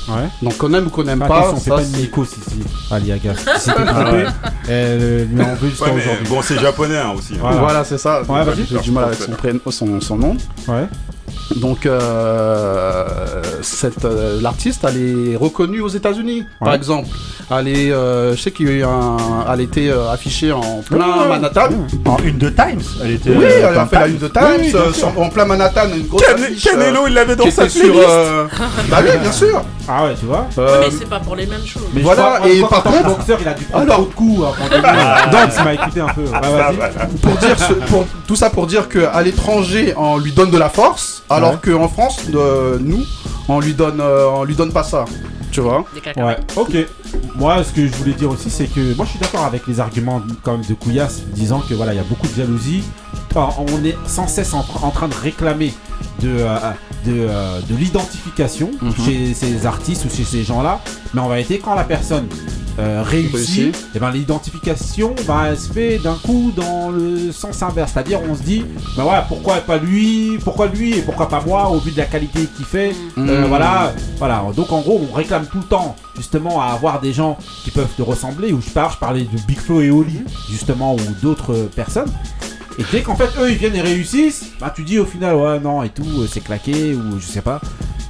donc qu'on aime ou qu'on n'aime pas, Attention, c'est ça, pas c'est- une Nikos ici. Allez, agace. Si t'es Ah trompé, ouais. elle euh, lui en veut jusqu'à Ouais, mais aujourd'hui. bon, c'est japonais, hein, aussi, hein. Voilà, c'est ça. Ouais, vas-y. J'ai du mal avec son, prénom- son, son nom. Ouais. Donc, euh, cette, euh, l'artiste, elle est reconnue aux États-Unis, par Ouais. exemple. Elle est, euh, je sais qu'il y a eu un, elle était euh, affichée en plein Ouais. Manhattan. En une de Times, elle était. Oui, euh, elle dans a fait la Times. une de Times, Oui, bien euh, sûr. sur- en plein Manhattan, une grosse Cane- affiche. euh, Canelo, il l'avait dans qui sa était playlist. Bah oui, bien sûr. Ah ouais, tu vois. Euh, Mais c'est pas pour les mêmes choses. Mais je voilà, crois- et moi, je par crois que contre- le boxeur, il a dû prendre Alors- beaucoup de coups avant de venir. Donc, ça m'a écouté un peu. Ouais, vas-y. pour dire ce- pour- tout ça pour dire qu'à l'étranger on lui donne de la force alors qu'en France euh, nous on lui donne euh, on lui donne pas ça tu Tu vois Ouais. Ok. Moi, ce que je voulais dire aussi, c'est que moi, je suis d'accord avec les arguments quand même de Couillasse, disant que voilà, il y a beaucoup de jalousie. Enfin, on est sans cesse en, en train de réclamer de, euh, de, euh, de l'identification Mhm. chez ces artistes ou chez ces gens-là. Mais en réalité, quand la personne euh, réussit, Réussit. et ben l'identification, ben, elle se fait d'un coup dans le sens inverse. C'est-à-dire, on se dit, ben voilà, pourquoi pas lui, pourquoi lui et pourquoi pas moi, au vu de la qualité qu'il fait. Euh, Mhm. Mm. voilà, voilà. Donc en gros, on réclame tout le temps justement à avoir des gens qui peuvent te ressembler. Ou je parle, je parlais de Big Flo et Mm. Oli justement ou d'autres euh, personnes. Et dès qu'en fait eux ils viennent et réussissent, bah tu dis au final ouais non et tout euh, c'est claqué ou je sais pas.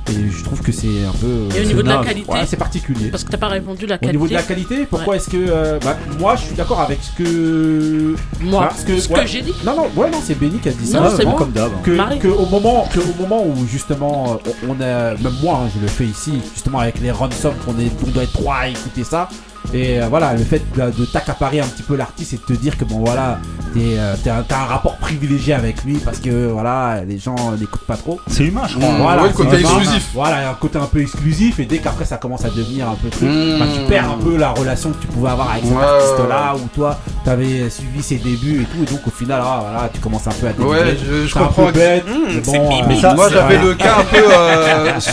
Et je trouve que c'est un peu. euh, Et au niveau de la naze. qualité Ouais, c'est particulier. Parce que t'as pas répondu la Au qualité. niveau de la qualité, pourquoi est-ce que euh, bah, moi je suis d'accord avec ce que Moi, ce que ouais. j'ai dit. Non non ouais non c'est Benny qui a dit ça. Non, c'est vraiment. moi. Comme d'hab, hein. Que, Marie. que au moment que au moment où justement euh, on on a même moi hein, je le fais ici justement avec les ransoms qu'on est on doit être trois à écouter ça. Et euh, voilà, le fait de, de t'accaparer un petit peu l'artiste et de te dire que bon voilà, t'es, euh, t'as, un- t'as un rapport privilégié avec lui parce que euh, voilà, les gens euh, n'écoutent pas trop. C'est humain, je crois. Voilà, Ouais, le côté c'est humain. exclusif. Voilà, il y a un côté un peu exclusif et dès qu'après ça commence à devenir un peu truc, Mmh. bah, tu perds un peu la relation que tu pouvais avoir avec cet Ouais. artiste-là ou toi, t'avais suivi ses débuts et tout et donc au final, ah, voilà, tu commences un peu à dénigrer. Ouais, je, je C'est un comprends. peu bête, Mmh, Mmh, mais bon, euh, ça, Moi, c'est- j'avais voilà. le cas un peu euh, ce,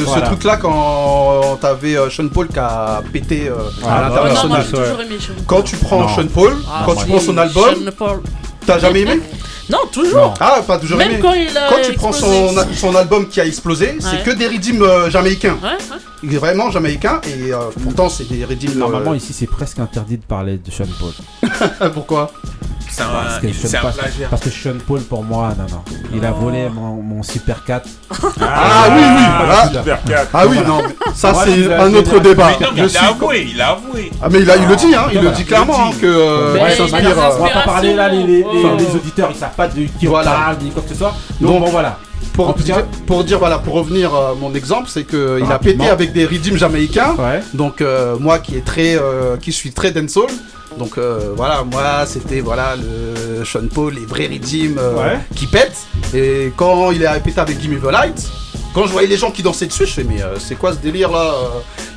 ce Voilà. truc-là quand t'avais euh, Sean Paul qui a pété euh, à Ah, non, l'international. moi, j'ai toujours aimé Sean Paul. quand tu prends Non. Sean Paul, Ah, quand moi, tu prends son j'ai- album, Sean Paul. t'as jamais aimé Non, toujours. Ah, pas toujours Même aimé. quand il a tu prends son, explosé. son album qui a explosé, Ouais. c'est que des rythmes euh, jamaïcains. Ouais, ouais. Il est Vraiment jamaïcain et euh, pourtant c'est des euh, rythmes Normalement, ici, c'est presque interdit de parler de Sean Paul. Pourquoi C'est un- parce, que il- Sean c'est un Paul- plagiat. parce que Sean Paul, pour moi, non, non. Il a Oh. volé mon, mon Super 4. Ah, oui, oui, ah, ah oui, non, mais ça Voilà, c'est vous avez un autre déjà- débat. Mais non, Je mais il a suis- avoué, il a avoué. Ah, mais il, a, il le dit, hein, il le Voilà. dit clairement hein, que. euh, Ouais, il s'inspire, euh, on va pas parler là, les, les- les auditeurs, ils savent pas de qui Voilà. on parle ni quoi que ce soit. Donc, bon, voilà. Pour, En tout cas- pour dire, voilà, pour revenir à mon exemple, c'est que il a Rapidement. pété avec des rythmes jamaïcains. Ouais. Donc euh, moi qui est très, euh, qui suis très dancehall. Donc euh, voilà, moi c'était voilà le Sean Paul, les vrais rythmes euh, Ouais. qui pètent. Et quand il a pété avec Gimme the Light. Quand je voyais les gens qui dansaient dessus, je fais mais euh, c'est quoi ce délire là euh,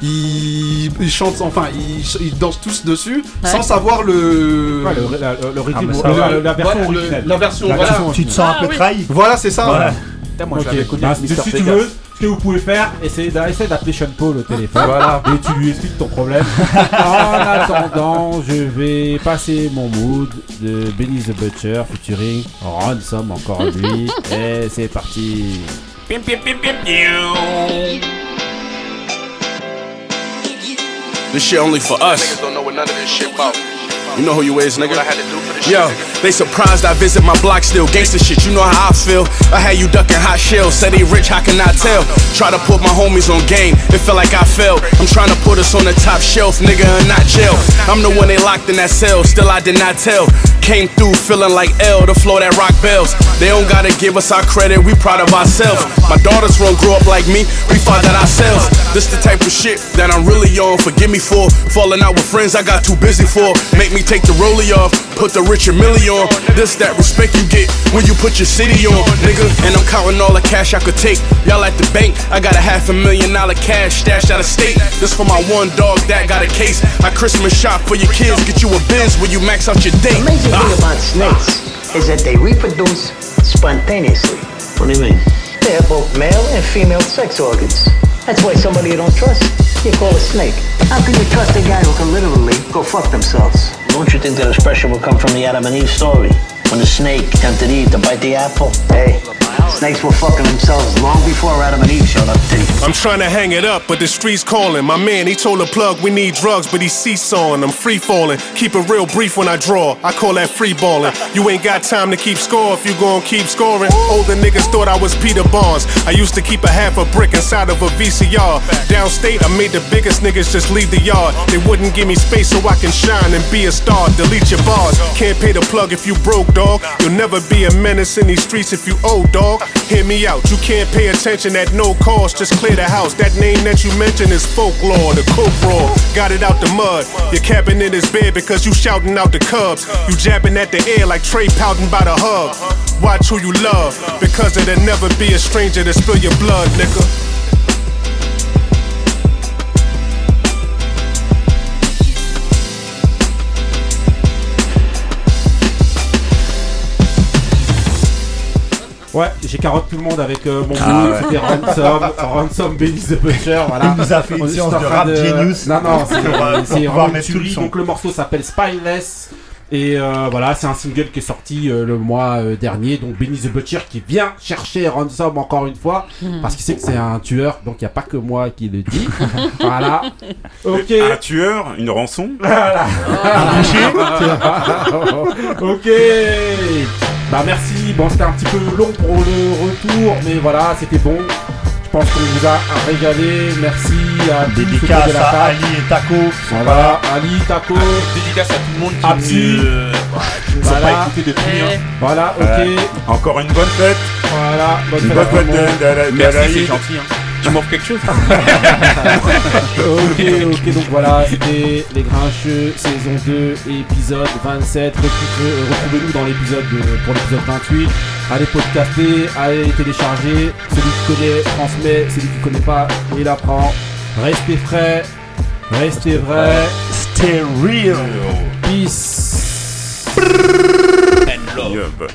ils, ils chantent, enfin ils, ils dansent tous dessus sans savoir le Ouais, le- la- le rythme, Ah, mais ça la- va. la- la version Voilà, le- originale. la version, La voilà. version Tu te sens un originale. peu Ah, oui. trahi. Voilà, c'est ça. Voilà. Putain, moi, je Ok. l'avais connu Bah, avec si Mr. tu Vegas. veux, ce que vous pouvez faire, essayez d'a- essayez d'appeler Sean Paul au téléphone. Voilà. Et tu lui expliques ton problème. en attendant, je vais passer mon mood de Benny the Butcher featuring Ransom, encore lui. Et c'est parti. Pim, pim, pim, pim, pim. This shit only for us. Niggas don't know what none of this shit about. You know who you is, nigga. What I had to do for this Yo, shit, nigga. they surprised I visit my block still. Gangsta shit, you know how I feel. I had you ducking hot shells. Said they rich, how can I tell? Try to put my homies on game. It felt like I failed. I'm trying to put us on the top shelf, nigga, and not jail. I'm the one they locked in that cell. Still, I did not tell. Came through feeling like L, the floor that rock bells. They don't gotta give us our credit, we proud of ourselves. My daughters won't grow up like me, we fathered ourselves. This the type of shit that I'm really on, forgive me for. Falling out with friends I got too busy for. Make me take the rollie off, put the Richard Millie on. This that respect you get when you put your city on, nigga. And I'm counting all the cash I could take. Y'all at the bank, I got a half a million dollar cash stashed out of state. This for my one dog that got a case. My Christmas shop for your kids, get you a Benz when you max out your date. amazing thing about snakes is that they reproduce spontaneously. What do you mean? They have both male and female sex organs. That's why somebody you don't trust, you call a snake. How can you trust a guy who can literally go fuck themselves? Don't you think that expression will come from the Adam and Eve story? When the snake tempted Eve to bite the apple? Hey, snakes were fucking themselves long before Adam and Eve showed up to you. I'm trying to hang it up, but the streets calling. My man, he told the plug we need drugs, but he seesawing. I'm free falling. Keep it real brief when I draw. I call that free balling. You ain't got time to keep score if you gon' keep scoring. Older niggas thought I was Peter Barnes. I used to keep a half a brick inside of a VCR. Downstate, I made the biggest niggas just leave the yard. They wouldn't give me space so I can shine and be a star. Delete your bars. Can't pay the plug if you broke, dog. You'll never be a menace in these streets if you old, dog. Hear me out. You can't pay attention at no cost. Just clear the house. That name that you mentioned is folklore. The coke raw. Got it out the mud. Your cabin in his bed because you shouting out the cubs. You jabbing at the air like Trey pouting by the hub. Watch who you love because it'll never be a stranger to spill your blood, nigga. Ouais, j'ai carotte tout le monde avec euh, mon Ah boulot, ouais. c'était Ransom, Ransom Benny the Butcher, voilà. Il nous a fait une On est juste séance en de train rap genius. Non, Pour, euh, non, pour c'est- c'est pouvoir vraiment une mettre tout le tuerie. son. Donc le morceau s'appelle Spineless. Et euh, voilà, c'est un single qui est sorti euh, le mois euh, dernier. Donc Benny the Butcher qui vient chercher Ransom encore une fois. Mhm. Parce qu'il sait que c'est un tueur, donc il n'y a pas que moi qui le dis. voilà. Ok. Un tueur, une rançon. Voilà. ok. Bah merci. Bon, c'était un petit peu long pour le retour, mais voilà, c'était bon. Je pense qu'on vous a régalé. Merci à tous Dédicace ceux de la à table. Ali et Taco. Voilà, Ali, Taco. Dédicace à tout le monde qui Absi. ne- qui ne sont Voilà. pas écoutés depuis. hein. Voilà, ok. Euh, encore une bonne fête. Voilà, bonne Une fête bonne à tout le fête monde. de- de- de- de- Merci, c'est de- gentil. hein. Tu m'offres quelque chose ok, ok, donc voilà, c'était Les Grincheux, saison 2, épisode 27. Retrouve- euh, Retrouvez-nous dans l'épisode de- pour l'épisode 28. Allez podcaster, allez télécharger. Celui qui connaît transmet, celui qui connaît pas, il apprend. Restez frais, restez vrais. Stay real. Peace. And love.